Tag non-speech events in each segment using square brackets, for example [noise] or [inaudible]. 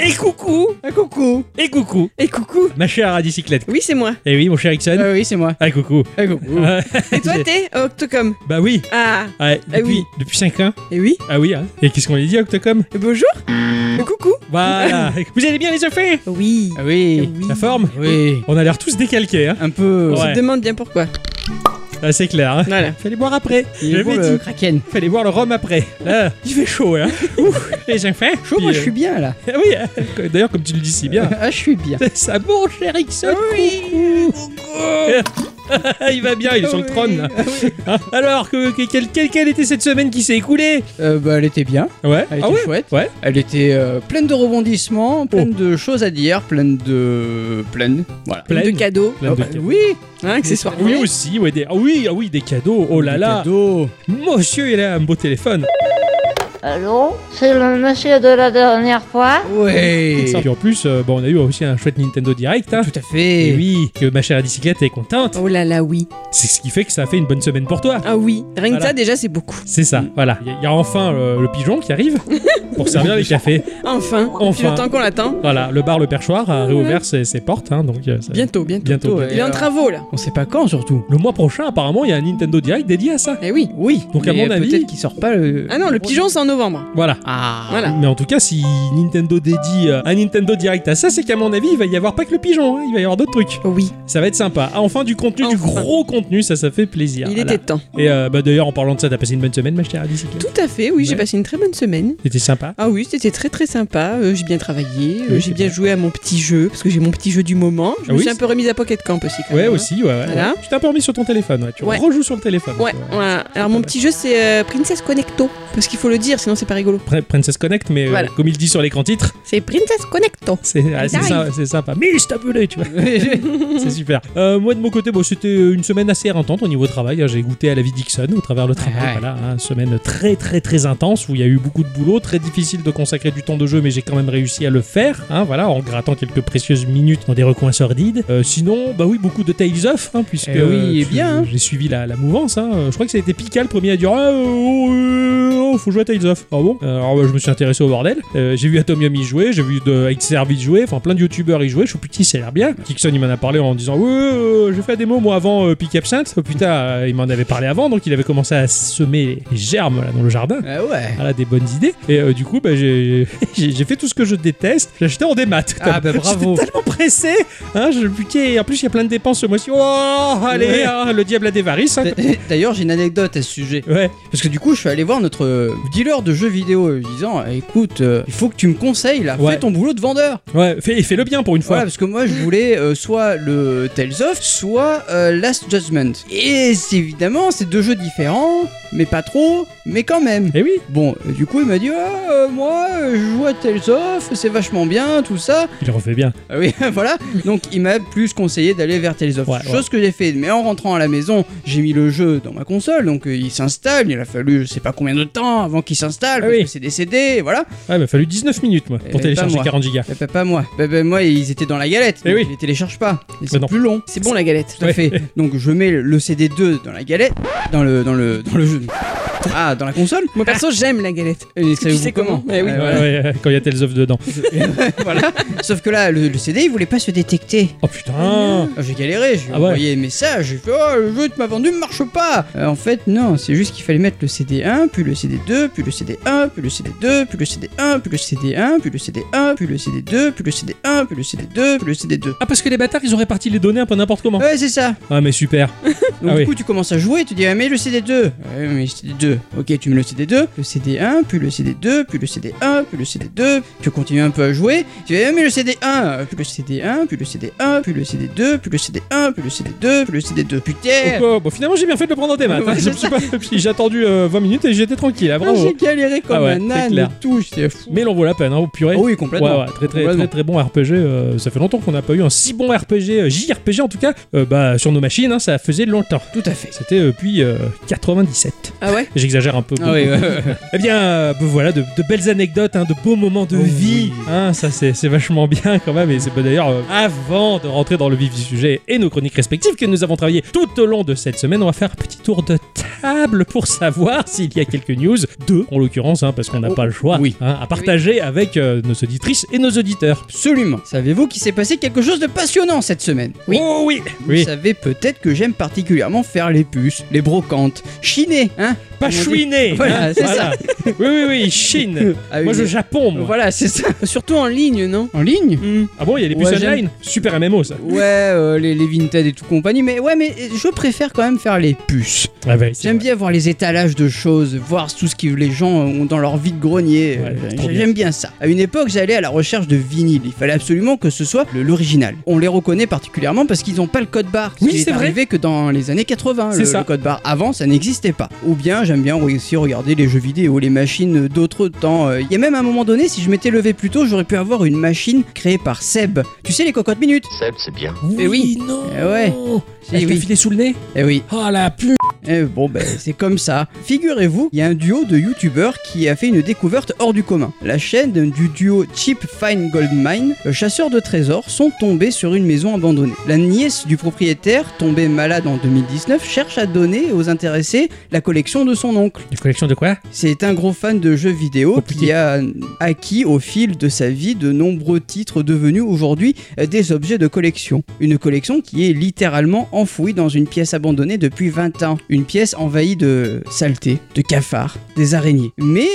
Et coucou Ah, coucou Et coucou Et coucou Ma chère Radicyclette. Oui, c'est moi. Eh oui, mon cher Ixon. Ah oui, c'est moi. Ah, coucou. Ah, coucou. Ah, [laughs] Et toi, t'es Octocom. bah oui. Ah, Ouais, Ah depuis, oui. depuis 5 ans. et oui. Ah oui, hein. Et qu'est-ce qu'on lui dit, Octocom Et Bonjour. Et coucou. [laughs] Voilà. Vous allez bien, les enfants Oui. Ah oui. La forme Oui. On a l'air tous décalqués, hein. Un peu. On Ouais. se demande bien pourquoi. Ah, c'est clair, hein. Voilà. Fallait boire après. Il est J'avais beau, dit. le Kraken. Fallait boire le rhum après. Ah, il fait chaud, [laughs] hein. Ouf, les enfants. Chaud, Puis, moi, je euh, suis bien là. Ah oui, hein. d'ailleurs, comme tu le dis si [laughs] bien. Ah, je suis bien. Ça bon, cher Ixon. Oui. [laughs] il va bien, il est sur le Oui. trône. là. Ah oui. Hein Alors, que, que- quelle, quelle- quelle était cette semaine qui s'est écoulée Euh, bah, elle était bien. Ouais. Elle était Ah ouais Oh. chouette. Ouais. Elle était euh, pleine de rebondissements, pleine de choses à dire, pleine de. pleine. Voilà. Pleine. De cadeaux. Plein Ah, de bah, cadeaux. oui. Hein, accessoires. Oui aussi, ouais, des... ah oui, ah oui, des cadeaux, oh là Des là. cadeaux. Monsieur, il a un beau téléphone. Allô C'est le monsieur de la dernière fois Ouais. Et puis en plus, euh, bon, on a eu aussi un chouette Nintendo Direct. Hein. Tout à Et fait. oui, que ma chère bicyclette est contente. Oh là là, oui. C'est ce qui fait que ça a fait une bonne semaine pour toi. Ah oui. Rien que Voilà. ça, déjà, c'est beaucoup. C'est ça, voilà. Il y, a- il y a enfin euh, le pigeon qui arrive pour servir les cafés. Enfin. Depuis Enfin. longtemps qu'on l'attend. Voilà, le bar, le perchoir a réouvert ses, ses portes. hein, donc, euh, ça- Bientôt, bientôt. bientôt. bientôt, ouais. Il est en Alors. travaux, là. On sait pas quand surtout. Le mois prochain, apparemment, il y a un Nintendo Direct dédié à ça. Eh oui. Oui. Donc, à mais euh, mon avis- Peut-être qu'il sort pas le. Ah non, le pigeon, c'est en novembre. Voilà. Ah. [laughs] Voilà. Mais en tout cas, si Nintendo dédie euh, un Nintendo Direct à ça, c'est qu'à mon avis, il va y avoir pas que le pigeon, hein, il va y avoir d'autres trucs. Oui. Ça va être sympa. Ah, enfin, du contenu, du Enfin. gros contenu, ça, ça fait plaisir. Il Voilà. était temps. Et euh, bah, d'ailleurs, en parlant de ça, t'as passé une bonne semaine, ma chère bicyclette Tout à fait, oui, j'ai Ouais. passé une très bonne semaine. C'était sympa. Ah oui, c'était très très sympa, Euh, j'ai bien travaillé, euh, Oui, c'est j'ai bien bien. joué à mon petit jeu, parce que j'ai mon petit jeu du moment. Je Ah me oui, suis un c'est- peu remise à Pocket Camp aussi quand Ouais, même. hein. aussi, ouais. ouais. Voilà. Tu t'es un peu remis sur ton téléphone, ouais. Tu Ouais. rejoues sur le téléphone. hein. Ouais, voilà. alors mon petit jeu c'est euh, Princess Connecto, parce qu'il faut le dire, sinon c'est pas rigolo. Prin- Princess Connect, mais euh, Voilà. comme il dit sur l'écran titre, [laughs] C'est Princess Connecto. c'est ah, c'est Nice. sy- c'est sympa. Mais je t'appelais, tu vois. [laughs] c'est super. Euh, moi, de mon côté, bon, c'était euh, une semaine assez éreintante au niveau travail. hein. J'ai goûté à la vie d'Ixon au travers le travail. Ouais. Voilà, hein, semaine très, très, très intense où il y a eu beaucoup de boulot, très difficile de consacrer du temps de jeu, mais j'ai quand même réussi à le faire. hein, voilà, en grattant quelques précieuses minutes dans des recoins sordides. Euh, sinon, bah oui, beaucoup de Tales of, hein, puisque Eh oui, euh, bien, hein. j'ai suivi la, la mouvance. hein. Euh, Je crois que ça a été Pika le premier à dire ah, oh, euh, oh, faut jouer à Tales of. Ah bon Euh, Alors bah, je me suis intéressé au bordel. Euh, j'ai vu Atomium y jouer, j'ai vu de Xserve y jouer, enfin plein de youtubeurs y jouer. Je suis petit, ça a l'air bien. Kixon il m'en a parlé en disant ouais, euh, j'ai fait la démo moi avant euh, Pika Absinthe. Oh, putain, euh, il m'en avait parlé avant, donc il avait commencé à semer les germes là, dans le jardin. Ah ouais. Voilà des bonnes idées. Et euh, du coup, bah, j'ai j'ai- j'ai fait tout ce que je déteste. J'ai acheté en démat. Ah, bah, bravo. J'étais tellement pressé. Hein, je piquais. En plus, il y a plein de dépenses ce mois-ci. Oh, allez, Ouais. hein, le diable a des varices. hein. D'ailleurs, j'ai une anecdote à ce sujet. Ouais, Parce que du coup, je suis allé voir notre euh, dealer de jeux vidéo euh, disant eh, Écoute, euh, il faut que tu me conseilles là, Ouais. fais ton boulot de vendeur. ouais, fais, fais le bien pour une fois. Voilà, parce que moi je voulais euh, soit le Tales of, soit euh, Last Judgment. Et c'est évidemment, c'est deux jeux différents, mais pas trop, mais quand même. Et Eh oui, Bon, euh, du coup, il m'a dit Ah, euh, Moi, euh, je joue à Tales of, c'est vachement bien, tout ça. il refait bien. Ah oui, [laughs] voilà. Donc, il m'a plus conseillé d'aller vers Tales of. Ouais, Chose que j'ai fait. Mais en rentrant à la maison, j'ai mis le jeu dans ma console. Donc, euh, il s'installe. Il a fallu, je sais pas combien de temps avant qu'il s'installe. Ah parce oui. que c'est décédé. et Voilà. Ouais, Ah, il m'a fallu 19 minutes, moi, Eh, pour pas télécharger moi. 40 gigas. Bah, bah, pas moi. Bah, bah, moi, ils étaient dans la galette. Eh donc oui. Bah, Je les télécharge pas. Et c'est non. plus long. C'est bon la galette. Tout à Ouais. [laughs] fait. Donc, je mets le CD2 dans la galette. Dans le, dans le, dans le jeu. Ah, dans la console [laughs] Moi perso j'aime la galette. Et Tu sais comment Eh oui. Ouais, Ouais, voilà. ouais, [laughs] euh, quand il y a Tales of dedans. [laughs] Voilà. Sauf que là, le, le CD, il voulait pas se détecter. Oh putain Ah, J'ai galéré, j'ai Ah ouais. envoyé des messages, j'ai fait Oh, le jeu que tu m'as vendu ne marche pas Euh, En fait, non, c'est juste qu'il fallait mettre le CD1, puis le CD2, puis le CD1, puis le CD2, puis le CD1, puis le CD1, puis le CD1, puis le CD2, puis le CD1, puis le CD2, puis le CD2. Ah, parce que les bâtards, ils ont réparti les données un peu n'importe comment. Ouais, c'est ça. Ah, mais super. Donc, Ah du oui. coup, tu commences à jouer, tu dis, ah, mais le CD2. Ouais, mais le CD2. Ok, tu mets le CD2, le CD1, puis le CD2, puis le CD1, puis le CD2. Tu continues un peu à jouer. Tu dis, ah, mais le CD1, puis le CD1, puis le CD1, puis le CD2, puis le CD1, puis le CD2, puis le CD2. Putain! Oh, bon, finalement, j'ai bien fait de le prendre en démat. hein. Eh. Ouais, Je me suis pas- [laughs] j'ai attendu euh, 20 minutes et j'étais tranquille. Ah, Ah, bravo. J'ai galéré comme Ah ouais, un c'est âne clair. et tout, j'étais fou. mais l'on vaut la peine, hein, oh, purée. Ah oui, complètement. Ouais, ouais, très très, Complètement. très très bon RPG. euh, ça fait longtemps qu'on n'a pas eu un si bon RPG, euh, JRPG en tout cas, euh, bah, sur nos machines, hein, ça faisait longtemps. Tout à fait. C'était depuis euh, 97. Ah ouais J'exagère un peu. Ah oui, ouais, ouais. Eh bien, euh, ben voilà, de, de belles anecdotes, hein, de beaux moments de Oh vie. oui. Hein, ça, c'est c'est vachement bien quand même. Et c'est ben, d'ailleurs euh, avant de rentrer dans le vif du sujet et nos chroniques respectives que nous avons travaillées tout au long de cette semaine, on va faire un petit tour de table pour savoir [laughs] s'il y a quelques news, deux en l'occurrence, hein, parce qu'on n'a Oh, pas le choix, oui. hein, à partager avec euh, nos auditrices et nos auditeurs. Absolument. Savez-vous qu'il s'est passé quelque chose de passionnant cette semaine Oui. Oh oui. Vous Oui. savez peut-être que j'aime particulièrement faire les puces, les brocantes, chiner, [laughs] hein Pas Comment dire chouiner. [laughs] Voilà, hein, c'est Oui, oui, oui. Chine. Ah oui, Moi, je mais- Japon. moi. Voilà, c'est ça. Euh, Surtout en [laughs] ligne, non En ligne Ah bon, il y a les Ouais, puces j'aime. online. Super MMO ça. Ouais, euh, les, les Vinted et tout compagnie, mais ouais, mais je préfère quand même faire les puces. Ah ouais, c'est J'aime vrai. bien voir les étalages de choses, voir tout ce que les gens ont dans leur vide-grenier. Ouais, Euh, c'est trop J'aime bien. ça. À une époque, j'allais à la recherche de vinyles. Il fallait absolument que ce soit le- l'original. On les reconnaît particulièrement parce qu'ils n'ont pas le code barre. Oui, Il est c'est vrai. arrivé que dans les années 80, C'est le, ça. le code barre avant, ça n'existait pas. Ou bien, j'aime bien aussi regarder les jeux vidéo, les machines d'autres temps. Euh, Il y a même un moment donné, si je m'étais levé plus tôt, j'aurais pu avoir une machine créée par Seb. Tu sais, les cocottes minutes. Seb, c'est bien. Oui, Eh oui. Oh, non. Eh ouais. Ah, Eh je l'ai oui. filé sous le nez. Eh oui. Oh la pu. Eh, bon, ben c'est comme ça. Figurez-vous, il y a un duo de youtubeurs qui a fait une découverte hors du commun. La chaîne du duo Cheap Fine Gold Mine, euh, chasseurs de trésors, sont tombés sur une maison abandonnée. La nièce du propriétaire, tombée malade en 2019, cherche à donner aux intéressés la collection de son oncle. Une collection de quoi C'est un gros fan de jeux vidéo Compliqué. qui a acquis au fil de sa vie de nombreux titres devenus aujourd'hui euh, des objets de collection. Une collection qui est littéralement enfouie dans une pièce abandonnée depuis 20 ans. Une pièce envahie de saleté, de cafards, des araignées. Mais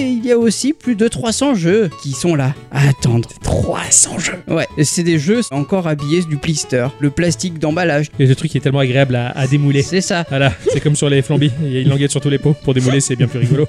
il y a aussi plus de 300 jeux qui sont là à attendre. 300 jeux. Ouais, c'est des jeux encore habillés du blister, le plastique d'emballage. Et ce truc qui est tellement agréable à, à démouler. [laughs] C'est ça. Voilà, c'est comme sur les flambis. Il languette sur tous les pots. Pour démouler, c'est bien plus rigolo.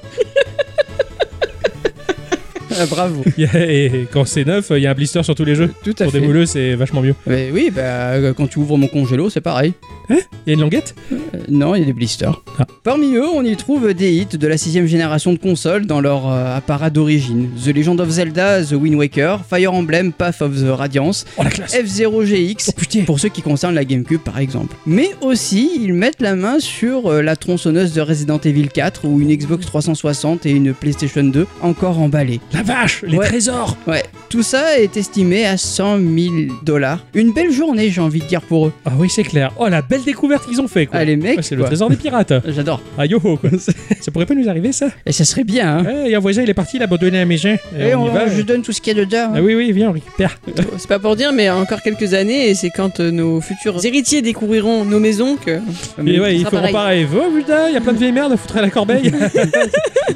Ah, bravo. Il y a- Et quand c'est neuf, il y a un blister sur tous les jeux. Tout à Pour fait. démouler, c'est vachement mieux. Mais oui, bah, euh, quand tu ouvres mon congélo, c'est pareil. Il y a une languette Euh, Non, il y a des blisters. Ah. Parmi eux, on y trouve des hits de la sixième génération de consoles dans leur euh, apparat d'origine. The Legend of Zelda, The Wind Waker, Fire Emblem, Path of the Radiance, Oh la classe F0GX, Oh putain pour ceux qui concernent la GameCube par exemple. Mais aussi, ils mettent la main sur euh, la tronçonneuse de Resident Evil 4 ou une Xbox 360 et une PlayStation 2 encore emballées. La vache Les Ouais. trésors Ouais, tout ça est estimé à 100 000 dollars. Une belle journée, j'ai envie de dire pour eux. Ah oui, c'est clair. Oh la belle découverte qu'ils ont fait quoi. Ah, les mecs, Ouais, c'est le quoi. trésor des [laughs] pirates. J'adore. Ah yo quoi. ça pourrait pas nous arriver ça Eh, Et ça serait bien, hein. Il y a un voisin, il est parti, il a abandonné la maison. Et, Et Ah. Eh, on, y va. je donne tout ce qu'il y a dedans. Ah oui, oui, viens, on récupère. C'est pas pour dire, mais encore quelques années, et c'est quand euh, nos futurs héritiers découvriront nos maisons [laughs] que. hein. Et ouais, ils sera feront pareil. Oh putain, il y a plein de vieilles merdes à foutre à la [laughs] corbeille.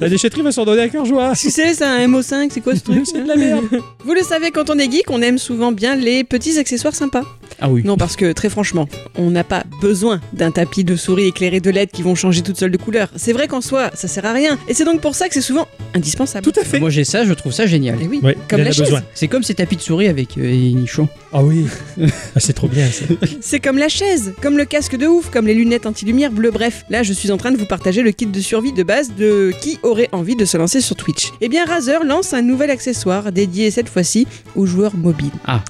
la déchetterie va s'en donner à cœur joie. Tu sais, c'est un MO5, c'est quoi ce [laughs] truc C'est de la merde. Vous le savez, quand on est geek, on aime souvent bien les petits accessoires sympas. Ah oui. Non, parce que très franchement, on n'a pas besoin d'un tapis de souris éclairé de LED qui vont changer toutes seules de couleur. C'est vrai qu'en soi, ça sert à rien. Et c'est donc pour ça que c'est souvent indispensable. Tout à fait. Moi j'ai ça, je trouve ça génial. Eh oui, Ouais, comme il en la a chaise. besoin. C'est comme ces tapis de souris avec euh, les nichons. Ah oui. [laughs] Ah, c'est trop bien. ça. C'est comme la chaise, comme le casque de ouf, comme les lunettes anti-lumière bleu. Bref, là, je suis en train de vous partager le kit de survie de base de qui aurait envie de se lancer sur Twitch. Eh bien, Razer lance un nouvel accessoire dédié cette fois-ci aux joueurs mobiles. Ah,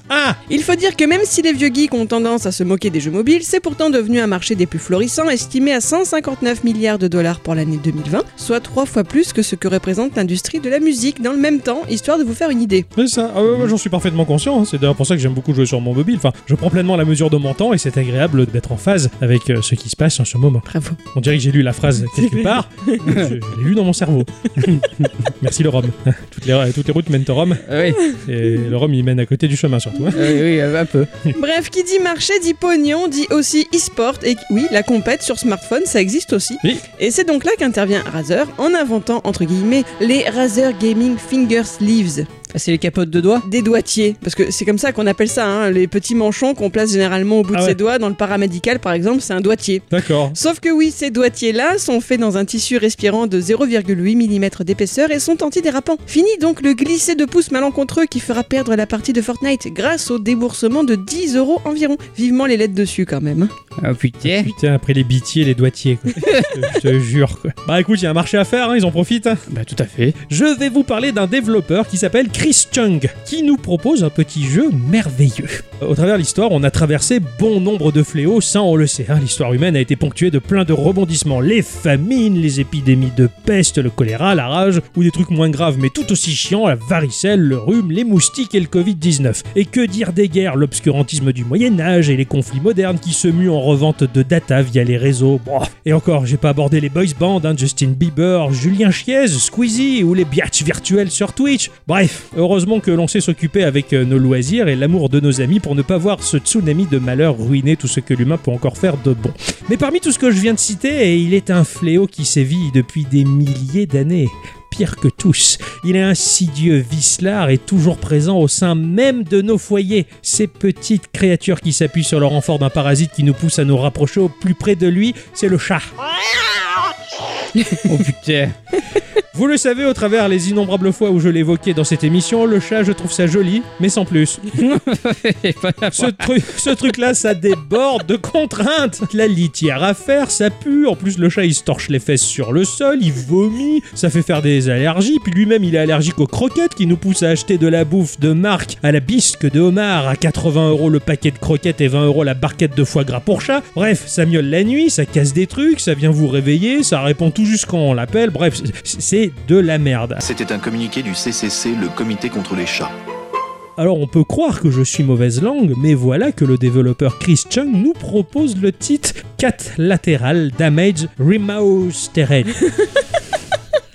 Il faut dire que même si les vieux geeks ont tendance à se moquer des jeux mobiles, c'est pourtant devenu un marché des plus florissants, estimé à 159 milliards de dollars pour l'année 2020, soit trois fois plus que ce que représente l'industrie de la musique dans le même temps, histoire de vous faire une idée. c'est ça. Ah ouais, ouais, j'en suis parfaitement conscient. hein. C'est d'ailleurs pour ça que j'aime beaucoup jouer sur mon mobile. Enfin, je prends pleinement la mesure de mon temps et c'est agréable d'être en phase avec euh, ce qui se passe en ce moment. Bravo. On dirait que j'ai lu la phrase quelque vrai. part. je [laughs] je l'ai lu dans mon cerveau. [laughs] Merci le [laughs] Rhum. Toutes les, euh, toutes les routes mènent au Rhum oui, et le Rhum il mène à côté du chemin surtout. hein. oui, un peu. Bref, qui dit marché dit pognon, dit aussi e-sport, et oui, la compète sur smartphone, ça existe aussi. Oui. Et c'est donc là qu'intervient Razer en inventant, entre guillemets, les Razer Gaming Finger Sleeves. Ah, C'est les capotes de doigts des doigtiers, parce que c'est comme ça qu'on appelle ça, hein, les petits manchons qu'on place généralement au bout Ah de ouais. ses doigts. Dans le paramédical, par exemple, c'est un doigtier. D'accord. Sauf que oui, ces doigtiers-là sont faits dans un tissu respirant de 0,8 mm d'épaisseur et sont antidérapants. Fini donc le glisser de pouce malencontreux qui fera perdre la partie de Fortnite grâce au déboursement de 10 euros environ. Vivement les lettres dessus quand même. hein. Oh putain. Ah, Putain, après les bitiers, les doigtiers, quoi. je, te- je te jure, quoi. Bah écoute, il y a un marché à faire, hein, ils en profitent. hein. Bah tout à fait. Je vais vous parler d'un développeur qui s'appelle Chris Chung, qui nous propose un petit jeu merveilleux. Au travers de l'histoire, on a traversé bon nombre de fléaux, ça on le sait. hein. L'histoire humaine a été ponctuée de plein de rebondissements. Les famines, les épidémies de peste, le choléra, la rage, ou des trucs moins graves mais tout aussi chiants, la varicelle, le rhume, les moustiques et le Covid-19. Et que dire des guerres, l'obscurantisme du Moyen-Âge et les conflits modernes qui se muent en revente de data via les réseaux. Bon. Et encore, j'ai pas abordé les boys bands, hein, Justin Bieber, Julien Chiez, Squeezie ou les biatchs virtuels sur Twitch. Bref, heureusement que l'on sait s'occuper avec euh, nos loisirs et l'amour de nos amis pour ne pas voir ce tsunami de malheur ruiner tout ce que l'humain peut encore faire de bon. Mais parmi tout ce que je viens de citer, eh, il est un fléau qui sévit depuis des milliers d'années. Pire que tous, il est insidieux, vicelard et toujours présent au sein même de nos foyers. Ces petites créatures qui s'appuient sur le renfort d'un parasite qui nous pousse à nous rapprocher au plus près de lui, c'est le chat. Oh [laughs] putain. Vous le savez, au travers les innombrables fois où je l'évoquais dans cette émission, le chat, je trouve ça joli, mais sans plus. Ce, truc, ce truc-là, ça déborde de contraintes. La litière à faire, ça pue. En plus, le chat, il se torche les fesses sur le sol, il vomit, ça fait faire des allergies. Puis lui-même, il est allergique aux croquettes qui nous poussent à acheter de la bouffe de marque à la bisque de homard, à 80 euros le paquet de croquettes et 20 euros la barquette de foie gras pour chat. Bref, ça miaule la nuit, ça casse des trucs, ça vient vous réveiller, ça répond tout juste quand on l'appelle. Bref, c- c'est de la merde. C'était un communiqué du CCC, le comité contre les chats. Alors on peut croire que je suis mauvaise langue, mais voilà que le développeur Chris Chung nous propose le titre Cat Lateral Damage Remastered. [laughs]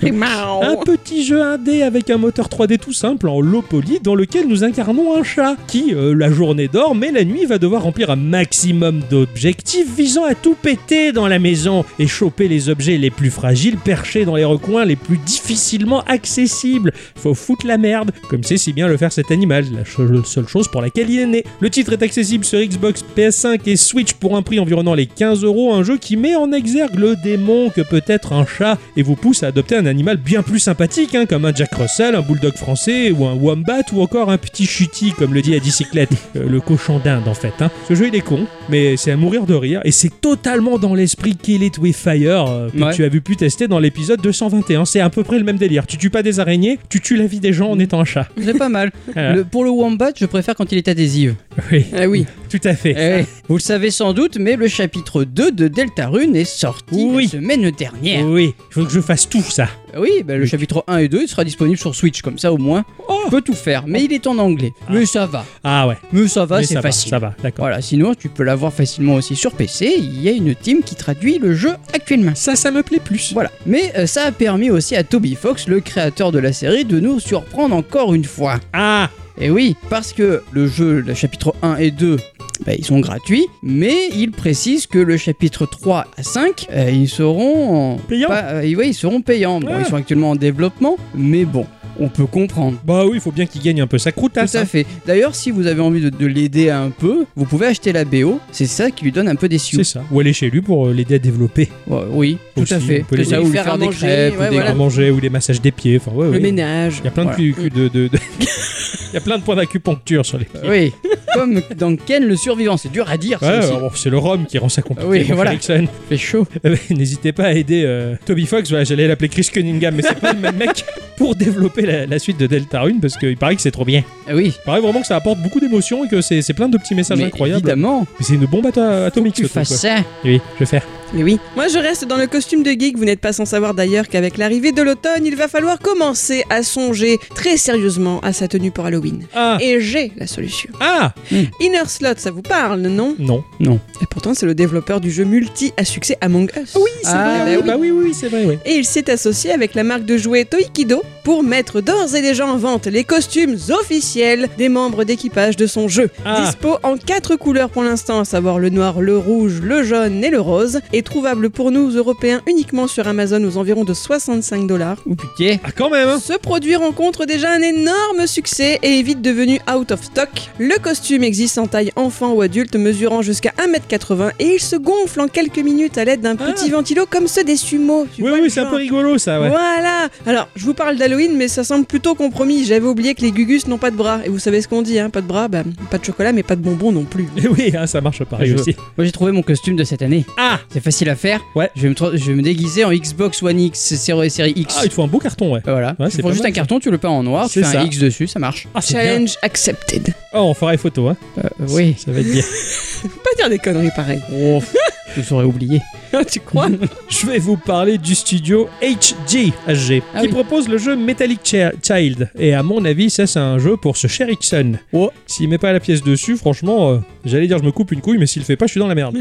Oh. Un petit jeu indé avec un moteur 3D tout simple en low poly dans lequel nous incarnons un chat qui, euh, la journée dort, mais la nuit va devoir remplir un maximum d'objectifs visant à tout péter dans la maison et choper les objets les plus fragiles perchés dans les recoins les plus difficilement accessibles. Faut foutre la merde, comme sait si bien le faire cet animal, la cho- seule chose pour laquelle il est né. Le titre est accessible sur Xbox, PS5 et Switch pour un prix environnant les 15 euros, un jeu qui met en exergue le démon que peut être un chat et vous pousse à adopter un animal bien plus sympathique, hein, comme un Jack Russell, un bulldog français ou un wombat ou encore un petit chuti, comme le dit la bicyclette, euh, le cochon d'Inde en fait. hein. Ce jeu il est con, mais c'est à mourir de rire et c'est totalement dans l'esprit Kill It With Fire euh, que Ouais. tu as vu pu tester dans l'épisode 221. C'est à peu près le même délire. Tu tues pas des araignées, tu tues la vie des gens en étant un chat. [laughs] C'est pas mal. Voilà. Le- pour le wombat, je préfère quand il est adhésif. Oui, [laughs] Ah oui. tout à fait. Eh, vous le savez sans doute, mais le chapitre 2 de Deltarune est sorti Oui. Oh. la semaine dernière. Oui, il faut que je fasse tout ça. Oui, bah, le chapitre 1 et 2 il sera disponible sur Switch, comme ça au moins. Oh On peut tout faire, mais il est en anglais. Ah. Mais ça va. Ah ouais, Mais ça va, mais c'est ça facile. Va, ça va, d'accord. Voilà, sinon tu peux l'avoir facilement aussi sur PC, il y a une team qui traduit le jeu actuellement. Ça, ça me plaît plus. Voilà. Mais euh, ça a permis aussi à Toby Fox, le créateur de la série, de nous surprendre encore une fois. Ah, Et oui, parce que le jeu, le chapitre 1 et 2, bah, ils sont gratuits, mais il précise que le chapitre 3 à 5, euh, ils seront en- Payants. pas- euh, ouais, ils seront payants. Bon, Ouais. ils sont actuellement en développement, mais bon, on peut comprendre. bah oui, il faut bien qu'il gagne un peu sa croûte, hein, Tout à à fait. D'ailleurs, si vous avez envie de, de l'aider un peu, vous pouvez acheter la BO. C'est ça qui lui donne un peu des sioux. C'est ça. Ou aller chez lui pour euh, l'aider à développer. Ouais, oui, tout Aussi, à fait. on peut Que lui- ça lui ou lui faire faire des manger, crêpes, ou ouais, des À voilà. manger ou les massages des pieds. Enfin, ouais, Le ouais. ménage. Il y a plein de, Voilà. cu- cu- de, de- [laughs] de- Il y a plein de points d'acupuncture sur les pieds. [laughs] Oui, comme dans Ken le survivant, c'est dur à dire. Ouais, ça aussi. alors, c'est le rhum qui rend ça compliqué. Oui, mon cher voilà. Ixon. fait chaud. Euh, [laughs] N'hésitez pas à aider euh, Toby Fox, voilà, j'allais l'appeler Chris Cunningham, mais c'est pas le même [laughs] mec, pour développer la, la suite de Deltarune, parce qu'il paraît que c'est trop bien. Ah oui, Il paraît vraiment que ça apporte beaucoup d'émotions et que c'est c'est plein de petits messages mais incroyables. évidemment, Mais c'est une bombe ato- atomique, ce tu truc. fasses quoi. ça. Oui, je vais faire. Mais oui. Moi, je reste dans le costume de geek. Vous n'êtes pas sans savoir d'ailleurs qu'avec l'arrivée de l'automne, il va falloir commencer à songer très sérieusement à sa tenue pour Halloween. Ah Et j'ai la solution. Ah Inner Slot, ça vous parle, non Non. Et pourtant, c'est le développeur du jeu multi à succès Among Us. Oui, C'est Ah, vrai, bah oui, bah oui, oui, c'est vrai, oui. Et il s'est associé avec la marque de jouets Toikido pour mettre d'ores et déjà en vente les costumes officiels des membres d'équipage de son jeu. Ah Dispo en quatre couleurs pour l'instant, à savoir le noir, le rouge, le jaune et le rose, et trouvable pour nous Européens uniquement sur Amazon aux environs de 65 dollars. Ou putain. Ah, quand même hein. Ce produit rencontre déjà un énorme succès et est vite devenu out of stock. Le costume existe en taille enfant ou adulte, mesurant jusqu'à 1m80 et il se gonfle en quelques minutes à l'aide d'un Ah. petit ventilo comme ceux des sumo. Oui, oui, c'est un peu rigolo, ça, ouais. Voilà Alors, je vous parle Halloween, mais ça semble plutôt compromis. J'avais oublié que les Gugus n'ont pas de bras. Et vous savez ce qu'on dit, hein Pas de bras, bah, pas de chocolat, mais pas de bonbons non plus. Et [laughs] oui, hein, ça marche pareil Je- aussi. Moi j'ai trouvé mon costume de cette année. Ah C'est facile à faire. Ouais. Je vais me, tra- je vais me déguiser en Xbox One X, série, série X. Euh, Ah, il te faut un beau carton, ouais. Voilà. Ouais, tu c'est prends pas juste mal, un carton, tu le peins en noir, tu C'est fais ça. un X dessus, ça marche. Ah, c'est bien. Challenge accepted. Ah, on fera les photos, hein. Euh, oui. Ça va être bien. Pas dire des conneries pareilles. [laughs] Hein, Vous [laughs] aurez oublié. tu crois Je vais vous parler du studio HG, HG, Ah qui oui. propose le jeu Metallic Chi- Child. Et à mon avis, ça, c'est un jeu pour ce cher Ixon. Oh. S'il met pas la pièce dessus, franchement, euh, j'allais dire je me coupe une couille, mais s'il le fait pas, je suis dans la merde.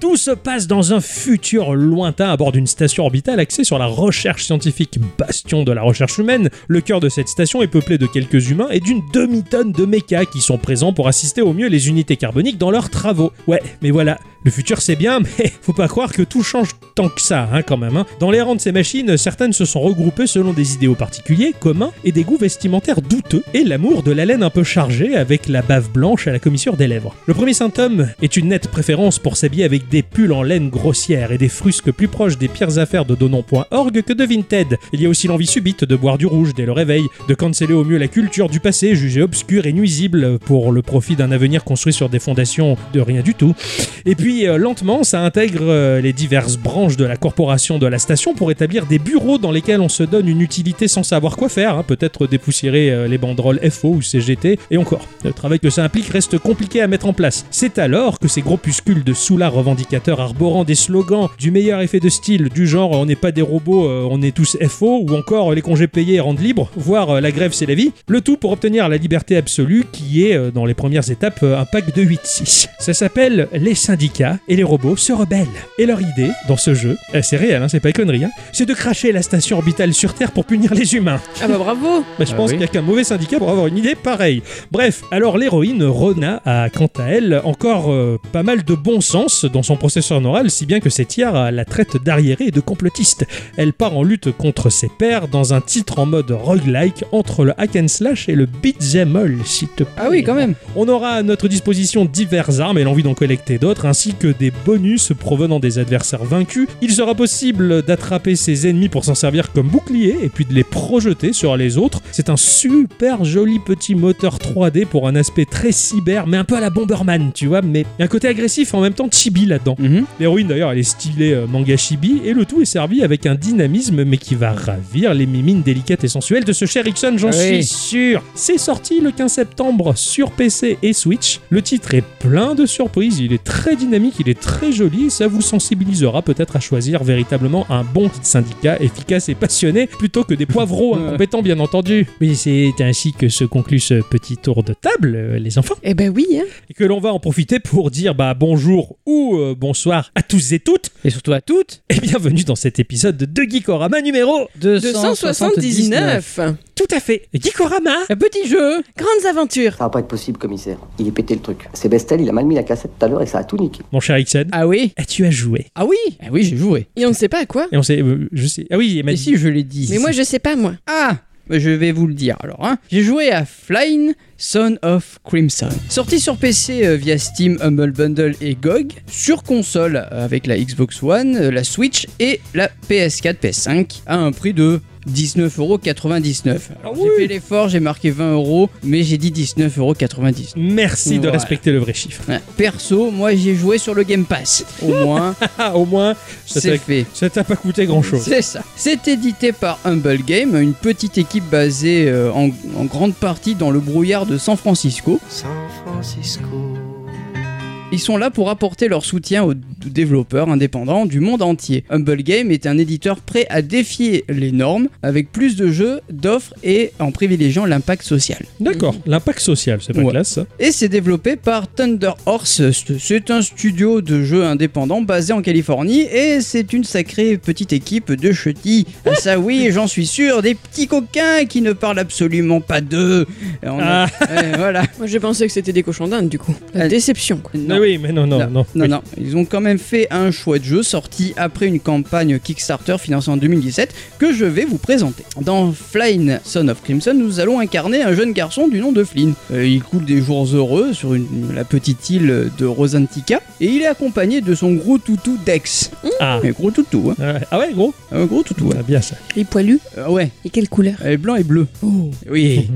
Tout se passe dans un futur lointain à bord d'une station orbitale axée sur la recherche scientifique, bastion de la recherche humaine. Le cœur de cette station est peuplé de quelques humains et d'une demi-tonne de mechas qui sont présents pour assister au mieux les unités carboniques dans leurs travaux. Ouais, mais voilà, le futur c'est bien, [laughs] mais faut pas croire que tout change tant que ça, hein, quand même. hein. Dans les rangs de ces machines, certaines se sont regroupées selon des idéaux particuliers, communs et des goûts vestimentaires douteux, et l'amour de la laine un peu chargée avec la bave blanche à la commissure des lèvres. Le premier symptôme est une nette préférence pour s'habiller avec des pulls en laine grossière et des frusques plus proches des pires affaires de Donon.org que de Vinted. Il y a aussi l'envie subite de boire du rouge dès le réveil, de canceller au mieux la culture du passé jugée obscure et nuisible pour le profit d'un avenir construit sur des fondations de rien du tout. Et puis euh, lentement, ça intègre euh, les diverses branches de la corporation de la station pour établir des bureaux dans lesquels on se donne une utilité sans savoir quoi faire, hein. peut-être dépoussiérer euh, les banderoles FO ou CGT, et encore. Le travail que ça implique reste compliqué à mettre en place. C'est alors que ces groupuscules de soulards revendicateurs arborant des slogans du meilleur effet de style, du genre on n'est pas des robots, euh, on est tous FO, ou encore euh, les congés payés rendent libres, voire euh, la grève c'est la vie, le tout pour obtenir la liberté absolue qui est, euh, dans les premières étapes, euh, un pack de 8-6. Ça s'appelle Les syndicats et les robots se rebellent. Et leur idée, dans ce jeu, euh, c'est réel, hein, c'est pas une connerie, hein, c'est de cracher la station orbitale sur Terre pour punir les humains. Ah bah bravo Bah, je Ah pense oui. qu'il n'y a qu'un mauvais syndicat pour avoir une idée pareille. Bref, alors l'héroïne Rona a quant à elle encore euh, pas mal de bon sens dans son processeur neural, si bien que ses tiers à la traite d'arriérés et de complotistes. Elle part en lutte contre ses pairs dans un titre en mode roguelike entre le hack and slash et le beat'em all, s'il te plaît. Ah oui, quand même. On aura à notre disposition diverses armes et l'envie d'en collecter d'autres, ainsi que des bonus provenant des adversaires vaincus. Il sera possible d'attraper ses ennemis pour s'en servir comme bouclier et puis de les projeter sur les autres. C'est un super joli petit moteur 3D pour un aspect très cyber, mais un peu à la Bomberman, tu vois, mais il y a un côté agressif et en même temps chibi là-dedans. Mhm. L'héroïne d'ailleurs, elle est stylée euh, manga chibi et le tout est servi avec un dynamisme mais qui va ravir les mimines délicates et sensuelles de ce cher Ixon, j'en Oui. suis sûr. C'est sorti le 15 septembre sur PC et Switch. Le titre est plein de surprises, il est très dynamique, il est très joli et ça vous sensibilisera peut-être à choisir véritablement un bon syndicat efficace et passionné plutôt que des [laughs] poivreaux Ouais. incompétents bien entendu. Oui, c'est ainsi que se conclut ce petit tour de table, euh, les enfants Eh ben oui, hein. et que l'on va en profiter pour dire bah bonjour ou euh, bonsoir à tous et toutes Et surtout à toutes, et bienvenue dans cet épisode de Geekorama numéro 279. 279 tout à fait Geekorama Un petit jeu. Grandes aventures Ça va pas être possible, commissaire. Il est pété le truc. C'est Bestel, il a mal mis la cassette tout à l'heure et ça a tout niqué. mon cher Ixen Ah oui. as-tu à jouer Ah oui. Ah oui, j'ai joué. Et on ne sait pas à quoi et on sait euh, je sais ah oui il m'a Mais dit si, je l'ai dit. Mais moi je sais pas moi. Ah bah, je vais vous le dire alors. Hein. J'ai joué à Flying Son of Crimson. Sorti sur PC euh, via Steam, Humble Bundle et GOG. Sur console euh, avec la Xbox One, euh, la Switch et la PS4, PS5 à un prix de 19,99€. Alors, Ah J'ai oui. fait l'effort, j'ai marqué 20€, mais j'ai dit 19,99€. merci de Ouais. respecter le vrai chiffre [laughs] Ouais. Perso, moi j'ai joué sur le Game Pass. Au [laughs] moins, ah au moins ça c'est t'a fait. ça t'a pas coûté grand chose C'est ça. C'est édité par Humble Game, une petite équipe basée euh, en, en grande partie dans le brouillard de San Francisco. San Francisco. Ils sont là pour apporter leur soutien aux d- développeurs indépendants du monde entier. Humble Game est un éditeur prêt à défier les normes avec plus de jeux, d'offres et en privilégiant l'impact social. d'accord l'impact social c'est pas Ouais. classe hein. ça Et c'est développé par Thunder Horse. C'est- C'est un studio de jeux indépendants basé en Californie et c'est une sacrée petite équipe de chetis. Ah ça oui, j'en suis sûr, des petits coquins qui ne parlent absolument pas d'eux. Et on a- ah Ouais, voilà. [laughs] Moi je pensais que c'était des cochons d'Inde du coup. La Euh, déception quoi. mais Ah oui, mais non, non, non. non, Oui. non. Ils ont quand même fait un choix de jeu sorti après une campagne Kickstarter financée en 2017 que je vais vous présenter. Dans Flynn, Son of Crimson, nous allons incarner un jeune garçon du nom de Flynn. Euh, il coule des jours heureux sur une- la petite île de Rosantica et il est accompagné de son gros toutou Dex. Ah. Un gros toutou, hein. Ouais. Ah ouais, gros Un gros toutou, ouais. Ah, Bien ça. Il est poilu. Euh, ouais. Et quelle couleur Elle est blanc et bleu. [laughs] Oui.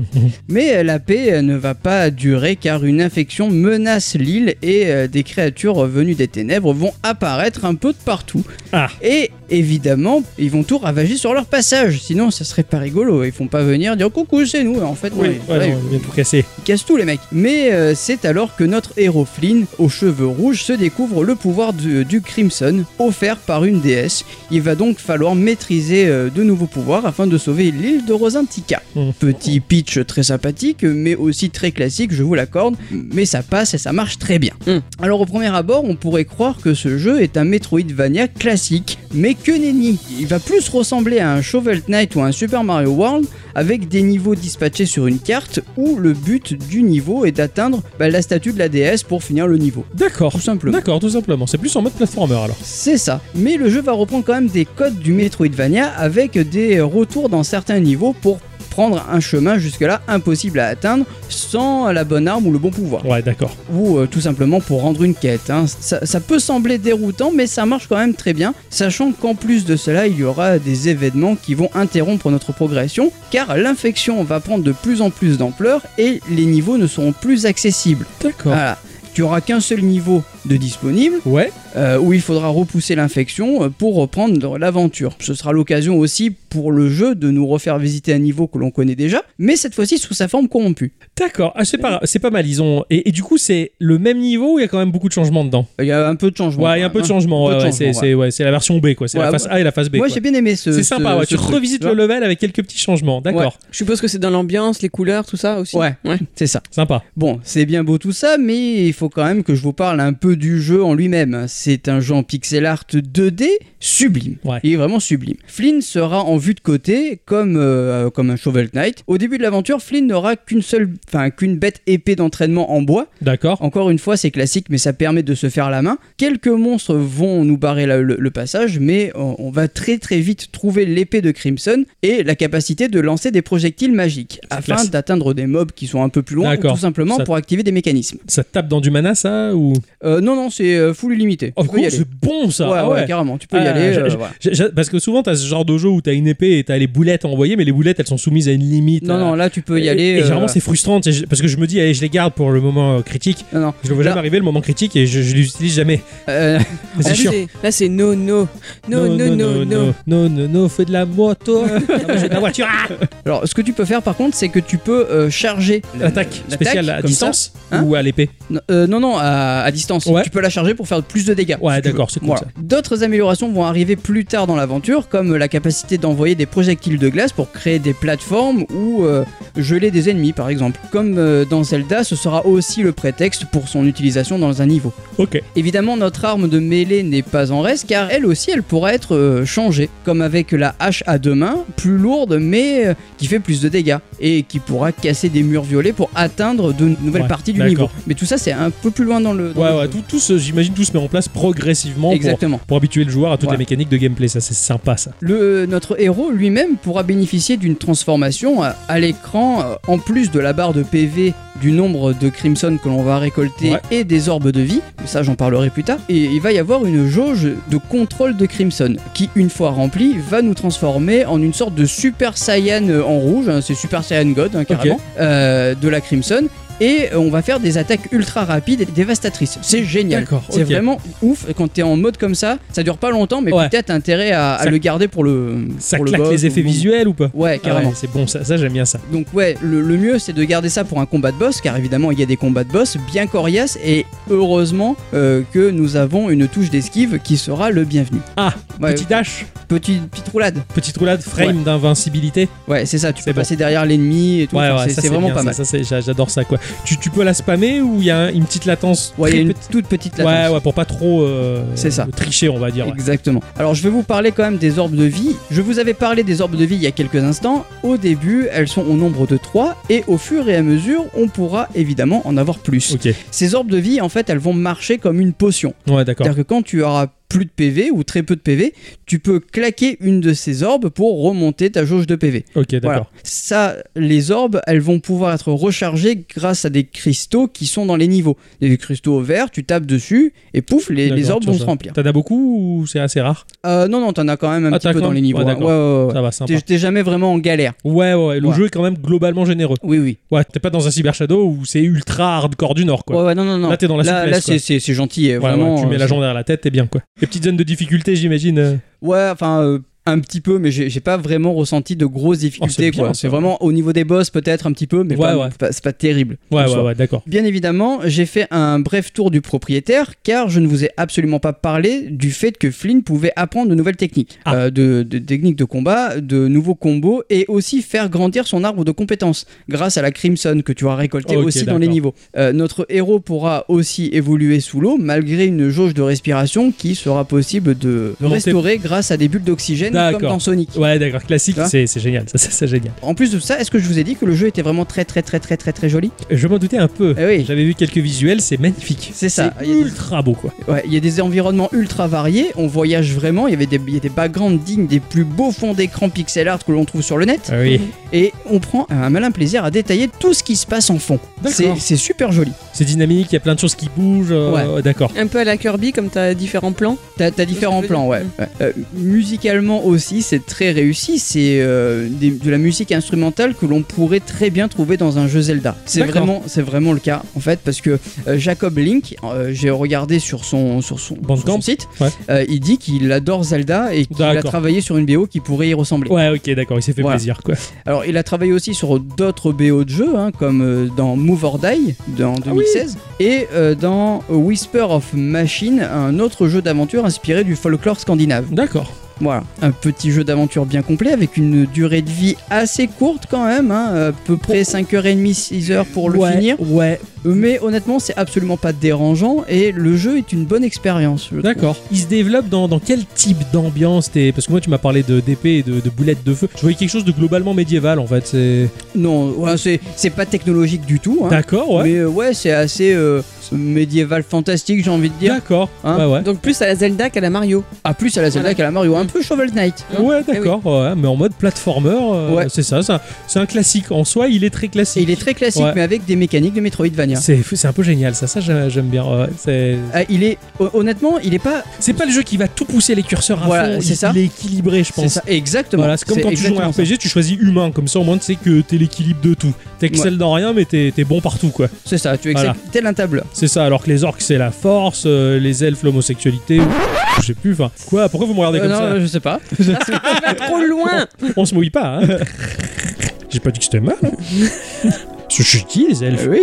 Mais euh, la paix euh, ne va pas durer car une infection menace l'île et euh, des créatures venues des ténèbres vont apparaître un peu de partout. Ah. Et évidemment, ils vont tout ravager sur leur passage. Sinon, ça serait pas rigolo. Ils font pas venir dire coucou, c'est nous. En fait, non, Oui, ils- ouais, ouais, non, il vient tout casser. ils cassent tout les mecs. Mais euh, c'est alors que notre héros Flynn, aux cheveux rouges, se découvre le pouvoir du, du Crimson, offert par une déesse. Il va donc falloir maîtriser euh, de nouveaux pouvoirs afin de sauver l'île de Rosantica. Mmh. Petit pitch très sympathique, mais aussi très classique, je vous l'accorde, mais ça passe et ça marche très bien. Mmh. Alors au premier abord, on pourrait croire que ce jeu est un Metroidvania classique, mais que nenni Il va plus ressembler à un Shovel Knight ou à un Super Mario World avec des niveaux dispatchés sur une carte où le but du niveau est d'atteindre bah, la statue de la déesse pour finir le niveau. D'accord. Tout simplement. D'accord, tout simplement. C'est plus en mode platformer alors. C'est ça. Mais le jeu va reprendre quand même des codes du Metroidvania avec des retours dans certains niveaux pour prendre un chemin jusque-là impossible à atteindre sans la bonne arme ou le bon pouvoir. Ouais, d'accord. Ou euh, tout simplement pour rendre une quête. hein. Ça, ça peut sembler déroutant, mais ça marche quand même très bien, sachant qu'en plus de cela, il y aura des événements qui vont interrompre notre progression, car l'infection va prendre de plus en plus d'ampleur et les niveaux ne seront plus accessibles. D'accord. Voilà. Tu auras qu'un seul niveau de disponible, Ouais, euh, où il faudra repousser l'infection euh, pour reprendre l'aventure. Ce sera l'occasion aussi pour le jeu de nous refaire visiter un niveau que l'on connaît déjà, mais cette fois-ci sous sa forme corrompue. d'accord. Ah, c'est pas, c'est pas mal. Ils ont et, et du coup c'est le même niveau où il y a quand même beaucoup de changements dedans. Euh, Il y a un peu de changement. ouais, il y a un quand peu de même, hein. changement. Un Ouais, peu de ouais, changement, c'est, ouais. c'est, ouais, c'est la version B quoi. C'est Ouais, la face ouais. A et la face B. Moi quoi. j'ai bien aimé ce. c'est sympa. ce- ouais. ce tu truc, revisites tu vois. le level avec quelques petits changements. D'accord. Je suppose que c'est dans l'ambiance, les couleurs, tout ça aussi. Ouais, c'est ça. Sympa. Bon, c'est bien beau tout ça, mais il faut quand même que je vous parle un peu du jeu en lui-même. C'est un jeu en pixel art 2D sublime. Ouais. Il est vraiment sublime. Flynn sera en vue de côté, comme, euh, comme un Shovel Knight. Au début de l'aventure, Flynn n'aura qu'une seule, enfin qu'une bête épée d'entraînement en bois. D'accord. Encore une fois, c'est classique, mais ça permet de se faire la main. Quelques monstres vont nous barrer la- le, le passage, mais on, on va très très vite trouver l'épée de Crimson et la capacité de lancer des projectiles magiques afin classe. d'atteindre des mobs qui sont un peu plus loin, ou D'accord. tout simplement Ça- pour activer des mécanismes. Ça te tape dans du mana ça ou Euh, non, non, c'est euh, full illimité. Oh, tu peux y cool, aller. c'est bon ça. Ouais, Ah ouais, ouais. carrément, tu peux y Ah, aller. j'ai- euh, j'ai- voilà. j'ai- j'ai- Parce que souvent, t'as ce genre de jeu où t'as une épée et t'as les boulettes à envoyer, mais les boulettes elles sont soumises à une limite. Non, non, là tu peux y Et- aller. Et, euh, généralement, c'est frustrant tu sais, je- parce que je me dis, allez, je les garde pour le moment euh, critique. non, non. Je le vois Là- jamais arriver le moment critique et je, je les utilise jamais. Euh, Mais En C'est plus, chiant. Là, c'est no, no. No, no, no, no. non, non, non, fais de la [laughs] moto. Ah, moi, j'ai de la voiture. Ah alors, ce que tu peux faire par contre, c'est que tu peux euh, charger. L'attaque L'attaque, spéciale à comme distance Hein ou à l'épée. Non, euh, non, non, à, à distance. Ouais. Tu peux la charger pour faire plus de dégâts. Ouais, si tu d'accord, veux. c'est cool, ça. D'autres améliorations vont arriver plus tard dans l'aventure, comme la capacité d'envoyer des projectiles de glace pour créer des plateformes ou euh, geler des ennemis, par exemple. Comme euh, dans Zelda, ce sera aussi le prétexte pour son utilisation dans un niveau. Ok. Évidemment, notre arme de mêlée n'est pas en reste car elle aussi, elle pourra être euh, changée, comme avec la hache à deux mains, plus lourde mais euh, qui fait plus de dégâts et qui pourra casser des murs violets pour atteindre de nouvelles Ouais, parties du d'accord. niveau. Mais tout ça, c'est un peu plus loin dans le. dans Ouais, le ouais, jeu. tout, tout ce- j'imagine tout se met en place progressivement pour, Exactement. pour habituer le joueur à toutes Ouais. les mécaniques de gameplay. Ça, c'est sympa ça. Le, euh, notre héros lui-même pourra bénéficier d'une transformation à, à l'écran, euh, en plus de la barre de PV, du nombre de Crimson que l'on va récolter Ouais. et des orbes de vie, ça j'en parlerai plus tard, et il va y avoir une jauge de contrôle de Crimson, qui une fois remplie, va nous transformer en une sorte de Super Saiyan euh, en rouge, hein, c'est Super Saiyan God hein, carrément, euh, de la Crimson, et euh, on va faire des attaques ultra rapides et dévastatrices. C'est génial. D'accord, C'est ok. vraiment ouf quand t'es en mode comme ça. Ça dure pas longtemps, mais Ouais. peut-être t'as intérêt à, à Ça- le garder pour le. Ça pour le claque boss les effets ou- visuels ou pas Ouais, Ah carrément. ouais, c'est bon, ça, ça j'aime bien ça. Donc ouais, le, le mieux c'est de garder ça pour un combat de boss, car évidemment il y a des combats de boss bien coriaces et heureusement euh, que nous avons une touche d'esquive qui sera le bienvenu. Ah, Ouais, petit dash, petit- petite roulade. petite roulade, frame d'invincibilité. Ouais, c'est ça. Tu C'est peux bon. passer derrière l'ennemi et tout. Ouais, Enfin, ouais, c'est ça, c'est vraiment bien, pas ça, mal. ça, c'est- j'a- J'adore ça quoi. tu, tu peux la spammer ou il y a un- une petite latence Ouais, il y très a une petite toute petite latence. Ouais, ouais, pour pas trop euh, C'est ça. tricher, on va dire. ouais. Exactement. Alors je vais vous parler quand même des orbes de vie. Je vous avais parlé des orbes de vie il y a quelques instants. Au début, elles sont au nombre de 3 et au fur et à mesure, on pourra évidemment en avoir plus. Ok, Ces orbes de vie, en fait, elles vont marcher comme une potion. ouais, d'accord. C'est-à-dire que quand tu auras plus de PV ou très peu de PV, tu peux claquer une de ces orbes pour remonter ta jauge de PV. Ok, d'accord. Voilà. Ça, les orbes, elles vont pouvoir être rechargées grâce à des cristaux qui sont dans les niveaux. Des cristaux verts, tu tapes dessus et pouf, les, les D'accord, orbes tu vont vois se ça. remplir. T'en as beaucoup ou c'est assez rare Euh, non, non, t'en as quand même un Ah, petit t'as peu quand dans les même niveaux. Ouais, hein. d'accord. Ouais, ouais, ouais. Ça va, sympa. T'es- T'es jamais vraiment en galère. Ouais, ouais, ouais, le Ouais. jeu est quand même globalement généreux. Oui, oui. Ouais, t'es pas dans un Cyber Shadow où c'est ultra hardcore du Nord, quoi. Ouais, ouais, non, non, non. Là, t'es dans la Là, souplesse, là, quoi. c'est- c'est c'est gentil. euh, Ouais, ouais, vraiment, tu mets euh, la jambe derrière la tête, t'es bien, quoi. Les petites zones de difficulté, j'imagine. euh, Ouais, enfin. euh, un petit peu, mais j'ai j'ai pas vraiment ressenti de grosses difficultés. Oh, bien, quoi. ça. c'est vraiment au niveau des boss, peut-être un petit peu, mais Ouais, pas- ouais. pas- c'est pas terrible. Ouais, en ouais, soi. ouais, d'accord. Bien évidemment, j'ai fait un bref tour du propriétaire car je ne vous ai absolument pas parlé du fait que Flynn pouvait apprendre de nouvelles techniques, Ah. Euh, de, de techniques de combat, de nouveaux combos et aussi faire grandir son arbre de compétences grâce à la Crimson que tu auras récoltée Ok, aussi dans les d'accord. niveaux. Euh, notre héros pourra aussi évoluer sous l'eau malgré une jauge de respiration qui sera possible de Monter. restaurer grâce à des bulles d'oxygène comme D'accord. dans Sonic. Ouais, d'accord, classique, Tu vois c'est c'est génial, ça, ça, c'est génial. En plus de ça, est-ce que je vous ai dit que le jeu était vraiment très très très très très très joli Je m'en doutais un peu. Eh oui. J'avais vu quelques visuels, c'est magnifique. C'est ça. C'est Il y a des- ultra beau, quoi. Ouais, il y a des environnements ultra variés, on voyage vraiment, il y avait des, il y a des backgrounds dignes des plus beaux fonds d'écran pixel art que l'on trouve sur le net, Ah oui. et on prend un malin plaisir à détailler tout ce qui se passe en fond. D'accord. C'est c'est super joli. C'est dynamique, il y a plein de choses qui bougent. euh, D'accord. Un peu à la Kirby, comme t'as différents plans. T'as t'as différents que je veux plans, ouais. dire. ouais. Euh, musicalement aussi, c'est très réussi, c'est euh, des- de la musique instrumentale que l'on pourrait très bien trouver dans un jeu Zelda. C'est D'accord. vraiment, c'est vraiment le cas, en fait, parce que euh, Jacob Link, euh, j'ai regardé sur son, sur son, sur Bandcamp son site, Ouais. euh, il dit qu'il adore Zelda et qu'il a D'accord. travaillé sur une BO qui pourrait y ressembler. Ouais, ok, d'accord, il s'est fait Voilà. plaisir, quoi. Alors, il a travaillé aussi sur d'autres BO de jeux, hein, comme euh, dans Move or Die de- Ah en 2016 et euh, dans Whisper of Machine, un autre jeu d'aventure inspiré du folklore scandinave. D'accord. Voilà, un petit jeu d'aventure bien complet avec une durée de vie assez courte quand même, hein, à peu près 5h30, 6h pour le ouais, finir. Ouais, Mais honnêtement, c'est absolument pas dérangeant et le jeu est une bonne expérience. je trouve. D'accord. Il se développe dans, dans quel type d'ambiance t'es Parce que moi, tu m'as parlé de d'épée et de, de boulettes de feu. Je voyais quelque chose de globalement médiéval, en fait. C'est... Non, ouais, c'est c'est pas technologique du tout. hein. D'accord, ouais. Mais euh, ouais, c'est assez euh, médiéval fantastique, j'ai envie de dire. D'accord. Hein ouais, ouais. Donc plus à la Zelda qu'à la Mario. Ah, plus à la Zelda Voilà. qu'à la Mario, un peu Shovel Knight. Ouais, Eh oui. d'accord, ouais, mais en mode platformer, euh, Ouais. c'est ça, c'est un, c'est un classique. En soi, il est très Et classique. il est très classique, Ouais. mais avec des mécaniques de Metroidvania. C'est c'est un peu génial, ça, ça j'aime j'aime bien. ouais. C'est Ah, il est hon- honnêtement, il est pas. c'est pas le jeu qui va tout pousser les curseurs à Voilà, fond, c'est il, ça. il est équilibré, je C'est pense. ça, exactement. Voilà, c'est comme C'est quand tu joues à un exactement ça. RPG, tu choisis humain, comme ça au moins tu sais que t'es l'équilibre de tout. T'excelles dans rien, mais t'es t'es bon partout, quoi. C'est ça, tu Voilà. acceptes tel un tableur. C'est ça, alors que les orques c'est la force, euh, les elfes l'homosexualité, ou- je sais plus, enfin. Quoi, pourquoi vous me regardez Euh, comme non, ça [laughs] je sais pas. Ah, Trop loin On se mouille pas, hein J'ai pas dit que c'était mal, [laughs] hein Je suis qui les elfes Eh oui.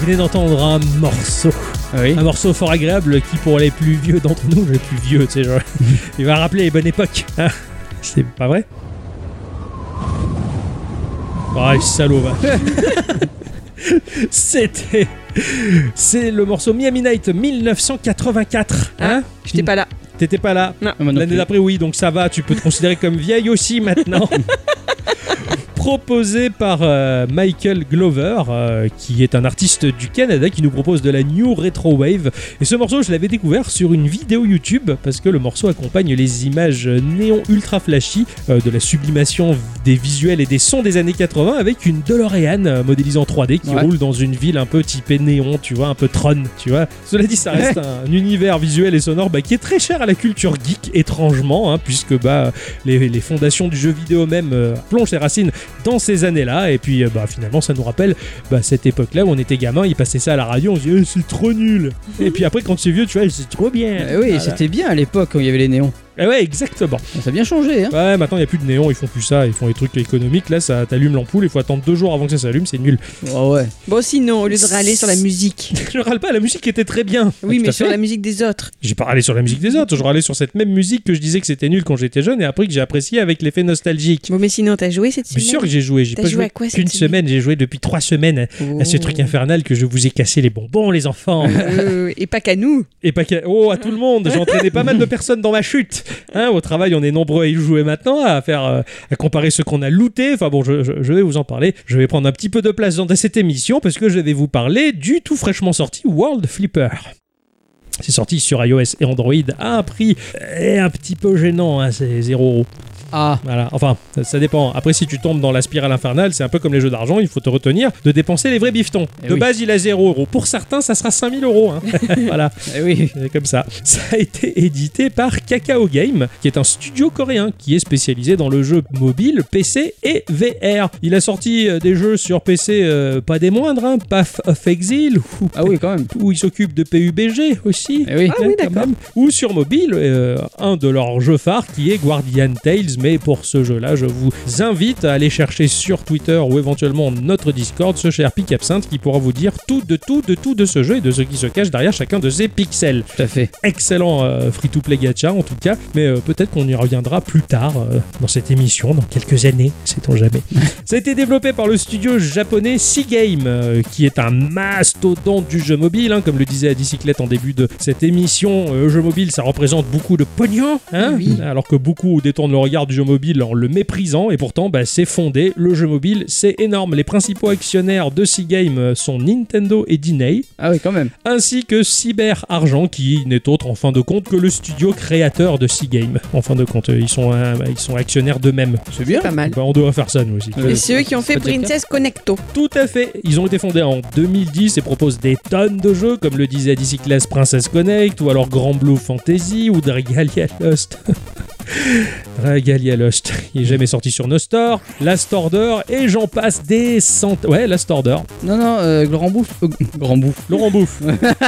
venez d'entendre un morceau. Oui. Un morceau fort agréable qui, pour les plus vieux d'entre nous, les plus vieux, tu sais, [laughs] genre, il va rappeler les bonnes époques. hein. C'est pas vrai Ah, salaud, va. [laughs] C'était. C'est le morceau Miami Night 1984. Hein [laughs] Ah, J'étais pas là. T'étais pas là. Moi non L'année plus. d'après, oui, donc ça va, tu peux te considérer comme vieille aussi [laughs] maintenant. Proposé par euh, Michael Glover, euh, qui est un artiste du Canada, qui nous propose de la New Retro Wave. Et ce morceau, je l'avais découvert sur une vidéo YouTube, parce que le morceau accompagne les images néon ultra flashy euh, de la sublimation des visuels et des sons des années 80 avec une DeLorean euh, modélisée en 3D qui Ouais. roule dans une ville un peu typée néon, tu vois, un peu Tron, tu vois. Cela dit, ça reste un univers visuel et sonore bah, qui est très cher à la culture geek, étrangement, hein, puisque bah, les, les fondations du jeu vidéo même euh, plongent ses racines dans ces années-là. Et puis, euh, bah, finalement, ça nous rappelle bah, cette époque-là où on était gamin, il passait ça à la radio, on se disait, Eh, c'est trop nul. Mhm. et puis après, quand c'est vieux, tu vois, c'est trop bien. Bah Eh oui, Voilà. c'était bien à l'époque quand il y avait les néons. Eh ouais, exactement. Ça a bien changé, hein. Ouais, maintenant il n'y a plus de néon, ils font plus ça, ils font des trucs économiques. Là, ça t'allume l'ampoule, il faut attendre deux jours avant que ça s'allume, c'est [laughs] nul. Ah ouais. Bon, sinon, au lieu de râler sur la musique. Je râle pas, la musique était très bien. Oui, Tout mais à sur fait. la musique des autres. J'ai pas râlé sur la musique des autres, je râlais sur cette même musique que je disais que c'était nul quand j'étais jeune et après que j'ai apprécié avec l'effet nostalgique. Bon, mais sinon, t'as joué cette Bien semaine sûr que j'ai joué, j'ai T'as pas joué à quoi cette qu'une semaine semaine, j'ai joué depuis trois semaines à ce truc infernal que je vous ai cassé les bonbons, les [laughs] enfants. Euh, et pas qu'à nous. Et pas qu'à... Oh, à tout le monde J'ai entraîné pas mal de personnes dans ma chute hein, Au travail, on est nombreux à y jouer maintenant, à faire, euh, à comparer ce qu'on a looté. Enfin bon, je, je- je vais vous en parler. Je vais prendre un petit peu de place dans cette émission parce que je vais vous parler du tout fraîchement sorti World Flipper. C'est sorti sur iOS et Android à un prix euh, un petit peu gênant, hein, c'est 0 euros. Ah. Voilà, enfin, ça- ça dépend. Après, si tu tombes dans la spirale infernale, c'est un peu comme les jeux d'argent, il faut te retenir de dépenser les vrais bifetons. Eh de oui. base, il a 0 euros. Pour certains, ça sera 5000 euros. hein. [laughs] voilà. Eh oui. C'est Euh, comme ça. [laughs] Ça a été édité par Kakao Game, qui est un studio coréen qui est spécialisé dans le jeu mobile, PC et VR. Il a sorti euh, des jeux sur PC euh, pas des moindres, hein, Path of Exile, ou- Ah oui, quand même. où il s'occupe de PUBG aussi. Eh oui. Ah oui, quand d'accord. même. Ou sur mobile, euh, un de leurs jeux phares qui est Guardian Tales. Mais pour ce jeu-là, je vous invite à aller chercher sur Twitter ou éventuellement notre Discord ce cher Pic Absinthe qui pourra vous dire tout de tout de tout de ce jeu et de ce qui se cache derrière chacun de ses pixels Tout à fait. excellent euh, free-to-play gacha en tout cas, mais euh, peut-être qu'on y reviendra plus tard euh, dans cette émission, dans quelques années, sait-on jamais. Ça a été développé par le studio japonais Seagame, euh, qui est un mastodonte du jeu mobile, hein, comme le disait la bicyclette en début de cette émission, euh, jeu mobile ça représente beaucoup de pognon, hein, Oui. alors que beaucoup détournent le regard du jeu mobile en le méprisant, et pourtant bah, c'est fondé, le jeu mobile c'est énorme. Les principaux actionnaires de Seagame euh, sont Nintendo et Disney, Ah oui, quand même. ainsi que Cyber Argent, qui n'est autre en fin de compte que le studio créateur de Seagame. En fin de compte, euh, ils sont, euh, ils sont actionnaires d'eux-mêmes. C'est bien. Pas mal. Bah, on devrait faire ça nous aussi. Ouais. Et c'est eux qui ont fait Pas de jack-up. Princess Connecto. Tout à fait. Ils ont été fondés en 2010 et proposent des tonnes de jeux, comme le disait DC Class Princess Connect, ou alors Grand Blue Fantasy, ou Dragalia Lost. [laughs] Dragalia Lost. Il est jamais sorti sur nos stores. Last Order, et j'en passe des centaines. Ouais, Last Order. Non, non, euh, Grand Bouffe. euh, Grand Bouffe. Laurent Bouffe.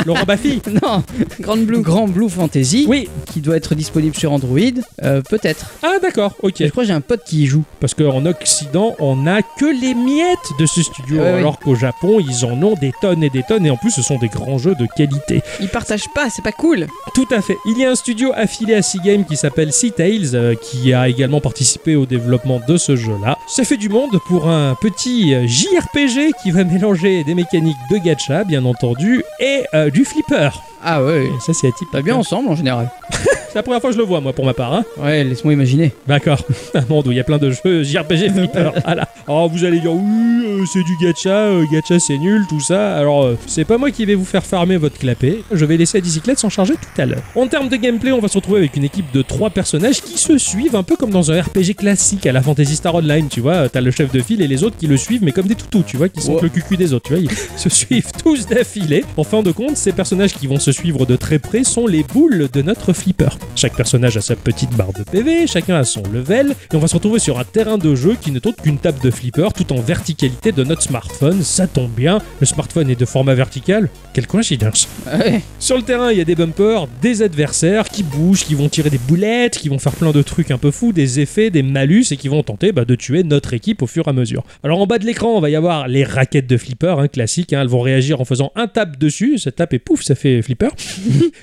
Laurent Baffy. [laughs] Non, Grande Blue. Grand Blue Fantasy, Oui. qui doit être disponible sur Android, euh, peut-être. Ah, d'accord. Ok. Je crois que j'ai un pote qui y joue. Parce qu'en Occident, on n'a que les miettes de ce studio, Ah ouais, alors qu'au Japon, ils en ont des tonnes et des tonnes, et en plus, ce sont des grands jeux de qualité. Ils partagent pas, c'est pas cool. Tout à fait. Il y a un studio affilié à Seagame qui s'appelle Sea Tales, euh, qui a également participé au développement de ce jeu-là. Ça fait du monde pour un petit euh, JRPG qui va [laughs] mélanger des mécaniques de gacha, bien entendu, et euh, du flipper. Ah ouais, Et ça, c'est atypique. hein. pas bien ensemble en général. C'est la première fois que je le vois, moi, pour ma part. hein. Ouais, laisse-moi imaginer. D'accord. [laughs] Un monde où il y a plein de jeux JRPG flipper. Voilà. Alors vous allez dire oui, euh, c'est du gacha, euh, gacha c'est nul, tout ça. Alors euh, c'est pas moi qui vais vous faire farmer votre clapet. Je vais laisser la bicyclette s'en charger tout à l'heure. En termes de gameplay, on va se retrouver avec une équipe de trois personnages qui se suivent un peu comme dans un RPG classique à la Fantasy Star Online. Tu vois, Euh, t'as le chef de file et les autres qui le suivent, mais comme des toutous, tu vois, qui sentent Ouais. le cucu des autres. Tu vois, ils- [laughs] se suivent tous d'affilée. En fin de compte, ces personnages qui vont se suivre de très près sont les boules de notre flipper. Chaque personnage a sa petite barre de PV, chacun a son level, et on va se retrouver sur un terrain de jeu qui n'est autre qu'une table de flipper tout en verticalité de notre smartphone. Ça tombe bien, le smartphone est de format vertical. Quelle coïncidence Ah Ouais. Sur le terrain, il y a des bumpers, des adversaires qui bougent, qui vont tirer des boulettes, qui vont faire plein de trucs un peu fous, des effets, des malus, et qui vont tenter bah, de tuer notre équipe au fur et à mesure. Alors en bas de l'écran, on va y avoir les raquettes de flipper, hein, classiques, hein, elles vont réagir en faisant un tap dessus, ça tape et pouf, ça fait flipper.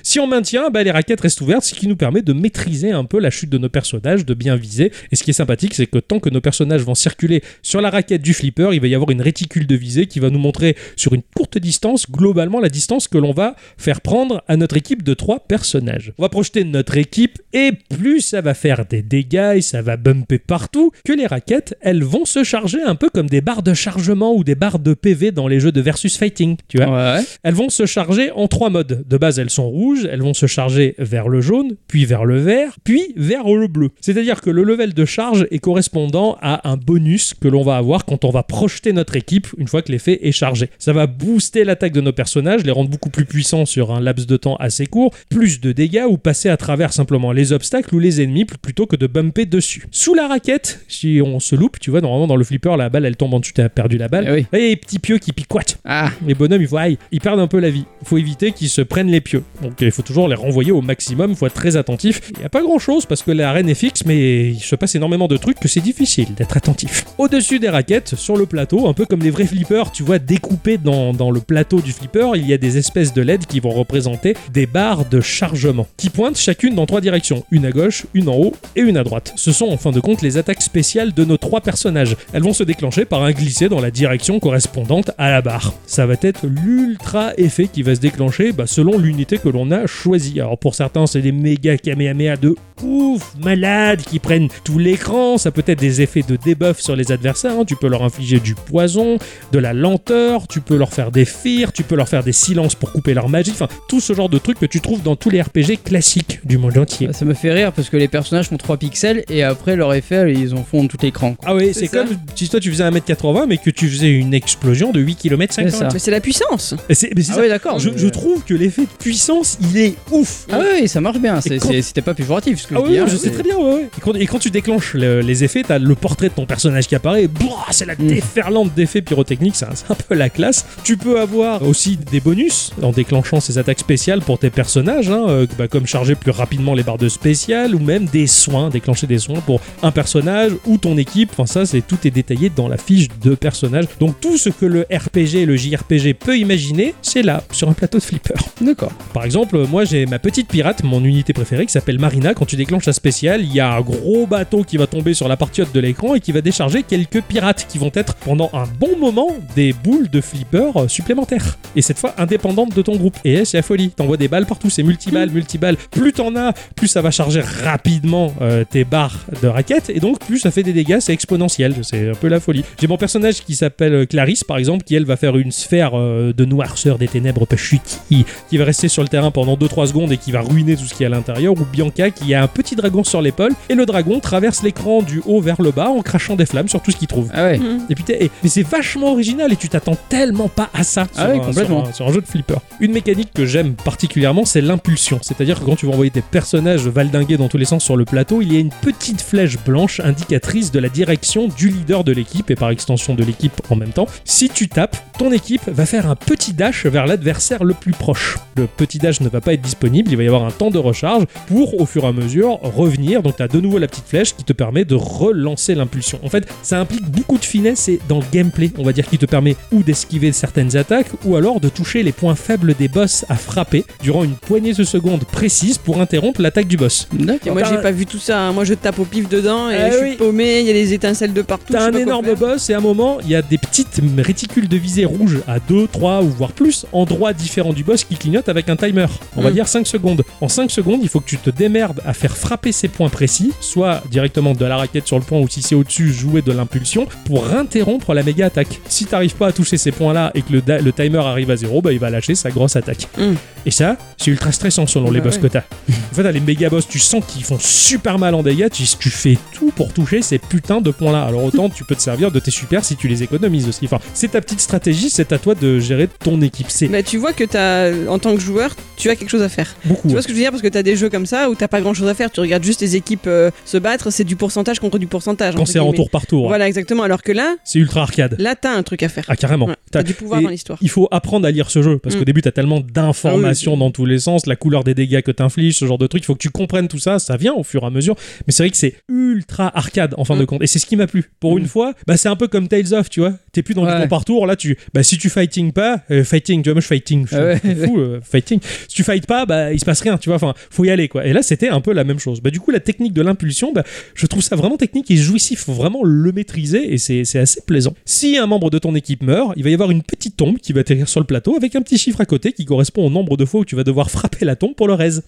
Si on maintient, bah, les raquettes restent ouvertes, ce qui nous permet de maîtriser un peu la chute de nos personnages, de bien viser. Et ce qui est sympathique, c'est que tant que nos personnages vont circuler sur la raquette du flipper, il va y avoir une réticule de visée qui va nous montrer sur une courte distance, globalement la distance que l'on va faire prendre à notre équipe de trois personnages. On va projeter notre équipe et plus ça va faire des dégâts et ça va bumper partout, que les raquettes, elles vont se charger un peu comme des barres de chargement ou des barres de PV dans les jeux de versus fighting, tu vois. Ouais. Elles vont se charger en trois modes. De base, elles sont rouges, elles vont se charger vers le jaune, puis vers le vert, puis vers le bleu. C'est-à-dire que le level de charge est correspondant à un bonus que l'on va avoir quand on va projeter notre équipe une fois que l'effet est chargé. Ça va booster l'attaque de nos personnages, les rendre beaucoup plus puissants sur un laps de temps assez court, plus de dégâts ou passer à travers simplement les obstacles ou les ennemis pl- plutôt que de bumper dessus. Sous la raquette, si on se loupe, tu vois, normalement dans le flipper, la balle elle tombe en dessous, t'as perdu la balle. Eh oui. Là, il y a des petits pieux qui picoitent Ah. les bonhommes, il faut, aïe, ils perdent un peu la vie. Il faut éviter qu'ils se prennent les pieux. Donc il faut toujours les renvoyer au maximum, il faut être très attentif. Il n'y a pas grand chose parce que l'arène est fixe, mais il se passe énormément de trucs que c'est difficile d'être attentif. Au-dessus des raquettes, sur le plateau, un peu comme les vrais flippers, tu vois, découpés dans, dans le plateau du flipper, il y a des espèces de LED qui vont représenter des barres de chargement qui pointent chacune dans trois directions, une à gauche, une en haut et une à droite. Ce sont en fin de compte les attaques spéciales de nos trois personnages. Elles vont se déclencher par un glissé dans la direction correspondante à la barre. Ça va être l'ultra effet qui va se déclencher bah, selon l'unité que l'on a choisie. Alors pour certains, c'est des méga kamehameha de ouf, malades, qui prennent tout l'écran. Ça peut être des effets de debuff sur les adversaires. hein. Tu peux leur infliger du poison, de la lenteur, tu peux leur faire des fears, tu peux leur faire des silences pour couper leur magie. Enfin, tout ce genre de trucs que tu trouves dans tous les RPG classiques du monde entier. Ça me fait rire parce que les personnages font 3 pixels et après leur effet ils en font tout l'écran. quoi. Ah oui, C'est c'est ça. comme si toi tu faisais 1m80 mais que tu faisais une explosion de 8 km C'est ça. 50. Mais c'est la puissance. Et c'est mais c'est Ah ça. oui d'accord. je, mais- je trouve que l'effet de puissance, il est ouf. Ah oui ça marche bien. c'est- quand- c'est- C'était pas péjoratif ce que Ah je oui, dis. hein, je sais mais- très bien, ouais, ouais. Et quand, et quand tu déclenches le- les effets, t'as le portrait de ton personnage qui apparaît, et bouah, c'est la Mm. déferlante d'effets pyrotechniques, c'est un, c'est un peu la classe. Tu peux avoir aussi des bonus en déclenchant ces attaques spéciales pour tes personnages, hein, euh, bah, comme charger plus rapidement les barres de spécial, ou même des soins, déclencher des soins pour un personnage ou ton équipe. Enfin, ça, c'est tout est détaillé dans la fiche de personnage. Donc, tout ce que le RPG et le JRPG peut imaginer, c'est là, sur un plateau de flipper. D'accord. Par exemple, moi j'ai ma petite pirate, mon unité préférée qui s'appelle Marina. Quand tu déclenches un spécial, il y a un gros bateau qui va tomber sur la partie haute de l'écran et qui va décharger quelques pirates qui vont être pendant un bon moment des boules de flipper euh, supplémentaires. Et cette fois indépendantes de ton groupe. Et eh, c'est la folie. T'envoies des balles partout, c'est multiballes, multiballes. Plus t'en as, plus ça va charger rapidement euh, tes barres de raquettes et donc plus ça fait des dégâts, c'est exponentiel. C'est un peu la folie. J'ai mon personnage qui s'appelle euh, Clarisse par exemple, qui elle va faire une sphère euh, de noirceur des ténèbres pas chutie qui va rester sur le terrain pendant 2-3 secondes et qui va ruiner tout ce qui est à l'intérieur, ou Bianca qui a un petit dragon sur l'épaule, et le dragon traverse l'écran du haut vers le bas en crachant des flammes sur tout ce qu'il trouve. Ah ouais. Et puis t'es- eh, mais c'est vachement original et tu t'attends tellement pas à ça sur, Ah oui, un, complètement. sur un- sur un jeu de flipper. Une mécanique que j'aime particulièrement, c'est l'impulsion. C'est-à-dire que quand tu vas envoyer tes personnages valdinguer dans tous les sens sur le plateau, il y a une petite flèche blanche indicatrice de la direction du leader de l'équipe et par extension de l'équipe en même temps. Si tu tapes, ton équipe va faire un petit dash vers l'adversaire le plus proche. Le petit dash ne va pas être disponible, il va y avoir un temps de recharge pour au fur et à mesure revenir. Donc tu as de nouveau la petite flèche qui te permet de relancer l'impulsion. En fait, ça implique beaucoup de finesse et dans le gameplay, on va dire, qui te permet ou d'esquiver certaines attaques ou alors de toucher les points faibles des boss à frapper durant une poignée de secondes précise pour interrompre l'attaque du boss. Et D'accord. moi, T'as j'ai un- pas vu tout ça. hein. Moi, je tape au pif dedans et Ah je suis oui. paumé. Il y a des étincelles de partout. je T'as sais un pas quoi énorme faire. boss et à un moment, il y a des petites réticules de visée rouges à 2, 3 ou voire plus, endroits différents du boss qui clignotent avec un timer. On va Mm. dire 5 secondes. En 5 secondes, il faut que tu te démerdes à faire frapper ces points précis, soit directement de la raquette sur le point ou si c'est au-dessus, jouer de l'impulsion pour interrompre la méga attaque. Si t'arrives pas à toucher ces points-là et que le, da- le timer arrive à 0, bah, il va lâcher sa grosse attaque. Mm. Et ça, c'est ultra stressant selon les Bah boss ouais. que [laughs] t'as. En fait, t'as les méga boss, tu sens qu'ils font super mal en dégâts, tu, tu fais tout pour toucher ces putains de points-là. Alors autant tu peux te servir de tes super si tu les économises aussi. Enfin, c'est ta petite stratégie stratégie, c'est à toi de gérer ton équipe. C'est Bah, tu vois que t'as, en tant que joueur, tu as quelque chose à faire. beaucoup. hein. Tu vois ce que je veux dire Parce que t'as des jeux comme ça où t'as pas grand chose à faire. Tu regardes juste tes équipes euh, se battre, c'est du pourcentage contre du pourcentage. quand entre c'est en guillemets. tour par tour, hein. Voilà, exactement. Alors que là, c'est ultra arcade. là, t'as un truc à faire. Ah, carrément. Ouais, T'as- t'as du pouvoir et dans l'histoire. Il faut apprendre à lire ce jeu parce qu'au Mm. début, t'as tellement d'informations Ah oui, dans tous les sens, la couleur des dégâts que t'infliges, ce genre de truc. Il faut que tu comprennes tout ça. Ça vient au fur et à mesure. Mais c'est vrai que c'est ultra arcade en fin Mm. de compte. Et c'est ce qui m'a plu. Pour Mm. une fois, bah, c'est un peu comme Tales of, tu vois. T'es plus dans le Ouais. tour par tour. Là, tu, bah, si tu fighting pas, euh, fighting, tu vois, moi je fighting, je Ah ouais. suis fou, euh, fighting. Si tu fight pas, bah, il se passe rien, tu vois. Enfin, faut y aller, quoi. Et là, c'était un peu la même chose. Bah, du coup, la technique de l'impulsion, bah, je trouve ça vraiment technique et jouissif. Faut vraiment le maîtriser et c'est c'est assez plaisant. Si un membre de ton équipe meurt, il va y avoir une petite tombe qui va atterrir sur le plateau avec un petit chiffre à côté qui correspond au nombre de fois où tu vas devoir [laughs] frapper la tombe pour le raise.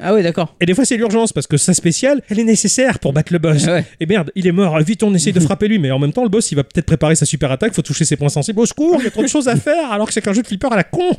Ah ouais, d'accord. Et des fois, c'est l'urgence parce que sa spéciale, elle est nécessaire pour battre le boss. Ah ouais. Et merde, il est mort. Vite, on essaye de frapper lui, mais en même temps, le boss, il va peut-être préparer sa super attaque. Faut toucher ses points sensibles. Au secours, il y a trop de choses à faire, alors que c'est qu'un jeu de flipper à la con.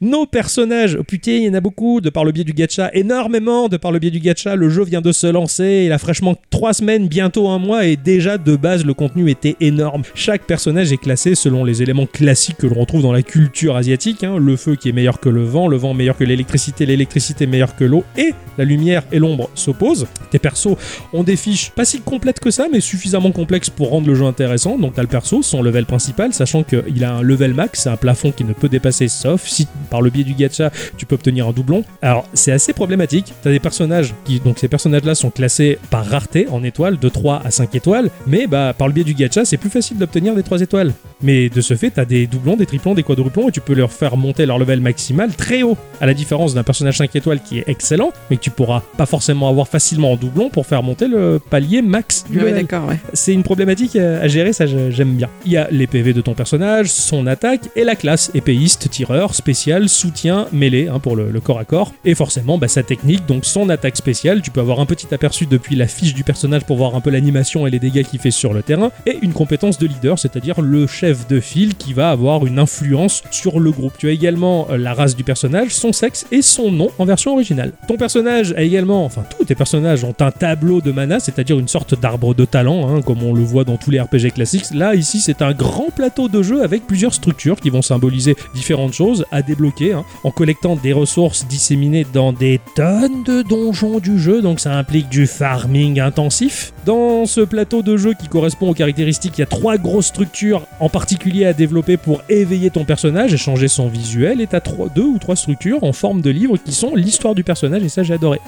Nos personnages, oh putain, il y en a beaucoup, de par le biais du gacha, énormément, de par le biais du gacha. Le jeu vient de se lancer, il a fraîchement trois semaines, bientôt un mois, et déjà de base, le contenu était énorme. Chaque personnage est classé selon les éléments classiques que l'on retrouve dans la culture asiatique hein. le feu qui est meilleur que le vent, le vent meilleur que l'électricité, l'électricité meilleure que l'eau, et la lumière et l'ombre s'opposent. Tes persos ont des fiches pas si complètes que ça, mais suffisamment complexes pour rendre le jeu intéressant. Donc t'as le perso, son level principal, sachant qu'il a un level max, c'est un plafond qui ne peut dépasser, sauf si par le biais du gacha tu peux obtenir un doublon. Alors c'est assez problématique. T'as des personnages qui, donc ces personnages-là sont classés par rareté en étoiles, de 3 à 5 étoiles, mais bah par le biais du gacha c'est plus facile d'obtenir des 3 étoiles. Mais de ce fait, t'as des doublons, des triplons, des quadruplons, et tu peux leur faire monter leur level maximal très haut. À la différence d'un personnage 5 étoiles qui est excellent, mais que tu pourras pas forcément avoir facilement en doublon pour faire monter le palier max du Ah Ouais, level d'accord, ouais. [laughs] c'est une problématique euh, à gérer, ça je- j'aime bien. Il y a les PV de ton personnage, son attaque et la classe épéiste, tireur, spécial, soutien, mêlée hein, pour le, le corps à corps. Et forcément, bah, sa technique, donc son attaque spéciale, tu peux avoir un petit aperçu depuis la fiche du personnage pour voir un peu l'animation et les dégâts qu'il fait sur le terrain. Et une compétence de leader, c'est-à-dire le chef de file qui va avoir une influence sur le groupe. Tu as également euh, la race du personnage, son sexe et son nom en version originale. Ton personnage a également, enfin tous tes personnages ont un tableau de mana, c'est-à-dire une sorte d'arbre de talent, hein, comme on le voit dans tous les RPG classiques. Là, ici, c'est un grand plateau de jeu avec plusieurs structures qui vont symboliser différentes choses à débloquer hein, en collectant des ressources disséminées dans des tonnes de donjons du jeu, donc ça implique du farming intensif. Dans ce plateau de jeu qui correspond aux caractéristiques, il y a trois grosses structures en particulier à développer pour éveiller ton personnage et changer son visuel, et t'as trois, deux ou trois structures en forme de livres qui sont l'histoire du personnage, et ça j'ai adoré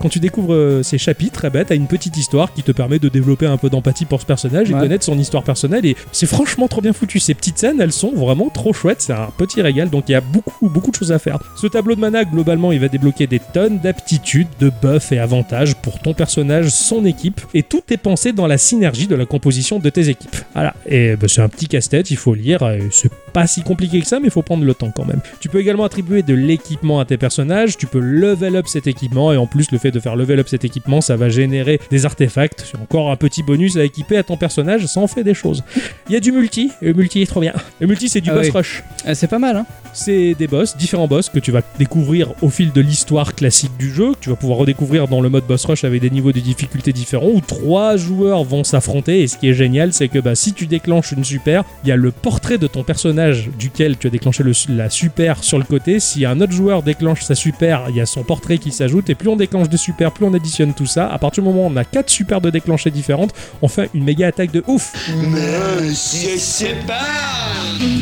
quand tu découvres euh, ces chapitres, eh ben, t'as une petite histoire qui te permet de développer un peu d'empathie pour ce personnage et de Ouais. connaître son histoire personnelle. Et c'est franchement trop bien foutu. Ces petites scènes, elles sont vraiment trop chouettes. C'est un petit régal, donc il y a beaucoup, beaucoup de choses à faire. Ce tableau de mana, globalement, il va débloquer des tonnes d'aptitudes, de buffs et avantages pour ton personnage, son équipe. Et tout est pensé dans la synergie de la composition de tes équipes. Voilà. Et ben, c'est un petit casse-tête, il faut lire. euh, C'est pas si compliqué que ça, mais il faut prendre le temps quand même. Tu peux également attribuer de l'équipement à tes personnages, tu peux level up cet équipement, et en plus, le fait de faire level up cet équipement, ça va générer des artefacts. C'est encore un petit bonus à équiper à ton personnage, ça en fait des choses. Il y a du multi, et le multi est trop bien. Le multi, c'est du Ah boss oui. rush. Ah, c'est pas mal, hein. C'est des boss, différents boss que tu vas découvrir au fil de l'histoire classique du jeu, que tu vas pouvoir redécouvrir dans le mode boss rush avec des niveaux de difficulté différents où trois joueurs vont s'affronter. Et ce qui est génial, c'est que bah, si tu déclenches une super, il y a le portrait de ton personnage duquel tu as déclenché le- la super sur le côté. Si un autre joueur déclenche sa super, il y a son portrait qui s'ajoute. Et plus on déclenche de super, plus on additionne tout ça. À partir du moment où on a quatre super de déclenchées différentes, on fait une méga attaque de ouf.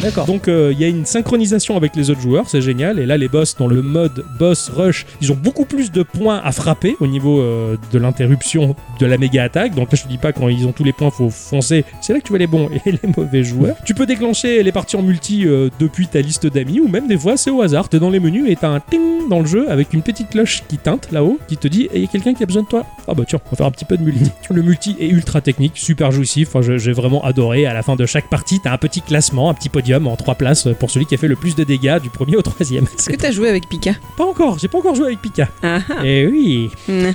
D'accord. Donc euh, il y a une synchronisation avec les autres joueurs, c'est génial. Et là, les boss dans le mode boss rush, ils ont beaucoup plus de points à frapper au niveau euh, de l'interruption de la méga attaque. Donc là, je te dis pas quand ils ont tous les points, faut foncer. C'est là que tu vois les bons et [laughs] les mauvais joueurs. Tu peux déclencher les parties en multi euh, depuis ta liste d'amis ou même des fois c'est au hasard. T'es dans les menus et t'as un ting dans le jeu avec une petite cloche qui teinte là-haut qui te dit il y a quelqu'un qui a besoin de toi. Ah bah tiens, on va faire un petit peu de multi. [laughs] Le multi est ultra technique, super jouissif. Enfin, je- j'ai vraiment adoré. À la fin de chaque partie, t'as un petit classement, un petit podium en trois places pour celui qui a fait le plus de dégâts du premier au troisième. [laughs] Est-ce que t'as joué avec Pika Pas encore, j'ai pas encore joué avec Pika. Ah ah. Eh oui. Mhm.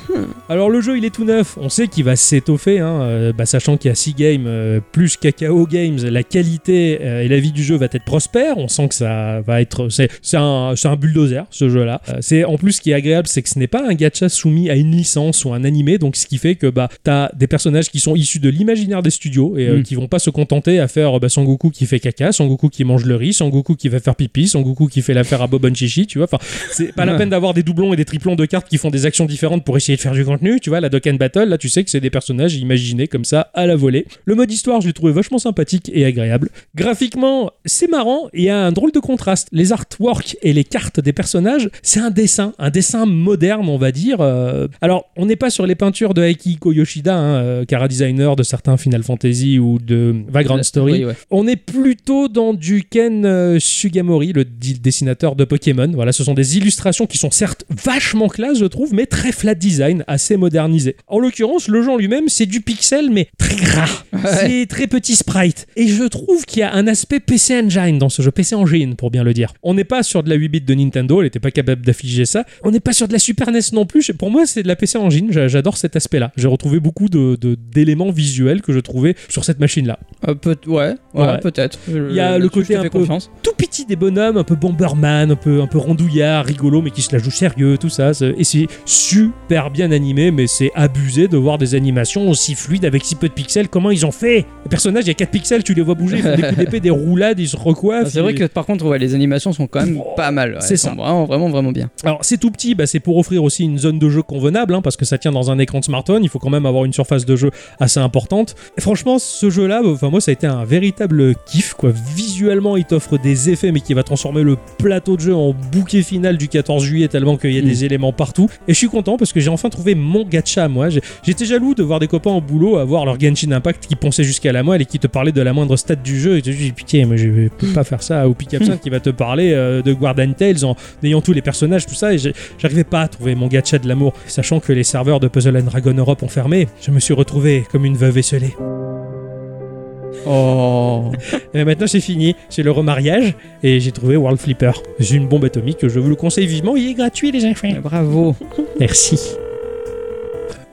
Alors le jeu il est tout neuf, on sait qu'il va s'étoffer, hein, euh, bah, sachant qu'il y a 6 games euh, plus Kakao Games, la qualité euh, et la vie du jeu va être prospère, on sent que ça va être... C'est c'est un, c'est un bulldozer ce jeu-là. Euh, c'est En plus ce qui est agréable c'est que ce n'est pas un gacha soumis à une licence ou un animé, donc ce qui fait que bah, t'as des personnages qui sont issus de l'imaginaire des studios et euh, Mm. qui vont pas se contenter à faire euh, bah, Son Goku qui fait caca, Son Sangoku qui mange le riz, Sangoku qui va faire pipi, Sangoku qui fait l'affaire à Bobon Chichi, tu vois. Enfin, c'est pas la peine d'avoir des doublons et des triplons de cartes qui font des actions différentes pour essayer de faire du contenu, tu vois. La Dokkan Battle, là, tu sais que c'est des personnages imaginés comme ça à la volée. Le mode histoire, je l'ai trouvé vachement sympathique et agréable. Graphiquement, c'est marrant et il y a un drôle de contraste. Les artworks et les cartes des personnages, c'est un dessin, un dessin moderne, on va dire. Euh, Alors, on n'est pas sur les peintures de Akihiko Yoshida, hein, euh, cara designer de certains Final Fantasy ou de Vagrant Story. Oui, ouais. On est plutôt dans du Ken euh, Sugamori, le d- dessinateur de Pokémon. Voilà, ce sont des illustrations qui sont certes vachement classe, je trouve, mais très flat design, assez modernisé. En l'occurrence, le genre lui-même, c'est du pixel, mais très gras. C'est très petit sprite. Et je trouve qu'il y a un aspect PC Engine dans ce jeu, PC Engine pour bien le dire. On n'est pas sur de la 8 bits de Nintendo, elle n'était pas capable d'afficher ça. On n'est pas sur de la Super NES non plus. Pour moi, c'est de la PC Engine. J'a- J'adore cet aspect-là. J'ai retrouvé beaucoup de- de- d'éléments visuels que je trouvais sur cette machine-là. Euh, peut- ouais, ouais, Ouais. peut-être. Il y a le côté je te un fais peu- confiance. tout petit des bonhommes, un peu Bomberman, un peu, un peu rondouillard, rigolo, mais qui se la joue sérieux, tout ça. c'est- Et c'est super bien animé, mais c'est abusé de voir des animations aussi fluides avec si peu de pixels. Comment ils ont fait Le personnage, il y a 4 pixels, tu les vois bouger, ils font des coups d'épée, des roulades, ils se recoiffent. Ah, c'est vrai ils- Oh. que par contre, ouais, les animations sont quand même pas mal. ouais, C'est elles ça. sont Vraiment, vraiment, vraiment bien. Alors c'est tout petit, bah, c'est pour offrir aussi une zone de jeu convenable, hein, parce que ça tient dans un écran de smartphone, il faut quand même avoir une surface de jeu assez importante. Et franchement, ce jeu-là, bah, enfin moi ça a été un véritable kiff, quoi. Visuellement, il t'offre des effets, mais qui va transformer le plateau de jeu en bouquet final du 14 juillet, tellement qu'il y a Mm. des éléments partout. Et je suis content parce que j'ai enfin trouvé mon gacha, moi. J'ai- J'étais jaloux de voir des copains au boulot avoir leur Genshin Impact qui ponçait jusqu'à la moelle et qui te parlait de la moindre stat du jeu. Et je me suis dit, pitié, moi je peux pas faire ça au pick Absinthe qui va te parler euh, de Guardian Tales en ayant tous les personnages, tout ça, et j'ai- j'arrivais pas à trouver mon gacha de l'amour. Sachant que les serveurs de Puzzle and Dragon Europe ont fermé, je me suis retrouvé comme une veuve esselée. Oh, Et maintenant c'est fini, c'est le remariage, et j'ai trouvé World Flipper. C'est une bombe atomique, que je vous le conseille vivement, il est gratuit les enfants. [laughs] bravo. Merci.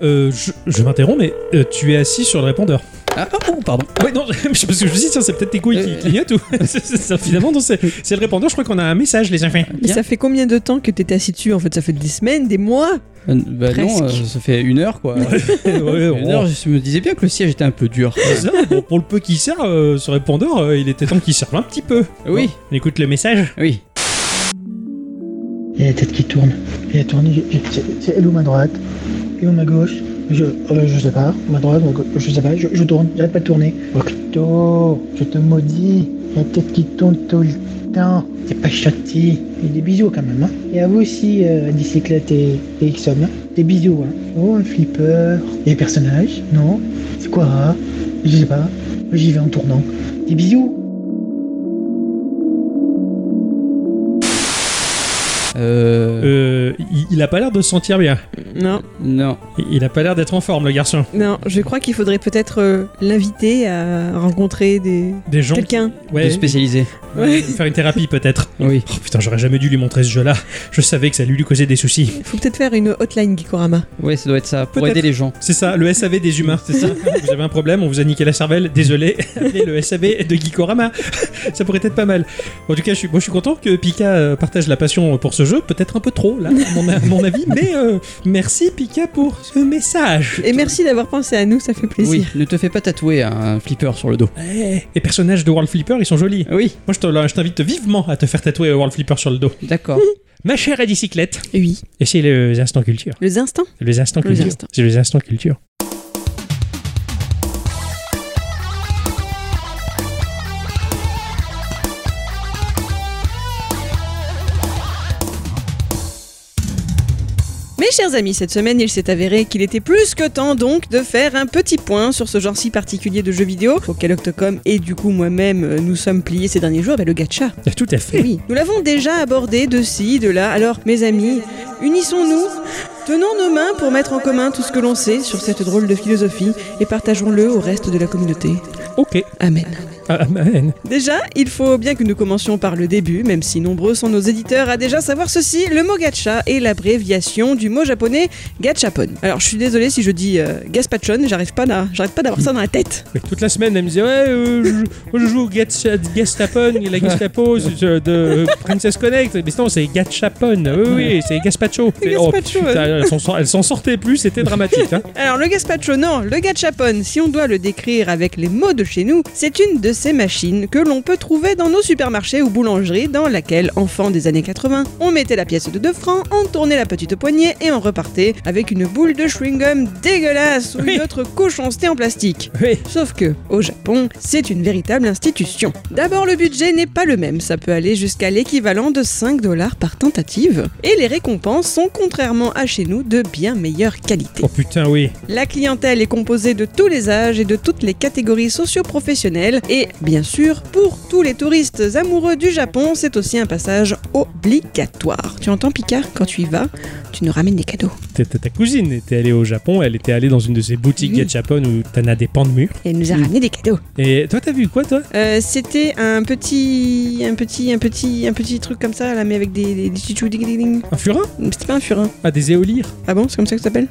Euh, je je m'interromps, mais euh, tu es assis sur le répondeur. Ah, oh, oh, pardon. Ouais, non, [laughs] parce que je me suis dit, tiens, c'est peut-être tes couilles [laughs] qui Euh. clignotent ou. C'est- c'est- finalement, non, c'est c'est le répondeur, je crois qu'on a un message, les enfants. Mais Bien. ça fait combien de temps que t'étais assis dessus En fait, ça fait des semaines, des mois Euh, Bah non, Presque. euh, ça fait une heure quoi. Ouais, [laughs] une heure, je me disais bien que le siège était un peu dur. C'est ça, bon, pour le peu qu'il sert, euh, ce répondeur, euh, il était temps qu'il serve un petit peu. Oui, On écoute le message. oui. Il y a la tête qui tourne. Il a tourné, j'ai- j'ai- c'est elle ou ma droite Et ou ma gauche je, euh, je sais pas, ma droite, ma gauche, je sais pas, je, je tourne, j'arrête pas de tourner. Octo, je te maudis, la tête qui tourne tout le temps, c'est pas gentil. Et des bisous quand même, hein. Et à vous aussi, euh, Dicyclette et, et Ixon, hein. Des bisous, hein. Oh, un flipper. Et les personnages Non C'est quoi hein Je sais pas, j'y vais en tournant. Des bisous Euh, Euh, il, il a pas l'air de se sentir bien. Non, Non. Il- Il a pas l'air d'être en forme, le garçon. non, je crois qu'il faudrait peut-être euh, l'inviter à rencontrer des... Des gens. quelqu'un. Ouais, De spécialiser. ouais, faire une thérapie peut-être. Oui. Oh putain, j'aurais jamais dû lui montrer ce jeu-là. Je savais que ça allait lui causait des soucis. Faut peut-être faire une hotline Gikorama. Ouais, ça doit être ça. Pour Peut-être. aider les gens. C'est ça, le SAV des humains, c'est ça. vous avez un problème, on vous a niqué la cervelle, désolé, [laughs] appelez le SAV de Gikorama. [laughs] ça pourrait être pas mal. En tout cas, je suis, moi, je suis content que Pika euh, partage la passion pour ce jeu, peut-être un peu trop, là, à mon, à mon avis, mais euh, merci Pika pour ce message. Et merci d'avoir pensé à nous, ça fait Oui, plaisir. ne te fais pas tatouer un flipper sur le dos. Eh, les personnages de World Flipper, ils sont jolis. Oui, Moi, je te- je t'invite vivement à te faire tatouer euh, World Flipper sur le dos. d'accord. [laughs] Ma chère à bicyclette, Oui. et c'est les instants culture. Les instants Les instants Les culture. instants. C'est les instants culture. Mes chers amis, cette semaine, il s'est avéré qu'il était plus que temps donc de faire un petit point sur ce genre si particulier de jeux vidéo auquel Octocom et du coup moi-même euh, nous sommes pliés ces derniers jours avec le gacha. Eh, Tout à fait. Oui, nous l'avons déjà abordé de ci, de là. Alors, mes amis, unissons-nous, tenons nos mains pour mettre en commun tout ce que l'on sait sur cette drôle de philosophie et partageons-le au reste de la communauté. Ok. Amen. Ah, man. Déjà, il faut bien que nous commencions par le début, même si nombreux sont nos éditeurs à déjà savoir ceci, le mot gacha est l'abréviation du mot japonais gachapon. Alors je suis désolée si je dis euh, gaspachon, j'arrive pas, à- j'arrête pas d'avoir ça dans la tête. Oui, Toute la semaine, elle me disait Ouais, euh, je, moi, je joue au Gatcha- Gastapon, la Gestapo c'est, euh, de Princess Connect. Mais non, c'est Gachapon. Oui, oui, c'est Gaspacho. C'est- oh, Gazpacho, putain, elle s'en sort- elle s'en sortait plus, c'était dramatique. hein. Alors le gazpacho, non, le gachapon, si on doit le décrire avec les mots de chez nous, c'est une de ces machines que l'on peut trouver dans nos supermarchés ou boulangeries dans laquelle, enfant des années 80, on mettait la pièce de 2 francs, on tournait la petite poignée et on repartait avec une boule de chewing-gum dégueulasse ou Oui. une autre cochonceté en plastique. [laughs] Oui. Sauf que, au Japon, c'est une véritable institution. D'abord, le budget n'est pas le même, ça peut aller jusqu'à l'équivalent de 5 dollars par tentative. Et les récompenses sont, contrairement à chez nous, de bien meilleure qualité. Oh putain, oui. La clientèle est composée de tous les âges et de toutes les catégories socio-professionnelles. Et bien sûr, pour tous les touristes amoureux du Japon, c'est aussi un passage obligatoire. Tu entends Picard, quand tu y vas, tu nous ramènes des cadeaux. T'étais ta cousine était allée au Japon, elle était allée dans une de ces boutiques Oui. gachapon où t'en as des pans de mur. Et elle nous a ramené des cadeaux. Et toi, t'as vu quoi, toi Euh, c'était un petit, un petit, un petit, un petit truc comme ça, là, mais avec des, des, des petits chou- ding, ding, ding. Un furin C'était pas un furin. Ah, des éolirs. Ah bon, c'est comme ça que ça s'appelle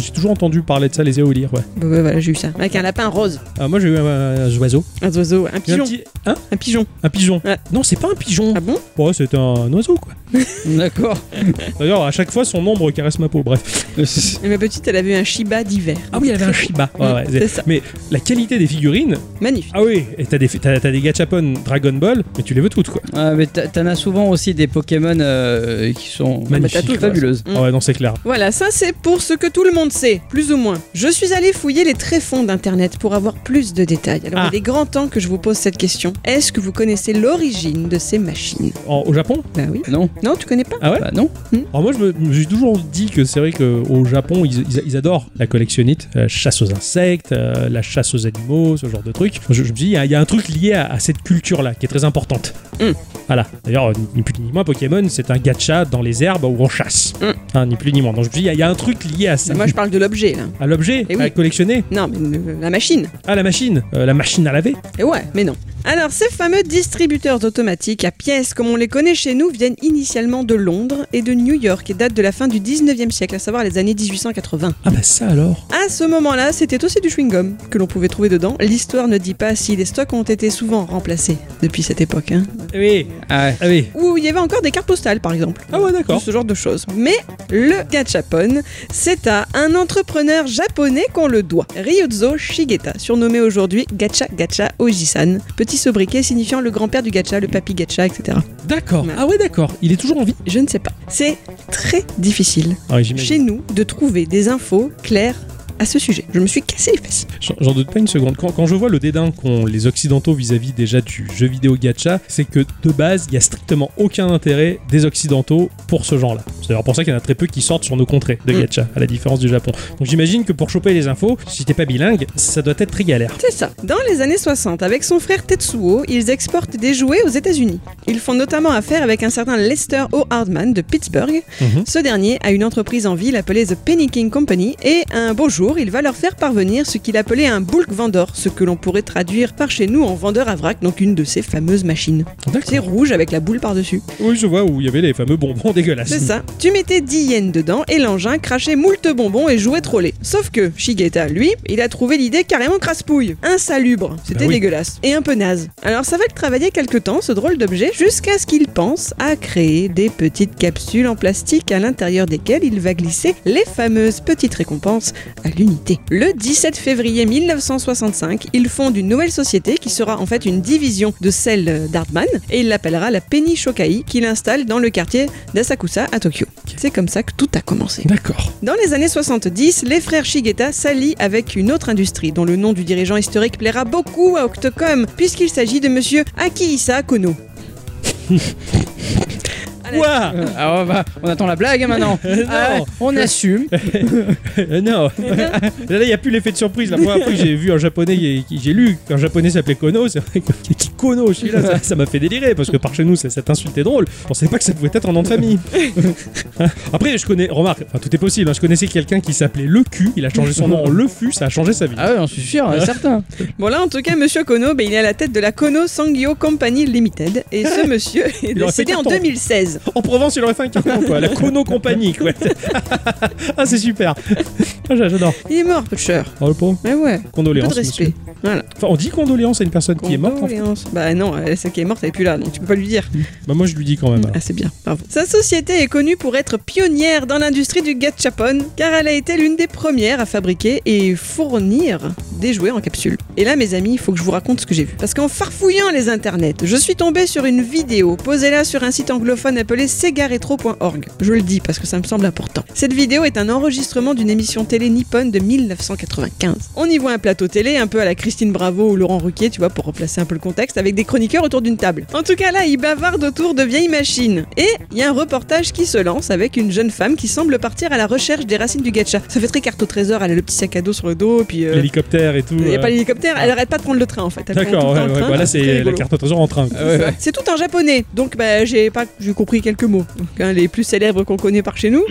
J'ai toujours entendu parler de ça, les éolirs, ouais. Bah ouais, voilà, j'ai eu ça. Avec un lapin rose, Ah, moi, j'ai eu un, un oiseau. un oiseau, un pigeon, Un petit... Hein un pigeon. Un pigeon. Ouais. Non, c'est pas un pigeon. Ah bon Ouais, c'est un oiseau, quoi. [laughs] D'accord. D'ailleurs, à chaque fois, son ombre caresse ma peau, bref. Et ma petite, elle avait un Shiba d'hiver. Ah oui, il avait un Shiba. Ouais, ouais, C'est [laughs] ça. Mais la qualité des figurines, Magnifique. ah oui, et t'as des, t'as, t'as des gachapon Dragon Ball, mais tu les veux toutes quoi. Ah, mais t'a- t'en as souvent aussi des Pokémon euh, qui sont Magnifiques. Ah, bah, t'as tout, fabuleuses. Mm. Ah ouais, non, c'est clair. Voilà, ça c'est pour ce que tout le monde sait, plus ou moins. Je suis allée fouiller les tréfonds d'Internet pour avoir plus de détails. Alors Ah. il est grand temps que je vous pose cette question. Est-ce que vous connaissez l'origine de ces machines En- au Japon Bah oui. Non Non, tu connais pas Ah ouais Bah non. Alors moi, je me- j'ai toujours dit que c'est vrai qu'au Japon, ils, ils- ils adorent la collectionnite, la chasse aux insectes, euh, la chasse aux animaux, ce genre de truc. Je, je me dis, il y, a- il y a un truc lié à, à cette culture-là qui est très importante. Mm. Voilà. D'ailleurs, euh, ni plus ni moins, Pokémon, c'est un gacha dans les herbes où on chasse. Mm. Hein, ni plus ni moins. Donc je me dis, il y a- il y, a un truc lié à ça. Moi je parle de l'objet là. À l'objet, Eh oui. à collectionner, Non, mais euh, la machine. à la machine, euh, la machine à laver. Et ouais, mais non. Alors, ces fameux distributeurs automatiques à pièces, comme on les connaît chez nous, viennent initialement de Londres et de New York et datent de la fin du 19e siècle, à savoir les années 1880. Ah bah ça alors À ce moment-là, c'était aussi du chewing-gum que l'on pouvait trouver dedans. L'histoire ne dit pas si les stocks ont été souvent remplacés depuis cette époque. Hein. Oui, [laughs] Ah ouais. ah oui. Ou il y avait encore des cartes postales, par exemple. Ah ouais, d'accord. Tout ce genre de choses. Mais le gachapon, c'est à un entrepreneur japonais qu'on le doit. Ryuzo Shigeta, surnommé aujourd'hui Gacha Gacha Ojisan, petit sobriquet signifiant le grand-père du gacha, le papy gacha, etc. D'accord. Ouais. Ah ouais, d'accord. Il est toujours en vie. Je ne sais pas. C'est très difficile Ah oui, j'imagine. chez nous de trouver des infos claires à ce sujet. Je me suis cassé les fesses. J'en j'en doute pas une seconde. Quand, quand je vois le dédain qu'ont les Occidentaux vis-à-vis déjà du jeu vidéo gacha, c'est que de base, il y a strictement aucun intérêt des Occidentaux pour ce genre-là. C'est d'ailleurs pour ça qu'il y en a très peu qui sortent sur nos contrées de Mm. gacha, à la différence du Japon. Donc j'imagine que pour choper les infos, si t'es pas bilingue, ça doit être très galère. C'est ça. Dans les années 60, avec son frère Tetsuo, ils exportent des jouets aux États-Unis. Ils font notamment affaire avec un certain Lester O. Hardman de Pittsburgh. Mhm. Ce dernier a une entreprise en ville appelée The Penny King Company et un beau jour, il va leur faire parvenir ce qu'il appelait un bulk vendor, ce que l'on pourrait traduire par chez nous en vendeur à vrac, donc une de ces fameuses machines. C'est rouge avec la boule par-dessus. Oui, je vois où il y avait les fameux bonbons dégueulasses. C'est ça. Tu mettais 10 yens dedans et l'engin crachait moult bonbons et jouait troller. Sauf que Shigeta, lui, il a trouvé l'idée carrément craspouille, insalubre, c'était Bah oui. dégueulasse et un peu naze. Alors ça va le travailler quelque temps ce drôle d'objet jusqu'à ce qu'il pense à créer des petites capsules en plastique à l'intérieur desquelles il va glisser les fameuses petites récompenses à l'unité. Le 17 février 1965, il fonde une nouvelle société qui sera en fait une division de celle d'Artman et il l'appellera la Penny Shokai qu'il installe dans le quartier d'Asakusa à Tokyo. C'est comme ça que tout a commencé. D'accord. Dans les années 70, les frères Shigeta s'allient avec une autre industrie dont le nom du dirigeant historique plaira beaucoup à Octocom puisqu'il s'agit de monsieur Akihisa Kono. Ouah Euh, ah, on va- on attend la blague hein, [laughs] maintenant. Ah, ouais, on assume. Euh, [laughs] Non [laughs] Là, il n'y a plus l'effet de surprise. La première fois que j'ai vu un japonais, qui- qui- j'ai lu qu'un japonais s'appelait Kono, c'est vrai que [laughs] qui- qui- Kono, je suis là, ça- ça m'a fait délirer parce que par chez nous, ça- cette insulte est drôle. Je pensais pas que ça pouvait être un nom de [laughs] famille. Hein Après, je connais, remarque, enfin, tout est possible. hein, je connaissais quelqu'un qui s'appelait Le Cul, il a changé son nom en Le Fu, ça a changé sa vie. Ah ouais, j'en suis sûr, hein, certain. Bon là en tout cas monsieur [laughs] Kono, ben, il est à la tête de la Kono Sangyo Company Limited et ce monsieur est Il aurait fait décédé en carton. 2016. en Provence, il aurait fait un carton, quoi. La Kono Compagnie, quoi. [laughs] ah, c'est super. Ah, j'a- J'adore. Il est mort, Putcher. Oh, le pauvre. Mais ouais, peu de Condoléances. respect. monsieur. Enfin, on dit condoléances à une personne qui est morte. hein. en fait. Condoléances. Bah non, euh, celle qui est morte, elle est plus là, donc tu peux pas lui dire. Bah, moi, je lui dis quand même. alors. Ah, c'est bien, bravo. Sa société est connue pour être pionnière dans l'industrie du gachapon, car elle a été l'une des premières à fabriquer et fournir des jouets en capsule. Et là, mes amis, il faut que je vous raconte ce que j'ai vu. Parce qu'en farfouillant les internets, je suis tombée sur une vidéo posée là sur un site anglophone appelé segaretro.org. Je le dis parce que ça me semble important. Cette vidéo est un enregistrement d'une émission télé nippone de 1995. On y voit un plateau télé un peu à la Christine Bravo ou Laurent Ruquier, tu vois, pour replacer un peu le contexte, avec des chroniqueurs autour d'une table. En tout cas, là, ils bavardent autour de vieilles machines. Et il y a un reportage qui se lance avec une jeune femme qui semble partir à la recherche des racines du gacha. Ça fait très carte au trésor, elle a le petit sac à dos sur le dos, puis. euh, L'hélicoptère et tout. Il n'y a euh, pas l'hélicoptère, elle arrête pas de prendre le train en fait. Elle prend tout D'accord, ouais, le temps le ouais, train, bah là, très c'est la rigolo. carte au trésor en train. quoi. C'est tout en japonais, donc bah, j'ai pas, j'ai compris quelques mots, Donc, hein, les plus célèbres qu'on connaît par chez nous.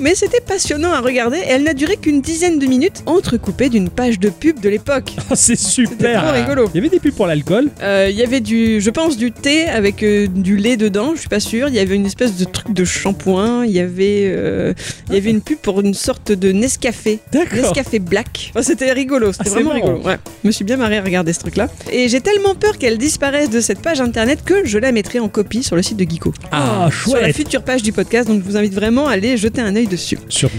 Mais c'était passionnant à regarder et elle n'a duré qu'une dizaine de minutes, entrecoupée d'une page de pub de l'époque. Ah, [laughs] c'est C'était super. trop rigolo. Il y avait des pubs pour l'alcool. Euh, Il y avait du, je pense, du thé avec euh, du lait dedans, je suis pas sûre. Il y avait une espèce de truc de shampoing. Il y avait, euh, il y avait une pub pour une sorte de Nescafé. D'accord. Nescafé Black. Enfin, Oh, c'était rigolo, c'était Ah, c'est vraiment marrant. rigolo. Ouais. Je me suis bien marrée à regarder ce truc-là. Et j'ai tellement peur qu'elle disparaisse de cette page internet que je la mettrai en copie sur le site de Geeko. Ah, Sur la chouette. future page du podcast, donc je vous invite vraiment à aller jeter un œil dessus. Sur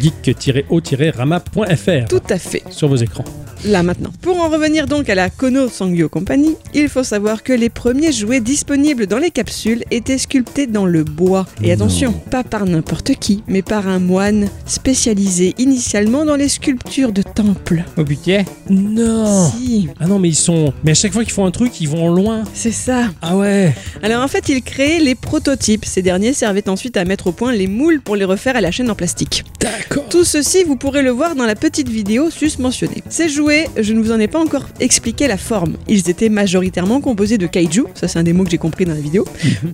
geek-o-rama.fr. Tout à fait. Sur vos écrans. Là maintenant. Pour en revenir donc à la Kono Sangyo Company, il faut savoir que les premiers jouets disponibles dans les capsules étaient sculptés dans le bois. Et attention, pas par n'importe qui, mais par un moine spécialisé initialement dans les sculptures de temples. Oh putain. Non. Si, Ah non, mais ils sont. Mais à chaque fois qu'ils font un truc, ils vont loin. c'est ça. Ah ouais. Alors en fait, il créait les prototypes. Ces derniers servaient ensuite à mettre au point les moules pour les refaire à la chaîne en plastique. D'accord. Tout ceci, vous pourrez le voir dans la petite vidéo susmentionnée. Ces jouets, je ne vous en ai pas encore expliqué la forme. Ils étaient majoritairement composés de kaiju, ça c'est un des mots que j'ai compris dans la vidéo,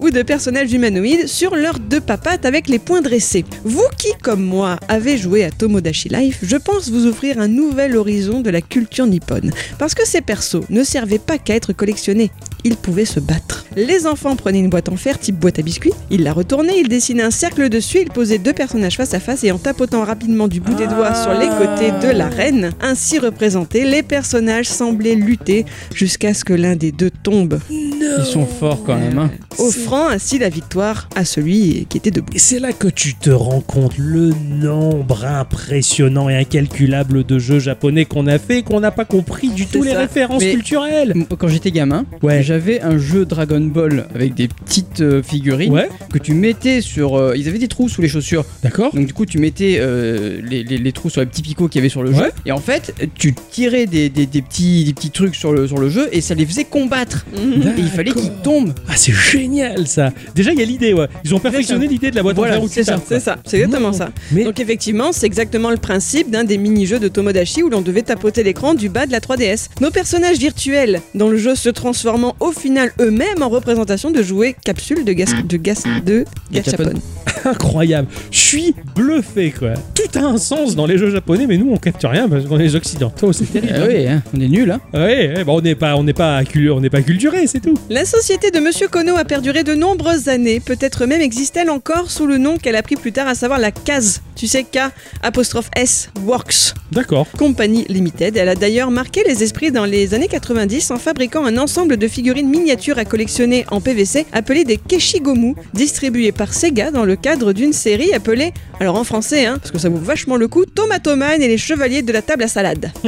ou de personnages humanoïdes sur leurs deux papates avec les poings dressés. Vous qui, comme moi, avez joué à Tomodachi Life, je pense vous offrir un nouvel horizon de la culture nippone. Parce que ces persos ne servaient pas qu'à être collectionnés, ils pouvaient se battre. Les enfants prenaient une boîte en fer type boîte à biscuits, ils la retournaient, ils dessinaient un cercle dessus, ils posaient deux personnages face à face et en tapotant rapidement du bout des doigts sur les côtés de l'arène, ainsi représentés, les personnages semblaient lutter jusqu'à ce que l'un des deux tombe, Ils sont forts quand même. hein. offrant ainsi la victoire à celui qui était debout. Et c'est là que tu te rends compte le nombre impressionnant et incalculable de jeux japonais qu'on a fait et qu'on n'a pas compris du tout les ça. références Mais- culturelles. Quand j'étais gamin, Ouais. j'avais un jeu Dragon Ball avec des petites euh, figurines Ouais, que tu mettais sur. euh, ils avaient des trous sous les chaussures. d'accord. Donc du coup, tu mettais euh, les, les- les trous sur les petits picots qu'il y avait sur le Ouais. jeu. Et en fait, tu tirais des, des- des petits, des petits trucs sur le, sur le jeu et ça les faisait combattre. Et il fallait qu'ils tombent. Ah, c'est génial ça. Déjà, il y a l'idée, ouais. Ils ont perfectionné l'idée de la boîte Voilà, en fer ou c'est ça, C'est ça, c'est exactement ça. Mais Donc effectivement, c'est exactement le principe d'un des mini-jeux de Tomodachi où l'on devait tapoter l'écran du bas de la 3DS. Nos personnages virtuels dans le jeu se transformant au final eux-mêmes en représentation de jouets capsules de gas de gas de Gachapon. gachapon. incroyable. Je suis bluffé, quoi. Tout a un sens dans les jeux japonais, mais nous, on capte rien parce qu'on est les occidentaux. C'est terrible. Ah oui, hein, on est nul. Hein. Ouais, ouais, bah, on n'est pas, on n'est pas, accu- on n'est pas culturé, c'est tout. La société de Monsieur Kono a perduré de nombreuses années, peut-être même existe-t-elle encore sous le nom qu'elle a pris plus tard, à savoir la case. Tu sais K apostrophe S Works. D'accord. Company Limited. Elle a d'ailleurs marqué les esprits dans les années 90 en fabriquant un ensemble de figurines miniatures à collectionner en PVC appelées des Keshigomu, distribuées par Sega dans le cadre d'une série appelée, alors en français, hein, parce que ça vaut vachement le coup, Tomatoman et les Chevaliers de la Table à Salade. [laughs]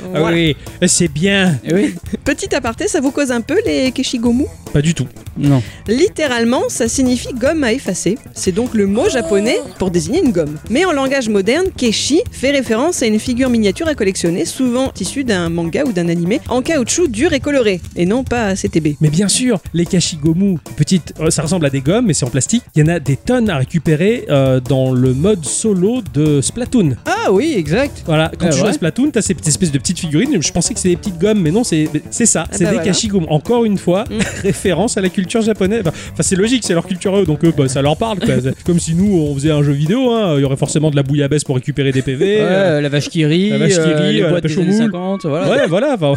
Ah Voilà. oui, c'est bien. Eh oui. Petit aparté, ça vous cause un peu les Keshigomu Pas du tout. Non. Littéralement, ça signifie gomme à effacer. C'est donc le mot japonais pour désigner une gomme. Mais en langage moderne, keshi fait référence à une figure miniature à collectionner, souvent issue d'un manga ou d'un animé, en caoutchouc dur et coloré, et non pas à CTB. Mais bien sûr, les kashigomu, petites, euh, ça ressemble à des gommes, mais c'est en plastique. Il y en a des tonnes à récupérer euh, dans le mode solo de Splatoon. Ah oui, exact. Voilà, quand Ah tu joues à ouais Splatoon, t'as cette espèce de petites figurines. Je pensais que c'était des petites gommes, mais non, c'est c'est ça, Ah c'est bah des voilà. kashigomu. Encore une fois, Mm. [laughs] référence à la culture japonaise. Enfin, enfin, c'est logique, c'est leur culture eux, donc eux, bah, ça leur parle. [laughs] quoi. C'est Comme si nous, on faisait un jeu vidéo, hein, il y aurait forcément de la bouillabaisse pour récupérer des PV. Ouais, euh, la vache qui rit, la vache qui euh, rit, les euh, la boîtes pêche des aux années [laughs] moules. 50, voilà. [laughs] Ouais, voilà. enfin,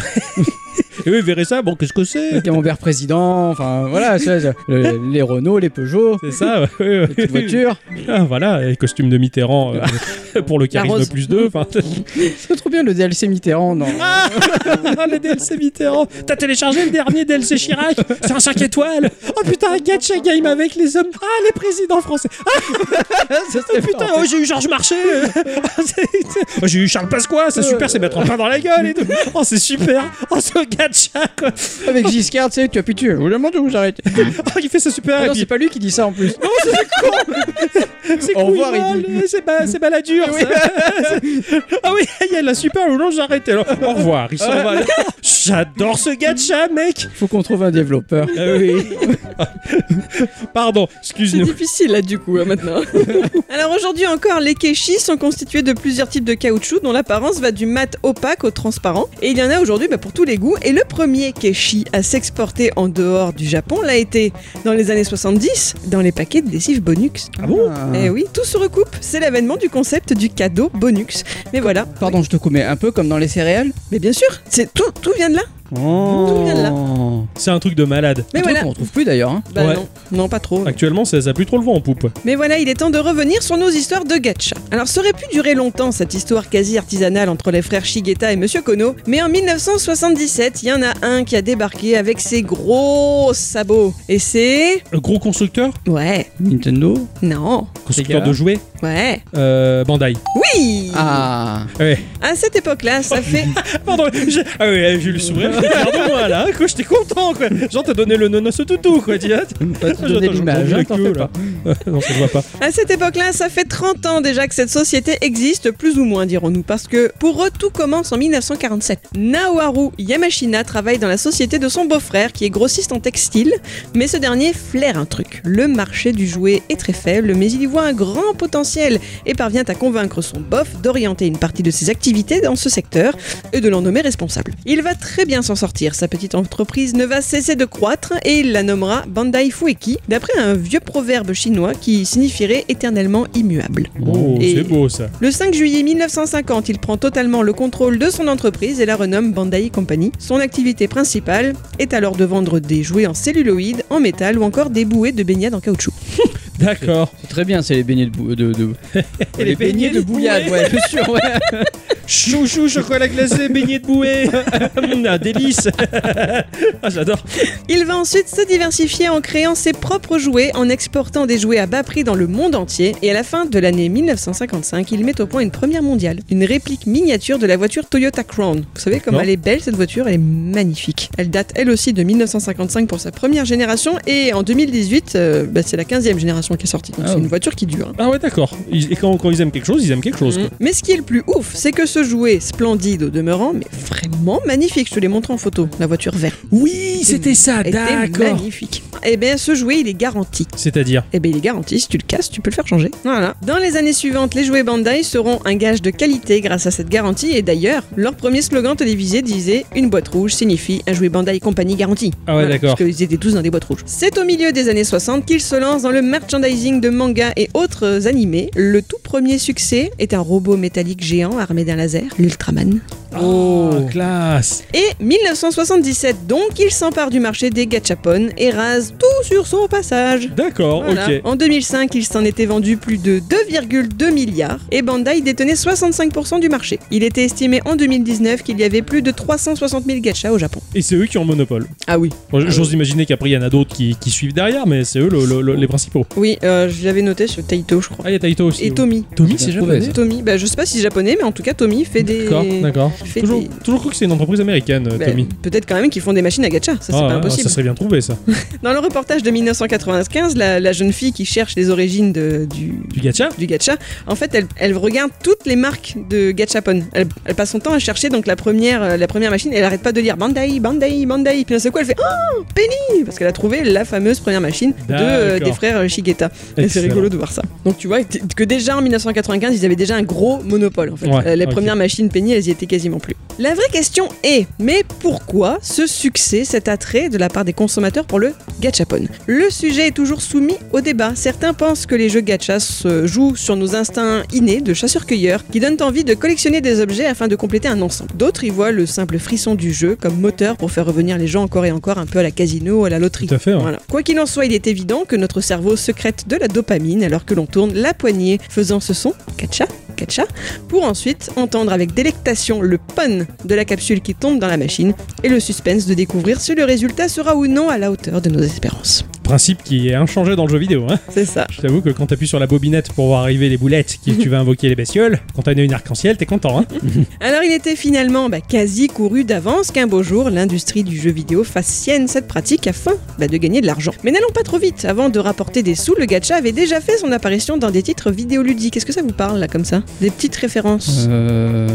Et eux, ils verraient ça, bon, qu'est-ce que c'est Le camembert président, enfin voilà, ça, ça, le- les Renault, les Peugeot, C'est ça, ouais, ouais, ouais. les petites voitures. Ah, voilà, et costume de Mitterrand [laughs] euh, pour le charisme rose. plus 2. Enfin, C'est trop bien le DLC [laughs] Mitterrand. Non. ah, [laughs] le DLC Mitterrand T'as téléchargé le dernier DLC Chirac C'est un 5 étoiles Oh putain, un gacha game avec les hommes Ah, les présidents français Ah, ça serait Putain, fort. oh, j'ai eu Georges Marchais [laughs] euh, oh, c'est- c'est- oh, J'ai eu Charles Pasqua, c'est super, c'est mettre un pain dans la gueule et tout Oh, c'est super Oh, ce gacha, quoi Avec Giscard, tu sais, tu as pitié. Je vous demande de vous arrêter. Oh, il fait ça super Ah et non, puis- c'est pas lui qui dit ça en plus. C'est Au revoir, Couignol, il euh, c'est ba- c'est baladur. Oui. ça. [laughs] ah oui, il y a la super ou non, j'arrête. alors. Au revoir, il s'en va. J'adore ce gacha, mec. Faut qu'on trouve un développeur. Ah oui. Pardon, C'est excuse-nous. difficile là du coup hein, maintenant. Alors aujourd'hui encore, les kéchis sont constitués de plusieurs types de caoutchouc dont l'apparence va du mat opaque au transparent. Et il y en a aujourd'hui bah, pour tous les goûts. Et le premier kéchi à s'exporter en dehors du Japon l'a été dans les années 70 dans les paquets de lessive Bonux. Ah bon Eh oui, tout se recoupe. C'est l'avènement du concept du cadeau Bonux. Mais voilà. Pardon, je te coupe, mais un peu comme dans les céréales. Mais bien sûr, c'est tout, tout vient de là. Tout vient de là. C'est un truc de malade. Mais Mais voilà. voilà. Oh. On trouve plus d'ailleurs. hein. Bah Ouais. non, non pas trop. Actuellement, ça, ça a plus trop le vent en poupe. Mais voilà, il est temps de revenir sur nos histoires de gacha. Alors, ça aurait pu durer longtemps, cette histoire quasi artisanale entre les frères Shigeta et Monsieur Kono, mais en 1977, il y en a un qui a débarqué avec ses gros sabots. Et c'est... Euh, Gros constructeur Ouais, Nintendo. non, Constructeur Sega. de jouets ouais, euh, Bandai. [laughs] oui Ah. Ouais. À cette [laughs] époque-là, ça fait... Pardon, j'ai ah ouais, j'ai eu le sourire. Pardon, là, quoi, j'étais content, quoi. Genre, t'as donné le nonos au toutou, quoi, dis Pas te donner J'entends- l'image. j'entends hein, le cul, t'en fais là. [laughs] pas. non, ça se voit pas. À cette époque-là, ça fait 30 ans déjà que cette société existe, plus ou moins dirons-nous, parce que pour eux, tout commence en 1947. Naoharu Yamashina travaille dans la société de son beau-frère, qui est grossiste en textile, mais ce dernier flaire un truc. Le marché du jouet est très faible, mais il y voit un grand potentiel et parvient à convaincre son bof d'orienter une partie de ses activités dans ce secteur et de l'en nommer responsable. Il va très bien s'en sortir, sa petite entreprise ne va cesser de croître et il la nommera Bandai Fueki, d'après un vieux proverbe chinois qui signifierait éternellement immuable. Oh, Et- c'est beau, ça. Le 5 juillet 1950, il prend totalement le contrôle de son entreprise et la renomme Bandai Company. Son activité principale est alors de vendre des jouets en celluloïd, en métal ou encore des bouées de baignade en caoutchouc. D'accord. C'est très bien, c'est les beignets de bou- de, [laughs] de- Et les beignets de bouillade, ouais, bien sûr. Ouais. Chouchou, chocolat [laughs] glacé, beignet de bouée. Mm, Un délice. ah, j'adore. Il va ensuite se diversifier en créant ses propres jouets, en exportant des jouets à bas prix dans le monde entier, et à la fin de l'année 1955, il met au point une première mondiale, une réplique miniature de la voiture Toyota Crown. Vous savez comme Non. elle est belle cette voiture, elle est magnifique. Elle date elle aussi de 1955 pour sa première génération, et en 2018, euh, bah, c'est la 15e génération qui est sortie, donc Ah c'est oui. une voiture qui dure. hein. Mmh. Ah ouais, d'accord. Ils- Et quand, quand ils aiment quelque chose, ils aiment quelque chose. quoi. Mais ce qui est le plus ouf, c'est que ce jouet splendide au demeurant, mais vraiment magnifique, je te l'ai montré en photo, la voiture verte, Oui, c'était ça, était d'accord. magnifique. Eh bien ce jouet, il est garanti. C'est-à-dire Eh bien, il est garanti, si tu le casses, tu peux le faire changer. Voilà. Dans les années suivantes, les jouets Bandai seront un gage de qualité grâce à cette garantie. Et d'ailleurs, leur premier slogan télévisé disait Une boîte rouge signifie un jouet Bandai compagnie garantie. Ah ouais, Voilà, d'accord. Parce qu'ils étaient tous dans des boîtes rouges. C'est au milieu des années 60 qu'ils se lancent dans le merchandising de mangas et autres animés. Le tout premier succès est un robot métallique géant armé d'un laser, l'Ultraman. Oh, classe. Et 1977, donc, il s'empare du marché des gachapon et rase tout sur son passage. D'accord, Voilà. ok. En 2005, il s'en était vendu plus de 2,2 milliards et Bandai détenait 65% du marché. Il était estimé en 2019 qu'il y avait plus de 360 000 gachas au Japon. Et c'est eux qui ont le monopole. Ah oui. Bon, J'ose imaginer qu'après, il y en a d'autres qui, qui suivent derrière, mais c'est eux le- le- le- les principaux. Oui, euh, je l'avais noté sur Taito, je crois. Ah, il y a Taito aussi. Et oui. Tommy. Tommy, c'est Je japonais. trouvais Tommy, bah, je sais pas si c'est japonais, mais en tout cas, Tommy fait des. D'accord, d'accord. fait Toujours, des- toujours cru que c'est une entreprise américaine, euh, bah, Tommy. Peut-être quand même qu'ils font des machines à gacha, ça c'est Ah, pas ah, impossible. ça serait bien trouvé, [laughs] ça. Dans le reportage de 1995, la, la jeune fille qui cherche les origines de- du, Du gacha du gacha, en fait, elle, elle regarde toutes les marques de gachapon. Elle, elle passe son temps à chercher donc la première, euh, la première machine. Elle arrête pas de lire Bandai, Bandai, Bandai. Puis d'un seul coup, elle fait Oh, Penny Parce qu'elle a trouvé la fameuse première machine de, euh, D'accord. des frères euh, Shigeta. Et c'est Excellent. rigolo de voir ça. Donc tu vois que que déjà en 1995, ils avaient déjà un gros monopole en fait. Ouais, Euh, les ok. premières machines Penny, elles y étaient quasiment plus. La vraie question est, mais pourquoi ce succès, cet attrait de la part des consommateurs pour le gachapon Le sujet est toujours soumis au débat. Certains pensent que les jeux gachas se jouent sur nos instincts innés de chasseurs-cueilleurs qui donnent envie de collectionner des objets afin de compléter un ensemble. D'autres y voient le simple frisson du jeu comme moteur pour faire revenir les gens encore et encore un peu à la casino, à la loterie. Tout à fait, hein. ouais. Voilà. Quoi qu'il en soit, il est évident que notre cerveau secrète de la dopamine alors que l'on tourne la poignée faisant ce son, gacha, gacha, pour ensuite entendre avec délectation le pun de la capsule qui tombe dans la machine et le suspense de découvrir si le résultat sera ou non à la hauteur de nos espérances. Principe qui est inchangé dans le jeu vidéo. Hein. C'est ça. Je t'avoue que quand t'appuies sur la bobinette pour voir arriver les boulettes, qui tu vas invoquer les bestioles, quand t'as une arc-en-ciel, t'es content. Hein. Alors il était finalement bah, quasi couru d'avance qu'un beau jour l'industrie du jeu vidéo fasse sienne cette pratique afin bah, de gagner de l'argent. Mais n'allons pas trop vite, avant de rapporter des sous, le gacha avait déjà fait son apparition dans des titres vidéoludiques. Est-ce que ça vous parle là comme ça Des petites références Euh.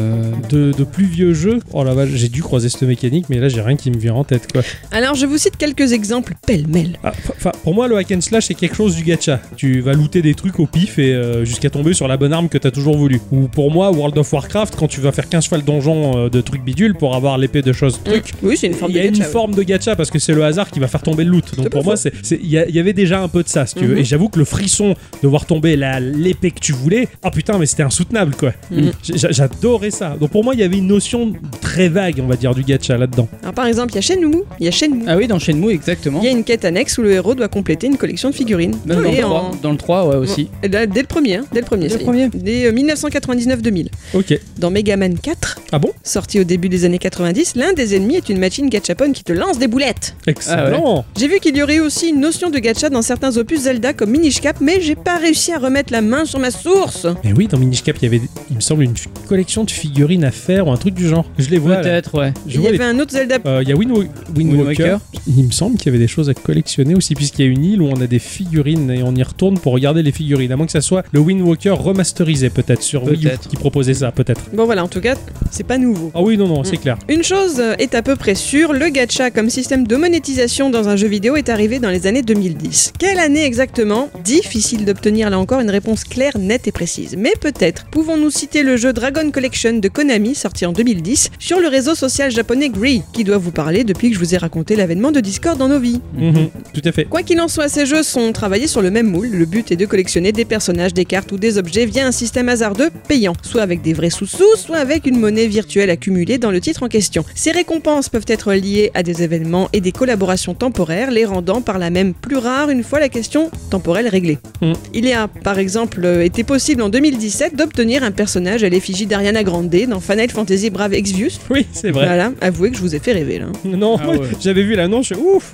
De, de plus vieux jeux, oh la vache, j'ai dû croiser cette mécanique, mais là j'ai rien qui me vient en tête quoi. Alors je vous cite quelques exemples pêle-mêle. Ah, fa- fa- pour moi, le hack and slash c'est quelque chose du gacha. Tu vas looter des trucs au pif et euh, jusqu'à tomber sur la bonne arme que t'as toujours voulu. Ou pour moi, World of Warcraft, quand tu vas faire 15 fois le donjon euh, de trucs bidule pour avoir l'épée de choses trucs. Oui, c'est une forme Il y de a une gacha. ouais. forme de gacha parce que c'est le hasard qui va faire tomber le loot. Donc pas pour moi, c'est c'est- il y, a- il y avait déjà un peu de ça, si tu veux. Mhm. Et j'avoue que le frisson de voir tomber la- l'épée que tu voulais, ah putain, mais c'était insoutenable quoi. Mhm. J'a- J'adorais ça. Donc pour moi, il y avait une notion très vague, on va dire, du gacha là-dedans. Alors par exemple, il y a Shenmue, il y a Shenmue. Ah oui, dans Shenmue, exactement. Il y a une quête annexe où le héros doit compléter une collection de figurines. Même dans Oui, le, 3, en- dans le 3, ouais, aussi. Et là, dès le premier, hein, dès le premier. Dès ça le y est. premier. Dès euh, 1999-2000. Ok. Dans Mega Man 4, Ah bon sorti au début des années 90, l'un des ennemis est une machine gachapon qui te lance des boulettes. Excellent. J'ai vu qu'il y aurait aussi une notion de gacha dans certains opus Zelda comme Minish Cap, mais j'ai pas réussi à remettre la main sur ma source. Mais oui, dans Minish Cap, il y avait, il me semble, une fi- collection de figurines à faire ou un truc du genre. Je les vois. là. Peut-être, ouais. Je Il y vois les- avait un autre Zelda. Euh, Il y a Wind, Wa- Wind Wind Walker. Waker. Il me semble qu'il y avait des choses à collectionner aussi, puisqu'il y a une île où on a des figurines et on y retourne pour regarder les figurines. À moins que ça soit le Wind Walker remasterisé, peut-être, sur Wii U, Peut-être. qui proposait ça, peut-être. Bon voilà, en tout cas, c'est pas nouveau. Ah oui, non, non, Mm. c'est clair. Une chose est à peu près sûre, le gacha comme système de monétisation dans un jeu vidéo est arrivé dans les années 2010. Quelle année exactement Difficile d'obtenir là encore une réponse claire, nette et précise. Mais peut-être pouvons-nous citer le jeu Dragon Collection de Konami, sorti en 2010, sur le réseau social japonais Gree, qui doit vous parler depuis que je vous ai raconté l'avènement de Discord dans nos vies. Mhm, Tout à fait. [laughs] Quoi qu'il en soit, ces jeux sont travaillés sur le même moule. Le but est de collectionner des personnages, des cartes ou des objets via un système hasardeux payant, soit avec des vrais sous-sous, soit avec une monnaie virtuelle accumulée dans le titre en question. Ces récompenses peuvent être liées à des événements et des collaborations temporaires, les rendant par la même plus rares une fois la question temporelle réglée. Mm. Il y a, par exemple, euh, été possible en 2017 d'obtenir un personnage à l'effigie d'Ariana Grande dans Final Fantasy Brave Exvius. Oui, c'est vrai. Voilà, avouez que je vous ai fait rêver là. Non, Ah ouais. [laughs] j'avais vu l'annonce, je fais, [laughs] ouf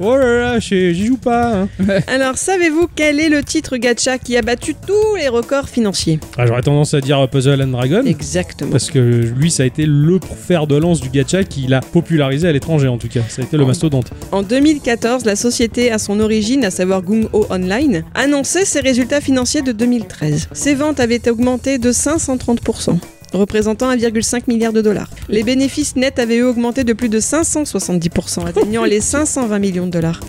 Oh là là, je- j'y joue pas hein. Alors, savez-vous quel est le titre gacha qui a battu tous les records financiers Ah, J'aurais tendance à dire euh, Puzzle and Dragon, Exactement. parce que lui, ça a été le fer de lance du gacha qu'il a popularisé à l'étranger, en tout cas. Ça a Ah. été le mastodonte. En 2014, la société à son origine, à savoir Gung-Ho Online, annonçait ses résultats financiers de 2013. Ses ventes avaient augmenté de 530% représentant 1,5 milliard de dollars. Les bénéfices nets avaient eux augmenté de plus de 570%, atteignant les 520 millions de dollars.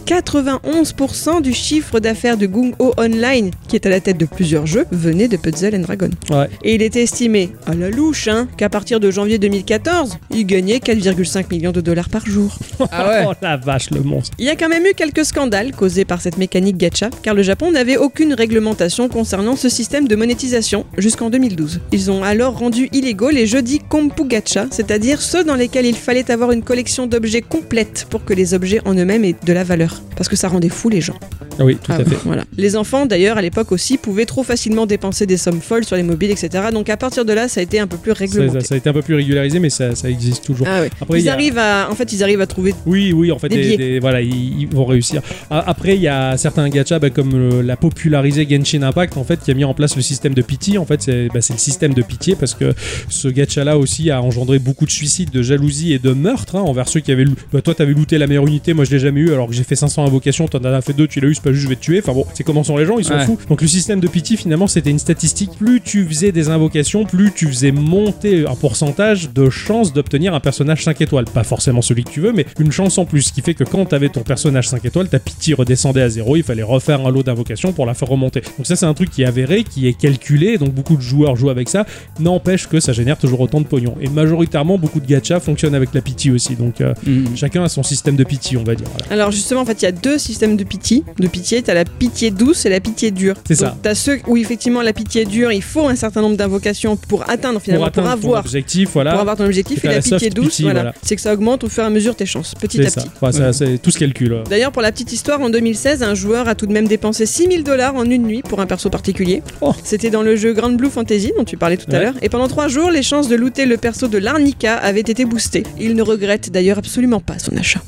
91% du chiffre d'affaires de Gung-Ho Online, qui est à la tête de plusieurs jeux, venait de Puzzle and Dragon. Ouais. Et il était estimé, à la louche, hein, qu'à partir de janvier 2014, il gagnait 4,5 millions de dollars par jour. Ah ouais. [laughs] Oh la vache, le monstre. Il y a quand même eu quelques scandales causés par cette mécanique gacha, car le Japon n'avait aucune réglementation concernant ce système de monétisation jusqu'en 2012. Ils ont alors rendu illégaux les jeux dits kompu gacha, c'est-à-dire ceux dans lesquels il fallait avoir une collection d'objets complète pour que les objets en eux-mêmes aient de la valeur, parce que ça rendait fou les gens. Ah oui, tout à fait. Voilà. Les enfants, d'ailleurs, à l'époque aussi, pouvaient trop facilement dépenser des sommes folles sur les mobiles, etc. Donc à partir de là, ça a été un peu plus Ça, ça- réglementé. ça a été un peu plus régularisé, mais ça, ça existe toujours. Ah ouais. Après, il ils y a- arrivent à, en fait, ils arrivent à trouver. Oui, oui, en fait, Des des- biais. des- voilà, ils, ils vont réussir. Ah, Après, il y a certains gachas, bah, comme euh, la popularisée Genshin Impact, en fait, qui a mis en place le système de pitié. En fait, c'est bah, c'est le système de pitié parce que ce gacha-là aussi a engendré beaucoup de suicides, de jalousie et de meurtres hein, envers ceux qui avaient. loo- Bah, toi, t'avais looté la meilleure unité, moi, je l'ai jamais eu, alors que j'ai fait 500 invocations, t'en as fait deux, tu l'as eu, c'est pas juste, je vais te tuer. Enfin bon, c'est comment sont les gens, ils sont Ouais. fous. Donc, le système de pitié, finalement, c'était une statistique. Plus tu faisais des invocations, plus tu faisais monter un pourcentage de chances d'obtenir un personnage 5 étoiles. Pas forcément celui que tu veux, mais une chance en plus. Ce qui fait que quand t'avais ton personnage 5 étoiles, ta pitié redescendait à zéro, il fallait refaire un lot d'invocations pour la faire remonter. Donc, ça, c'est un truc qui est avéré, qui est calculé, donc beaucoup de joueurs jouent avec ça. N'empêche que que ça génère toujours autant de pognon. Et majoritairement, beaucoup de gachas fonctionnent avec la pitié aussi. Donc euh, Mhm. chacun a son système de pitié, on va dire. Voilà. Alors justement, en fait, il y a deux systèmes de pitié. De pitié, t'as la pitié douce et la pitié dure. C'est Donc, ça. T'as ceux où effectivement la pitié dure, il faut un certain nombre d'invocations pour atteindre finalement, pour pour, atteindre ton avoir, objectif, voilà. pour avoir ton Et objectif. Et t'as la, la pitié soft douce, pitié, voilà, voilà. c'est que ça augmente au fur et à mesure tes chances, petit c'est à ça. petit. Mm. Enfin, ça, c'est tout ce calcul. euh. D'ailleurs, pour la petite histoire, en 2016, un joueur a tout de même dépensé 6000 dollars en une nuit pour un perso particulier. Oh. C'était dans le jeu Grand Blue Fantasy dont tu parlais tout à Ouais. l'heure. Et pendant trois jours, les chances de looter le perso de l'Arnica avaient été boostées. Il ne regrette d'ailleurs absolument pas son [laughs] achat.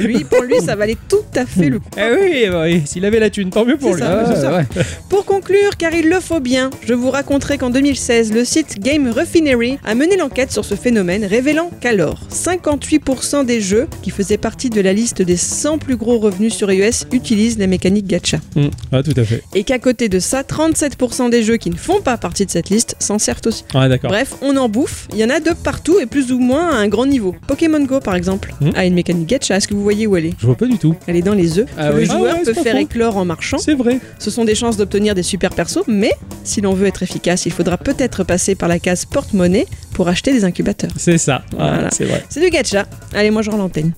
lui, pour lui, ça valait tout à fait le coup. Eh oui, bah oui, s'il avait la thune, tant mieux pour C'est lui. ça, Ah, c'est ça. ouais. Pour conclure, car il le faut bien, je vous raconterai qu'en 2016, le site Game Refinery a mené l'enquête sur ce phénomène, révélant qu'alors, 58% des jeux qui faisaient partie de la liste des 100 plus gros revenus sur iOS utilisent les mécaniques gacha. Mm. Ah, tout à fait. Et qu'à côté de ça, 37% des jeux qui ne font pas partie de cette liste s'en servent aussi. Ah, d'accord. Bref, on en bouffe, il y en a de partout et plus ou moins à un grand niveau. Pokémon Go par exemple Hmm. a une mécanique gacha, est-ce que vous voyez où elle est Je vois pas du tout. Elle est dans les œufs. Ah que oui. Le joueur Ah ouais, peut c'est pas faire faux. éclore en marchant. C'est vrai. Ce sont des chances d'obtenir des super persos, mais si l'on veut être efficace, il faudra peut-être passer par la case porte-monnaie pour acheter des incubateurs. C'est ça. Ah, Voilà. c'est vrai. C'est du gacha. Allez, moi je rends l'antenne.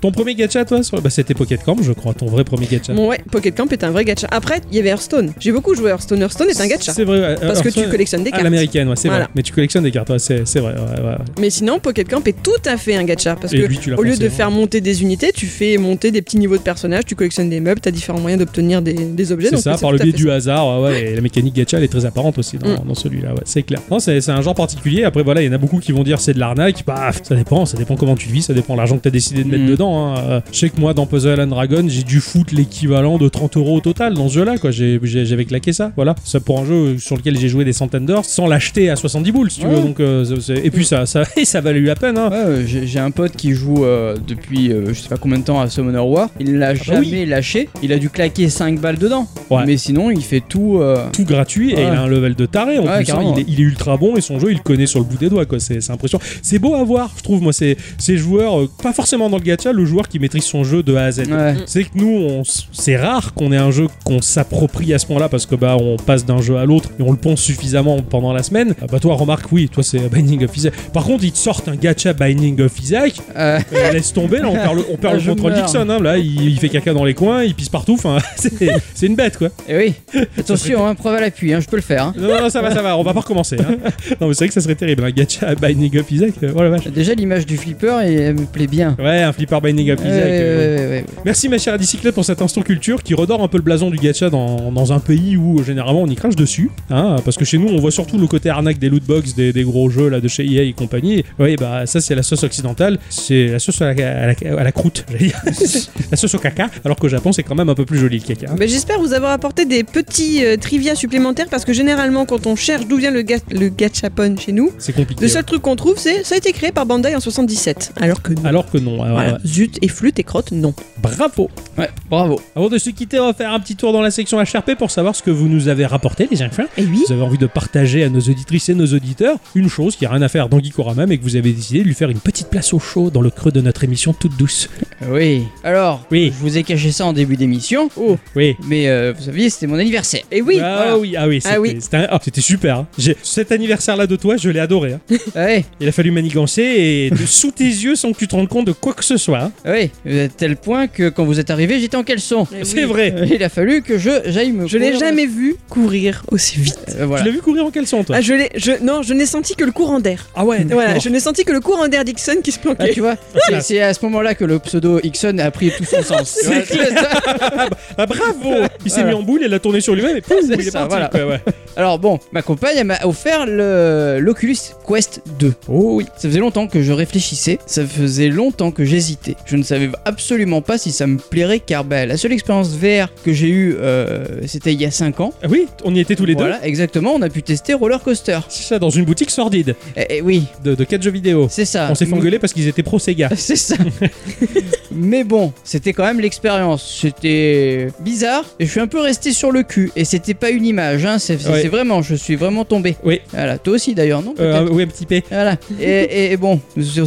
Ton premier gacha, toi sur... bah, C'était Pocket Camp, je crois. Ton vrai premier gacha. Bon ouais, Pocket Camp est un vrai gacha. Après, il y avait Hearthstone. J'ai beaucoup joué à Hearthstone. Hearthstone est un gacha. C'est vrai. ouais. Parce Alors, que ça, tu collectionnes des à cartes. l'américaine, ouais, c'est Voilà. vrai. Mais tu collectionnes des cartes, ouais, c'est c'est vrai. ouais, ouais. Mais sinon, Pocket Camp est tout à fait un gacha. Parce Et que lui, tu l'as au lieu de forcément. faire monter des unités, tu fais monter des petits niveaux de personnages, tu collectionnes des meubles, tu as différents moyens d'obtenir des, des objets. C'est donc ça, c'est par le tout à biais fait du ça. Mm. hasard, ouais, ouais, et la mécanique gacha elle est très apparente aussi dans, dans celui-là, ouais, c'est clair. Non, c'est c'est un genre particulier, après voilà, il y en a beaucoup qui vont dire c'est de l'arnaque, bah ça dépend, ça dépend comment tu le vis, ça dépend de l'argent que t'as décidé de mettre Mm. dedans. hein. Euh, je sais que moi dans Puzzle and Dragon, j'ai dû foutre l'équivalent de 30 euros au total dans ce jeu-là, quoi, J'ai- j'ai- j'avais claqué ça, voilà. Ça pour un jeu sur lequel j'ai joué des centaines d'heures sans l'acheter à 70 boules, si tu Ouais. veux, donc euh, c'est- c'est- et puis ça, [laughs] ça, et ça valait la peine, hein. Ouais, euh, j'ai j'ai un pote qui joue euh, depuis euh, je sais pas combien de temps à Summoner War. Il l'a bah jamais oui. lâché. Il a dû claquer 5 balles dedans. Ouais. Mais sinon, il fait tout. euh, tout gratuit et Ouais. il a un level de taré en Ouais, plus hein. carrément. il, est, il est ultra bon et son jeu il le connaît sur le bout des doigts quoi c'est c'est impressionnant c'est beau à voir je trouve moi c'est ces joueurs euh, pas forcément dans le gacha le joueur qui maîtrise son jeu de A à Z Ouais. c'est que nous, on s- c'est rare qu'on ait un jeu qu'on s'approprie à ce point-là parce que bah on passe d'un jeu à l'autre et on le pense suffisamment pendant la semaine. Ah, Bah toi, remarque, oui, toi c'est [laughs] Binding of Isaac. Par contre, ils te sortent un gacha Binding of Isaac, Euh, euh, laisse tomber, là on perd le, on perd [laughs] Ah, le je contrôle meurs. Dixon. hein. là, il, il fait caca dans les coins, il pisse partout. Enfin, [laughs] c'est c'est une bête quoi. eh oui. [laughs] Attention, hein, preuve à l'appui, hein, je peux le faire. hein. Non, non, non, ça va, ça va, on va pas recommencer. hein. [laughs] Non, mais c'est vrai que ça serait terrible, un gacha à Binding Up Isaac. euh, Oh la vache. Déjà, l'image du flipper, elle, elle me plaît bien. Ouais, un flipper Binding Up Ouais, Isaac. euh, ouais, ouais, ouais. Merci ma chère Adicyclette pour cet instant culture qui redore un peu le blason du gacha dans, dans un pays où euh, généralement on y crache dessus. hein, parce que chez nous on voit surtout le côté arnaque des lootbox, des, des gros jeux là de chez EA et compagnie. Oui bah ça c'est la sauce occidentale, c'est la sauce à la, à la- à la croûte, j'allais [laughs] dire. la sauce au caca, alors qu'au Japon c'est quand même un peu plus joli le caca. hein. Mais Ben, J'espère vous avoir apporté des petits euh, trivia supplémentaires parce que généralement, quand on cherche d'où vient le, ga- le gachapon chez nous, C'est compliqué. hein. le seul truc qu'on trouve, c'est ça a été créé par Bandai en 77. Alors que non. Alors que non. ouais, ouais, Voilà. Ah, ouais. Zut et flûte et crotte, non. Bravo Ouais, bravo. Avant de se quitter, on va faire un petit tour dans la section HRP pour savoir ce que vous nous avez rapporté, les enfants. Et oui. Vous avez envie de partager à nos auditrices et nos auditeurs une chose qui a rien à faire dans Geekorama, mais que vous avez décidé de lui faire une petite place au chaud dans le creux de notre émission toute douce. Oui. Alors, Oui. je vous ai caché ça en début d'émission. Oui. Mais euh, vous saviez, c'était mon anniversaire. Et oui. ah Oh. voilà. oui, ah oui, c'était Ah oui. c'était un- ah, c'était super. hein. J'ai- Cet anniversaire-là de toi, je l'ai adoré. hein. Ah Ouais, Il a fallu manigancer et [laughs] de- sous tes yeux sans que tu te rendes compte de quoi que ce soit. hein. ah ouais. À Euh, tel point que quand vous êtes arrivé, j'étais en caleçon. Eh C'est oui. vrai. Euh, Il a fallu que je j'aille me. Je l'ai courir. jamais vu courir aussi vite. Euh, voilà. Tu l'as vu courir en caleçon, toi Ah, je l'ai, je, non, je n'ai senti que le courant d'air. Ah ouais, d'accord. Voilà, je n'ai senti que le courant d'air Dixon qui se Ah, planquait. tu [laughs] vois, c'est- c'est à ce moment-là que le pseudo Ixon a pris tout [laughs] son sens. Tu vois, Ah, bravo Il s'est Voilà. Ah, mis en boule, il a tourné sur lui-même et pouf, il C'est est ça, parti. voilà. quoi, ouais. Alors bon, ma compagne elle m'a offert le- l'Oculus Quest 2. Oh oui. Ça faisait longtemps que je réfléchissais, ça faisait longtemps que j'hésitais. Je ne savais absolument pas si ça me plairait car bah, la seule expérience VR que j'ai eue, euh, c'était il y a 5 ans. Ah Oui, on y était tous les Voilà, exactement, on a pu tester Roller Coaster. deux. C'est ça, dans une boutique sordide Eh, eh oui, de, de 4 jeux vidéo. c'est ça. On s'est fait engueuler parce qu'ils étaient pro Sega. [laughs] [laughs] C'est ça. Mais bon, c'était quand même l'expérience. C'était bizarre et je suis un peu resté sur le cul. Et c'était pas une image, hein. c'est- c'est Ouais. c'est vraiment, je suis vraiment tombé. Oui. Voilà, toi aussi d'ailleurs, non Euh, peut-être oui, un petit P. Voilà. Et, et- et bon,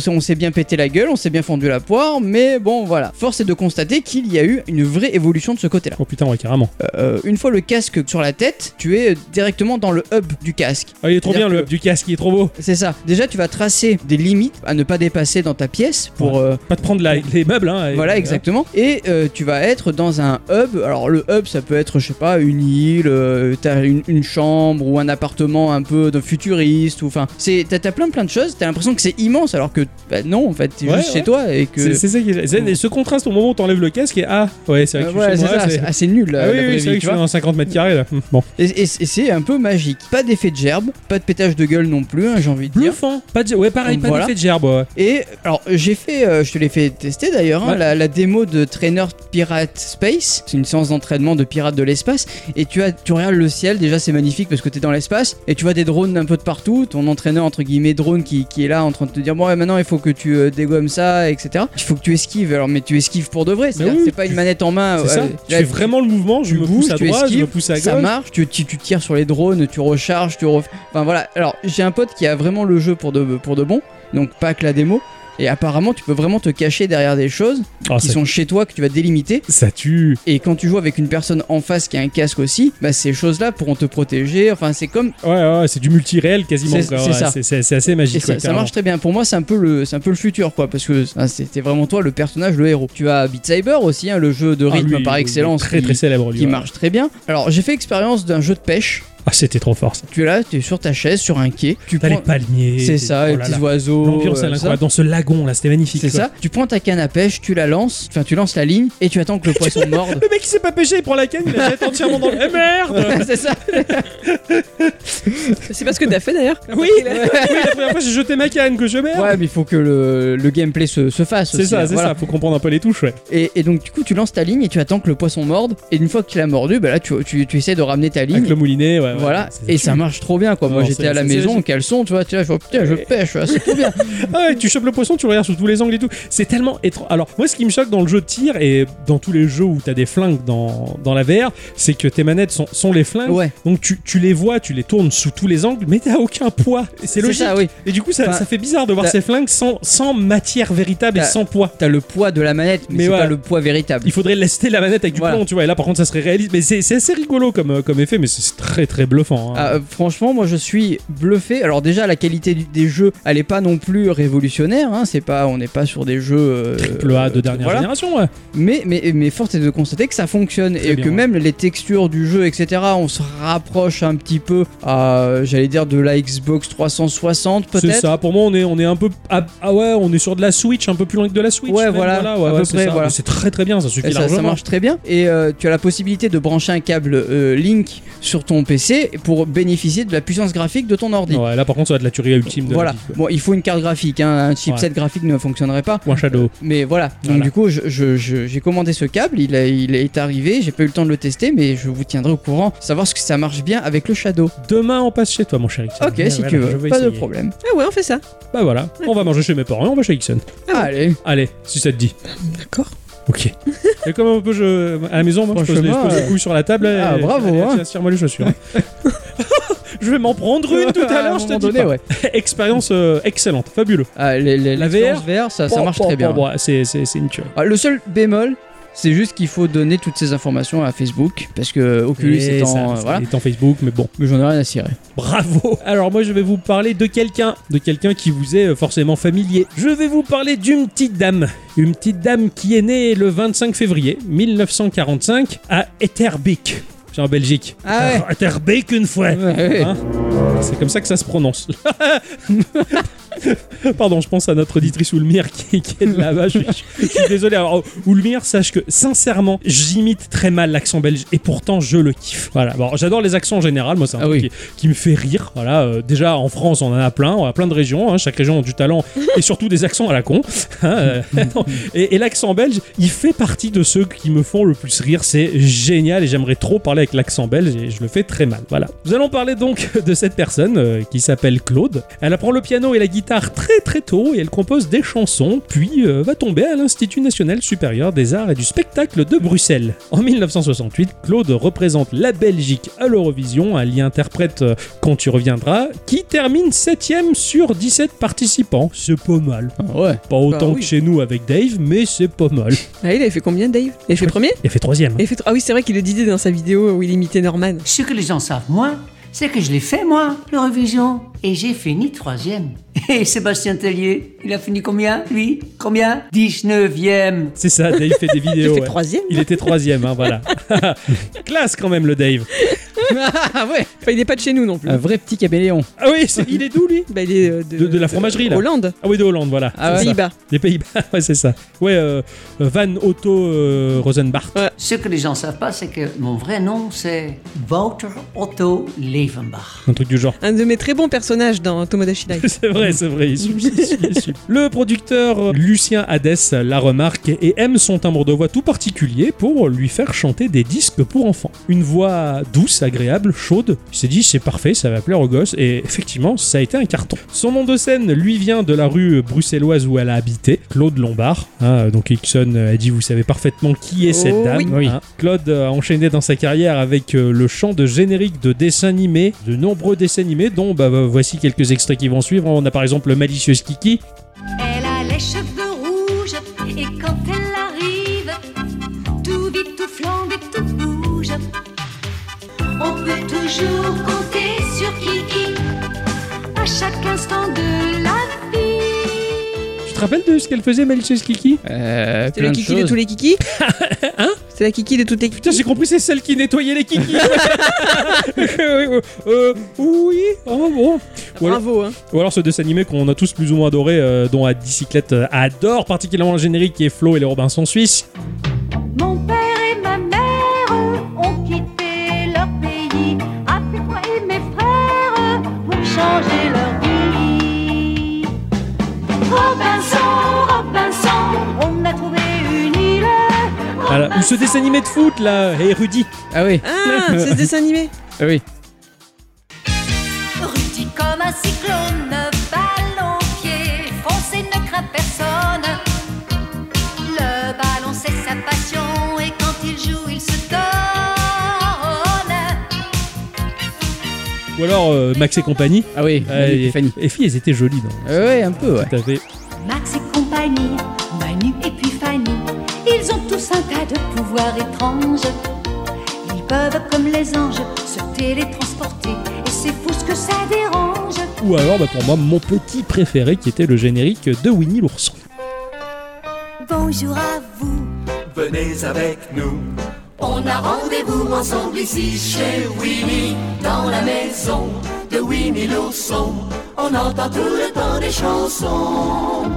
on s'est bien pété la gueule, on s'est bien fendu la poire, mais bon, voilà. Force est de constater qu'il y a eu une vraie évolution de ce côté-là. Oh putain, ouais, carrément. Euh, une fois le casque sur la tête, tu es directement dans le hub du casque. Ah, il est trop bien C'est-à-dire le que- hub du casque, il est trop beau. C'est ça. Déjà, tu vas tracer des limites à ne pas dépasser dans ta pièce pour. euh, Pas de prendre la- les meubles, hein. et- voilà, exactement. Et euh, tu vas être dans un hub. Alors, le hub, ça peut être, je sais pas, une île, euh, t'as une, une chambre ou un appartement un peu de futuriste. ou Enfin, c'est- t'as t'as plein plein de choses. T'as l'impression que c'est immense alors que bah, non, en fait, t'es Ouais, juste ouais. chez toi et que. C'est c'est ça qui est- c'est- Ce contraste au moment où t'enlèves le casque et ah, ouais, c'est vrai que Euh, je suis voilà, chez c'est moi, ça, c'est- c'est assez nul. Ah euh, oui, la oui, c'est vrai vraie vie, que tu je suis vois. dans 50 mètres carrés là. Hum, Bon. Et, et- et c'est un peu magique. Pas d'effet de gerbe, pas de pétage de gueule non plus, hein, j'ai envie de dire. Bluffant. Pas de... Ouais, pareil, Donc pas voilà. d'effet de gerbe. ouais. Et alors, j'ai fait, euh, je te l'ai fait tester d'ailleurs, hein, Ouais. la, la démo de Trainer Pirate Space. C'est une séance d'entraînement de pirates de l'espace. Et tu, as, tu regardes le ciel, déjà c'est magnifique parce que t'es dans l'espace. Et tu vois des drones un peu de partout. Ton entraîneur, entre guillemets, drone qui, qui est là en train de te dire Bon, ouais, maintenant il faut que tu euh, dégommes ça, etc. Il faut que tu esquives. Alors, mais tu esquives pour de vrai. C'est-à-dire oui, que c'est pas tu- une manette en main. C'est euh, ça. euh, Tu là, fais vraiment le mouvement, je tu me bouges, pousse à tu droite, je me esquives, pousse à ça gauche. marche, tu, tu, tu tires sur les drones, tu recharges, tu ref... Enfin voilà, alors j'ai un pote qui a vraiment le jeu pour de, pour de bon, donc pas que la démo, et apparemment tu peux vraiment te cacher derrière des choses Ah, qui ça- sont chez toi, que tu vas délimiter, Ça tue. et quand tu joues avec une personne en face qui a un casque aussi, bah ces choses-là pourront te protéger, enfin c'est comme... Ouais, ouais, c'est du multi-réel quasiment. C'est- quoi. c'est Ouais, ça. C'est c'est- c'est assez Et magique. ça, ouais, ça marche très bien. Pour moi, c'est un peu le, c'est un peu le futur, quoi, parce que ah, c'est c'est vraiment toi le personnage, le héros. Tu as Beat Saber aussi, hein, le jeu de carrément. Ah, rythme lui, par lui, excellence, Très qui, très célèbre lui. qui ouais. marche très bien. Alors, j'ai fait expérience d'un jeu de pêche. Ah, c'était trop fort ça. Tu es là, tu es sur ta chaise, sur un quai. Tu T'as les prends... palmiers. C'est t'es- ça, oh les là petits là. oiseaux. L'ambiance, euh, elle est ça. incroyable. Dans ce lagon là, c'était magnifique. C'est quoi. ça. Tu prends ta canne à pêche, tu la lances, enfin tu lances la ligne et tu attends que [laughs] le poisson morde. Le mec il sait pas pêcher, il prend la canne, il la jette entièrement dans le. Eh merde [laughs] c'est ça. C'est pas ce que t'as fait d'ailleurs Ah, [laughs] Oui, oui, la première fois j'ai jeté ma canne, que je merde Ouais, mais il faut que le, le gameplay se, se fasse. C'est aussi, ça, hein, c'est voilà. ça, faut comprendre un peu les touches, ouais. Et, et donc du coup, tu lances ta ligne et tu attends que le poisson morde. Et une fois qu'il a mordu, bah là, tu, tu, tu essaies de ramener ta ligne. Avec le moulinet, ouais. ouais. Voilà, C'est- et ça marche trop bien quoi. Moi Non, j'étais c'est- à la c'est- maison c'est- en caleçon, tu vois, tu vois, je vois, putain, je pêche, ouais, c'est trop bien. Ah ouais, tu chopes le poisson, tu le regardes sous tous les angles et tout. C'est tellement étrange. Alors, moi, ce qui me choque dans le jeu de tir et dans tous les jeux où t'as des flingues dans, dans la VR, c'est que tes manettes sont, sont les flingues. Ouais, Donc, tu, tu les vois, tu les tournes sous tous les angles, mais t'as aucun poids. Et C'est logique. ça, oui. Et du coup, ça, Enfin, ça fait bizarre de voir t'as- ces flingues sans, sans matière véritable et T'as- sans poids. T'as le poids de la manette, mais, Mais c'est voilà. pas le poids véritable. Il faudrait lester la manette avec du Voilà. plomb, tu vois. Et là, par contre, ça serait réaliste. Mais c'est c'est assez rigolo comme, euh, comme effet, mais c'est c'est très très bluffant. hein. Ah, euh, franchement, moi je suis bluffé. Alors déjà, la qualité du- des jeux, elle est pas non plus révolutionnaire. hein. C'est pas, on n'est pas sur des jeux euh, Triple A de euh, dernière voilà. génération, ouais. Mais mais mais force est de constater que ça fonctionne Très et bien, que ouais. même les textures du jeu, etc. On se rapproche un petit peu, à, j'allais dire de la Xbox 360 C'est peut-être. ça, pour moi on est, on est un peu. Ah, ah ouais, on est sur de la Switch, un peu plus loin que de la Switch. Ouais, même, voilà, ouais, à ouais, peu c'est près, ça. voilà. C'est très très bien, ça suffit Et ça, ça largement. marche très bien. Et euh, tu as la possibilité de brancher un câble euh, Link sur ton PC pour bénéficier de la puissance graphique de ton ordi. Ouais, là par contre, ça va être la tuerie ultime de Voilà. la vie, quoi. Bon, il faut une carte graphique. hein. Un chipset graphique ne fonctionnerait pas. Ou un Shadow. Mais voilà, donc Voilà. du coup, je- je- je- j'ai commandé ce câble, il, a- il est arrivé, j'ai pas eu le temps de le tester, mais je vous tiendrai au courant, savoir ce que ça marche bien avec le Shadow. Demain, on passe chez toi, mon cher Ixon. Ok, Ouais, si voilà, tu je veux, vais pas de essayer. [laughs] problème. Ah ouais, on fait ça. Bah voilà, on va manger chez mes parents et on va chez Ixon. Allez, Allez, si ça te dit. D'accord. [laughs] Ok. et comme un peu je... à la maison, moi, je pose, les, je Franchement, pose les euh, couilles sur la table. ah, et- bravo, et- hein. tiens, Tire-moi les [laughs] chaussures. je vais m'en prendre une tout à l'heure, je te moment dis. donné, pas. ouais. Expérience euh, excellente, fabuleux. Ah, les- les- La l'expérience VR, ça, ça Bon, marche bon, très bon, bien. bon, C'est c'est- c'est une tuerie. Ah, le seul bémol, c'est juste qu'il faut donner toutes ces informations à Facebook, parce que Oculus Et est en. ça, euh, ça, voilà. il est en Facebook, mais bon. Mais j'en ai rien à cirer. Bravo Alors moi je vais vous parler de quelqu'un, de quelqu'un qui vous est euh, forcément familier. Je vais vous parler d'une petite dame, une petite dame qui est née le 25 février 1945 à Etterbeek. C'est en Belgique. Ah ouais. Etterbeek une fois. Ouais, Hein c'est comme ça que ça se prononce. [laughs] Pardon, je pense à notre auditrice Oulmire qui, qui est de là-bas. Je, suis- je suis désolé. Alors, oh, Oulmire, sache que sincèrement, j'imite très mal l'accent belge et pourtant je le kiffe. Voilà. Bon, j'adore les accents en général. Moi, c'est un Ah truc oui. qui, qui me fait rire. Voilà. euh, déjà, en France, on en a plein. On a plein de régions. hein. Chaque région a du [laughs] talent et surtout des accents à la con. [laughs] Hein, euh, non. et et l'accent belge, il fait partie de ceux qui me font le plus rire. C'est génial et j'aimerais trop parler avec l'accent belge et je [laughs] le fais très mal. Voilà. Nous allons parler donc de cette personne euh, qui s'appelle Claude. Elle apprend le piano et la guitare guitare très très tôt et elle compose des chansons, puis euh, va tomber à l'Institut national supérieur des arts et du spectacle de Bruxelles. En 1968, Claude représente la Belgique à l'Eurovision, elle y interprète euh, Quand tu reviendras, qui termine 7ème sur 17 participants. C'est pas mal. Ah ouais. Pas autant oui. que chez nous avec Dave, mais c'est pas mal. Ah, il avait fait combien, Dave Il avait fait premier Il a fait troisième. hein. Il avait fait tro- Ah oui, c'est vrai qu'il le disait dans sa vidéo où il imitait Norman. Ce que les gens savent moins, c'est que je l'ai fait moi, l'Eurovision. Et j'ai fini troisième. [laughs] Et Sébastien Tellier, il a fini combien, lui Combien 19e. [laughs] C'est ça, Dave fait des Il vidéos. fait ouais. troisième Il était troisième, hein, voilà. Classe quand même le Dave. ah ouais. Enfin, il n'est pas de chez nous non plus. Un vrai petit caméléon. Ah oui, c'est- il est d'où lui Bah, il est euh, de, De- de la fromagerie, là. Hollande. Ah oui, de Hollande, voilà. Ah C'est ouais. ça. Pays-Bas. Des Pays-Bas, [laughs] ouais, c'est ça. Ouais, euh, Van Otto euh, Rosenbach. Ce que les gens savent pas, c'est que mon vrai nom, c'est Wouter Otto Levenbach. Un truc du genre. Un de mes très bons personnages dans Tomodachi Life. [laughs] C'est vrai, c'est vrai. il subsiste, il subsiste. Le producteur euh, Lucien Hadès la remarque et aime son timbre de voix tout particulier pour lui faire chanter des disques pour enfants. Une voix douce, agréable, chaude. Il s'est dit, c'est parfait, ça va plaire aux gosses. Et effectivement, ça a été un carton. Son nom de scène lui vient de la rue bruxelloise où elle a habité, Claude Lombard. hein, donc Hickson a dit, vous savez parfaitement qui est cette Oh dame. oui. hein. Claude a enchaîné dans sa carrière avec euh, le chant de générique de dessins animés, de nombreux dessins animés, dont bah, bah, voici quelques extraits qui vont suivre. On a par exemple le malicieux Kiki, Elle a les cheveux rouges et quand elle arrive, tout vite, tout flambe et tout bouge. On peut toujours compter sur Kiki à chaque instant de la vie. Tu te rappelles de ce qu'elle faisait, malicieux Kiki Euh, C'est la plein de kiki de choses. tous [laughs] les kikis Hein C'est la kiki de toutes les kikis Putain, j'ai compris, c'est celle qui nettoyait les [laughs] Kiki. Euh, euh, oui, oh bon. Ou alors, Bravo, hein. ou alors ce dessin animé qu'on a tous plus ou moins adoré, euh, dont à bicyclette euh, adore particulièrement le générique qui est Flo et les Robinson Suisse. Mon père et ma mère ont quitté leur pays avec moi et mes frères pour changer leur vie. Robinson, Robinson, on a trouvé une île. Voilà. Ou ce dessin animé de foot là, et Rudy. Ah oui. Ah, c'est ce dessin animé. [laughs] Ah oui. Rudy comme un cyclone, ballon au pied, fonce et ne craint personne. Le ballon c'est sa passion et quand il joue il se donne. Ou alors euh, Max et compagnie. Ah oui. Euh, Fanny, et, Fanny. et filles, elles étaient jolies. Dans... Ah ouais, un peu, ouais. Tout à fait. Max et compagnie, Manu et puis Fanny, ils ont tous un tas de pouvoirs étranges. Ils peuvent comme les anges se télétransporter et c'est fou ce que ça dérange. Ou alors, bah, pour moi, mon petit préféré qui était le générique de Winnie l'ourson. Bonjour à vous, Venez avec nous. on a rendez-vous ensemble ici chez Winnie, dans la maison de Winnie l'ourson. On entend tout le temps des chansons.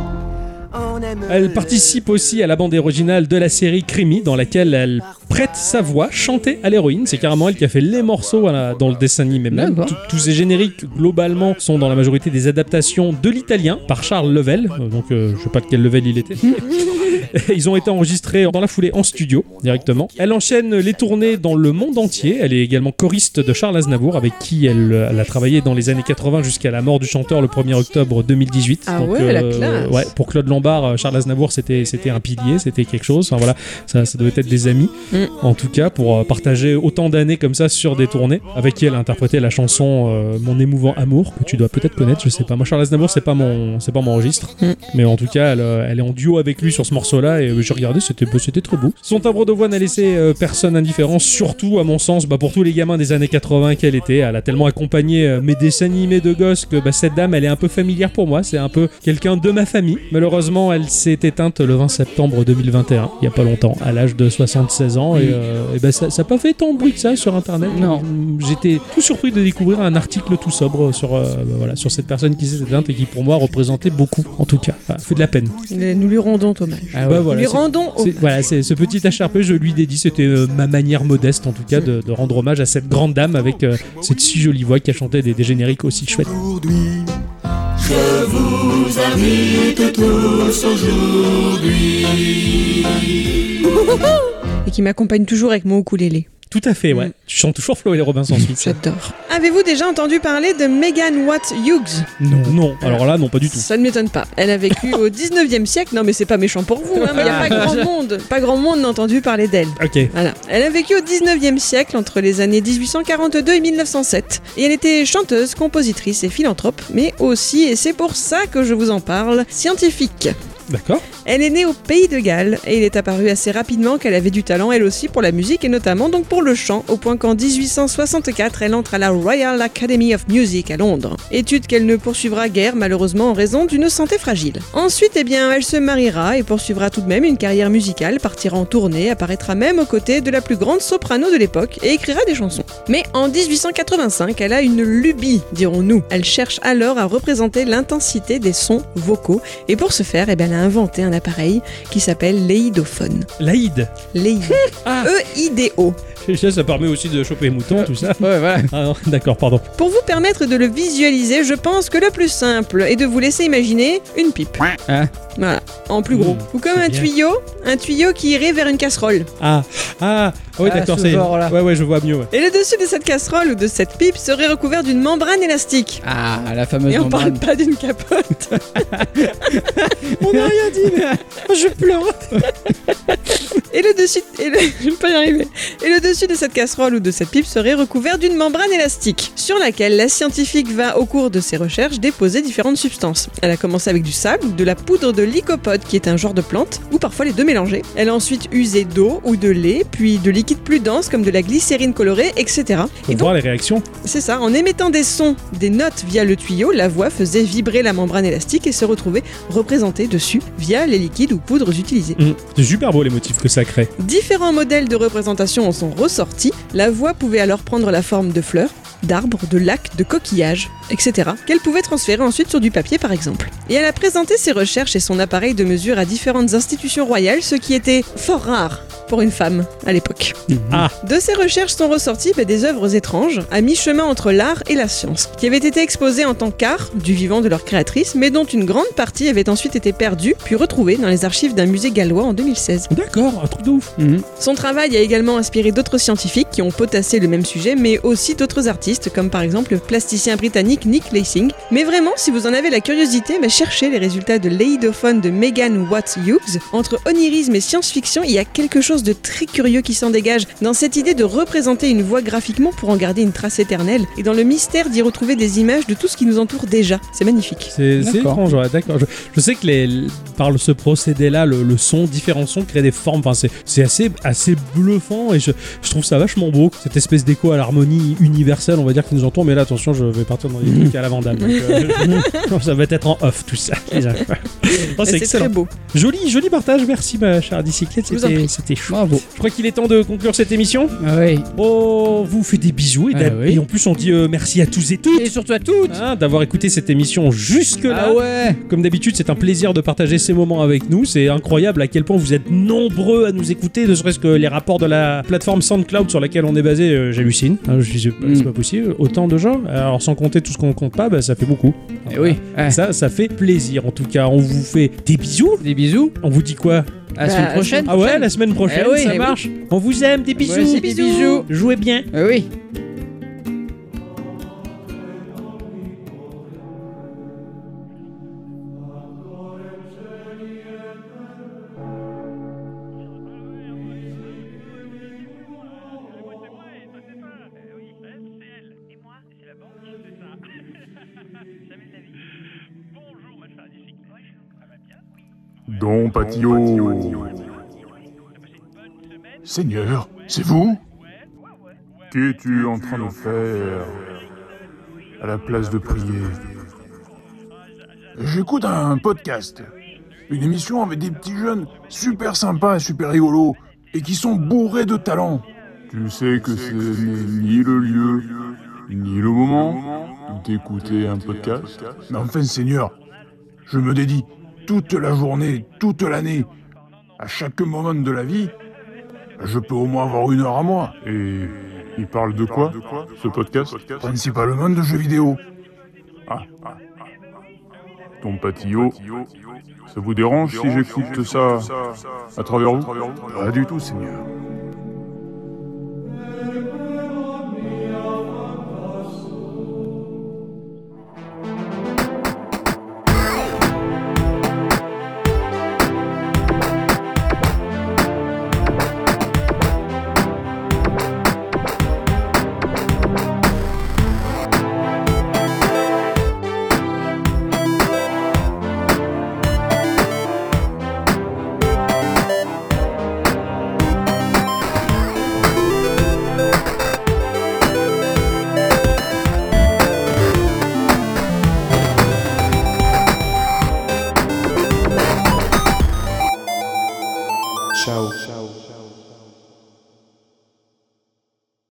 Elle participe aussi à la bande originale de la série Creamy, dans laquelle elle prête sa voix chantée à l'héroïne. C'est carrément elle qui a fait les morceaux à la- dans le dessin animé même. D'accord. Tout- Tous ces génériques, globalement, sont dans la majorité des adaptations de l'italien par Charles Level. Euh, Donc, euh, je sais pas de quel level il était. [laughs] Ils ont été enregistrés dans la foulée en studio directement. Elle enchaîne les tournées dans le monde entier. Elle est également choriste de Charles Aznavour, avec qui elle, euh, elle a travaillé dans les années 80 jusqu'à la mort du chanteur le 1er octobre 2018. Ah ouais, la classe. euh, ouais, pour Claude Lombard, euh, Charles Aznavour, c'était c'était un pilier, c'était quelque chose. Enfin voilà, ça, ça devait être des amis, Mm. en tout cas, pour euh, partager autant d'années comme ça sur des tournées, avec qui elle a interprété la chanson euh, Mon émouvant amour, que tu dois peut-être connaître, je sais pas. Moi, Charles Aznavour, c'est pas mon, c'est pas mon registre, Mm. mais en tout cas, elle, euh, elle est en duo avec lui sur ce morceau-là, et euh, j'ai regardé, c'était c'était trop beau. Son timbre de voix n'a laissé euh, personne indifférent, surtout à mon sens, bah, pour tous les gamins des années 80 qu'elle était. Elle a tellement accompagné euh, mes dessins animés de gosse que bah, cette dame, elle est un peu familière pour moi. C'est un peu quelqu'un de ma famille. Malheureusement, elle s'est éteinte le 20 septembre 2021, il y a pas longtemps, à l'âge de 76 ans. Et, euh, et bah, ça n'a pas fait tant de bruit que ça sur Internet. Non. J'étais tout surpris de découvrir un article tout sobre sur, euh, bah, voilà, sur cette personne qui s'est éteinte et qui, pour moi, représentait beaucoup, en tout cas. Enfin, fait de la peine. Nous lui rendons hommage. Ah Bah, ouais. voilà, lui c'est- rendons c'est- hommage. voilà, c'est ce petit HRP, je lui dédie. C'était euh, ma manière modeste, en tout cas, de, de rendre hommage à cette grande dame avec euh, cette si jolie voix qui a chanté des, des génériques aussi chouettes. Et qui m'accompagne toujours avec mon ukulélé. Tout à fait, ouais. Tu chantes toujours Flo et les Robinson Suisse. [laughs] J'adore. Avez-vous déjà entendu parler de Megan Watt Hughes Non. Non, alors là, non, pas du tout. Ça ne m'étonne pas. Elle a vécu au 19e siècle. Non, mais c'est pas méchant pour vous. hein, mais il n'y a pas Ah. grand monde. Pas grand monde n'a entendu parler d'elle. Ok. Voilà. Elle a vécu au 19e siècle entre les années 1842 et 1907. Et elle était chanteuse, compositrice et philanthrope, mais aussi, et c'est pour ça que je vous en parle, scientifique. D'accord. Elle est née au Pays de Galles et il est apparu assez rapidement qu'elle avait du talent elle aussi pour la musique et notamment donc pour le chant, au point qu'en 1864 elle entre à la Royal Academy of Music à Londres. Étude qu'elle ne poursuivra guère malheureusement en raison d'une santé fragile. Ensuite, eh bien, elle se mariera et poursuivra tout de même une carrière musicale, partira en tournée, apparaîtra même aux côtés de la plus grande soprano de l'époque et écrira des chansons. Mais en 1885, elle a une lubie, dirons-nous. Elle cherche alors à représenter l'intensité des sons vocaux et pour ce faire, eh bien, elle a inventé un appareil qui s'appelle l'éidophone. Laïd. L'éid. Ah. E-I-D-O. [laughs] Ça permet aussi de choper les moutons, tout ça. Ouais, voilà. [laughs] Ah non, d'accord, pardon. Pour vous permettre de le visualiser, je pense que le plus simple est de vous laisser imaginer une pipe. Ah. Voilà, en plus gros. Mmh, Ou comme c'est un bien. tuyau, un tuyau qui irait vers une casserole. Ah, ah, ah ouais, Ah, d'accord, ce c'est. genre-là. Ouais, ouais, je vois mieux. ouais. Et le dessus de cette casserole ou de cette pipe serait recouvert d'une membrane élastique. Ah, la fameuse Et on parle membrane. pas d'une capote. On n'a rien dit, je pleure. Et le dessus, et le- je vais pas y arriver. Et le dessus de cette casserole ou de cette pipe serait recouvert d'une membrane élastique, sur laquelle la scientifique va au cours de ses recherches déposer différentes substances. Elle a commencé avec du sable, de la poudre de lycopode, qui est un genre de plante, ou parfois les deux mélangés. Elle a ensuite usé d'eau ou de lait, puis de liquides plus denses comme de la glycérine colorée, etc. Pour Et donc, voir les réactions. c'est ça, en émettant des sons, des notes via le tuyau, la voix faisait vibrer la membrane élastique et se retrouvait représentée dessus via les liquides ou poudres utilisés. Mm. C'est super beau les motifs que ça crée. Différents modèles de représentation en sont ressortis. La voix pouvait alors prendre la forme de fleurs, d'arbres, de lacs, de coquillages, etc., qu'elle pouvait transférer ensuite sur du papier par exemple. Et elle a présenté ses recherches et son appareil de mesure à différentes institutions royales, ce qui était fort rare pour une femme à l'époque. Ah, De ces recherches sont ressorties bah, des œuvres étranges, à mi-chemin entre l'art et la science, qui avaient été exposées en tant qu'art du vivant de leur créatrice, mais dont une grande partie avait ensuite été perdue, puis retrouvée dans les archives d'un musée gallois en 2016. d'accord, un truc de ouf. Mhm. Son travail a également inspiré d'autres scientifiques qui ont potassé le même sujet, mais aussi d'autres artistes, comme par exemple le plasticien britannique Nick Lacing. Mais vraiment, si vous en avez la curiosité, bah, cherchez les résultats de l'éidophone de Megan Watt Hughes. Entre onirisme et science-fiction, il y a quelque chose de très curieux qui s'en dégage dans cette idée de représenter une voix graphiquement pour en garder une trace éternelle, et dans le mystère d'y retrouver des images de tout ce qui nous entoure déjà. C'est magnifique. C'est c'est D'accord. étrange, ouais, d'accord. Je, je sais que les, l- par le- ce procédé-là, le, le son, différents sons créent des formes. Enfin, c'est- c'est assez, assez bluffant et je, je trouve ça vachement beau. Cette espèce d'écho à l'harmonie universelle, on va dire, qui nous entoure. Mais là, attention, je vais partir dans des trucs à la Vandame. donc, [laughs] euh, ça va être en off tout [laughs] ça. Oh, Et c'est C'est très excellent. beau. Joli, joli partage. Merci, ma chère bicyclette. Je vous en C'était prie. c'était chouette. Bravo. Je crois qu'il est temps de conclure cette émission. Ah ouais. On Oh, vous fait des bisous et, Ah d'ab- oui. et en plus, on dit euh, merci à tous et toutes. Et surtout à toutes. hein, d'avoir écouté cette émission jusque là. Ah ouais. Comme d'habitude, c'est un plaisir de partager ces moments avec nous. C'est incroyable à quel point vous êtes nombreux à nous écouter, ne serait-ce que les rapports de la plateforme SoundCloud sur laquelle on est basé, euh, j'hallucine. Hein, je dis, euh, Mm. c'est pas possible, autant de gens. Alors sans compter tout ce qu'on compte pas, bah, ça fait beaucoup. Eh Voilà. oui. Ouais. Ça, ça fait plaisir. En tout cas, on vous fait des bisous. Des bisous. On vous dit quoi À la Bah, semaine à prochaine. Ah ouais, la semaine prochaine, Eh oui, ça eh oui. marche. On vous aime, des bisous. Ouais, c'est des bisous. Jouez bien. Ah oui. Don Patio. Seigneur, c'est vous Qu'es-tu en train de faire à la place de prier J'écoute un podcast, une émission avec des petits jeunes super sympas et super rigolos, et qui sont bourrés de talent. Tu sais que ce n'est ni le lieu, ni le moment d'écouter un podcast. Mais enfin, Seigneur, je me dédie toute la journée, toute l'année, à chaque moment de la vie. Je peux au moins avoir une heure à moi. Et il parle de quoi, ce podcast Principalement de jeux vidéo. Ah. Ton patio, ça vous dérange si j'écoute ça à travers vous Pas du tout, Seigneur. Ciao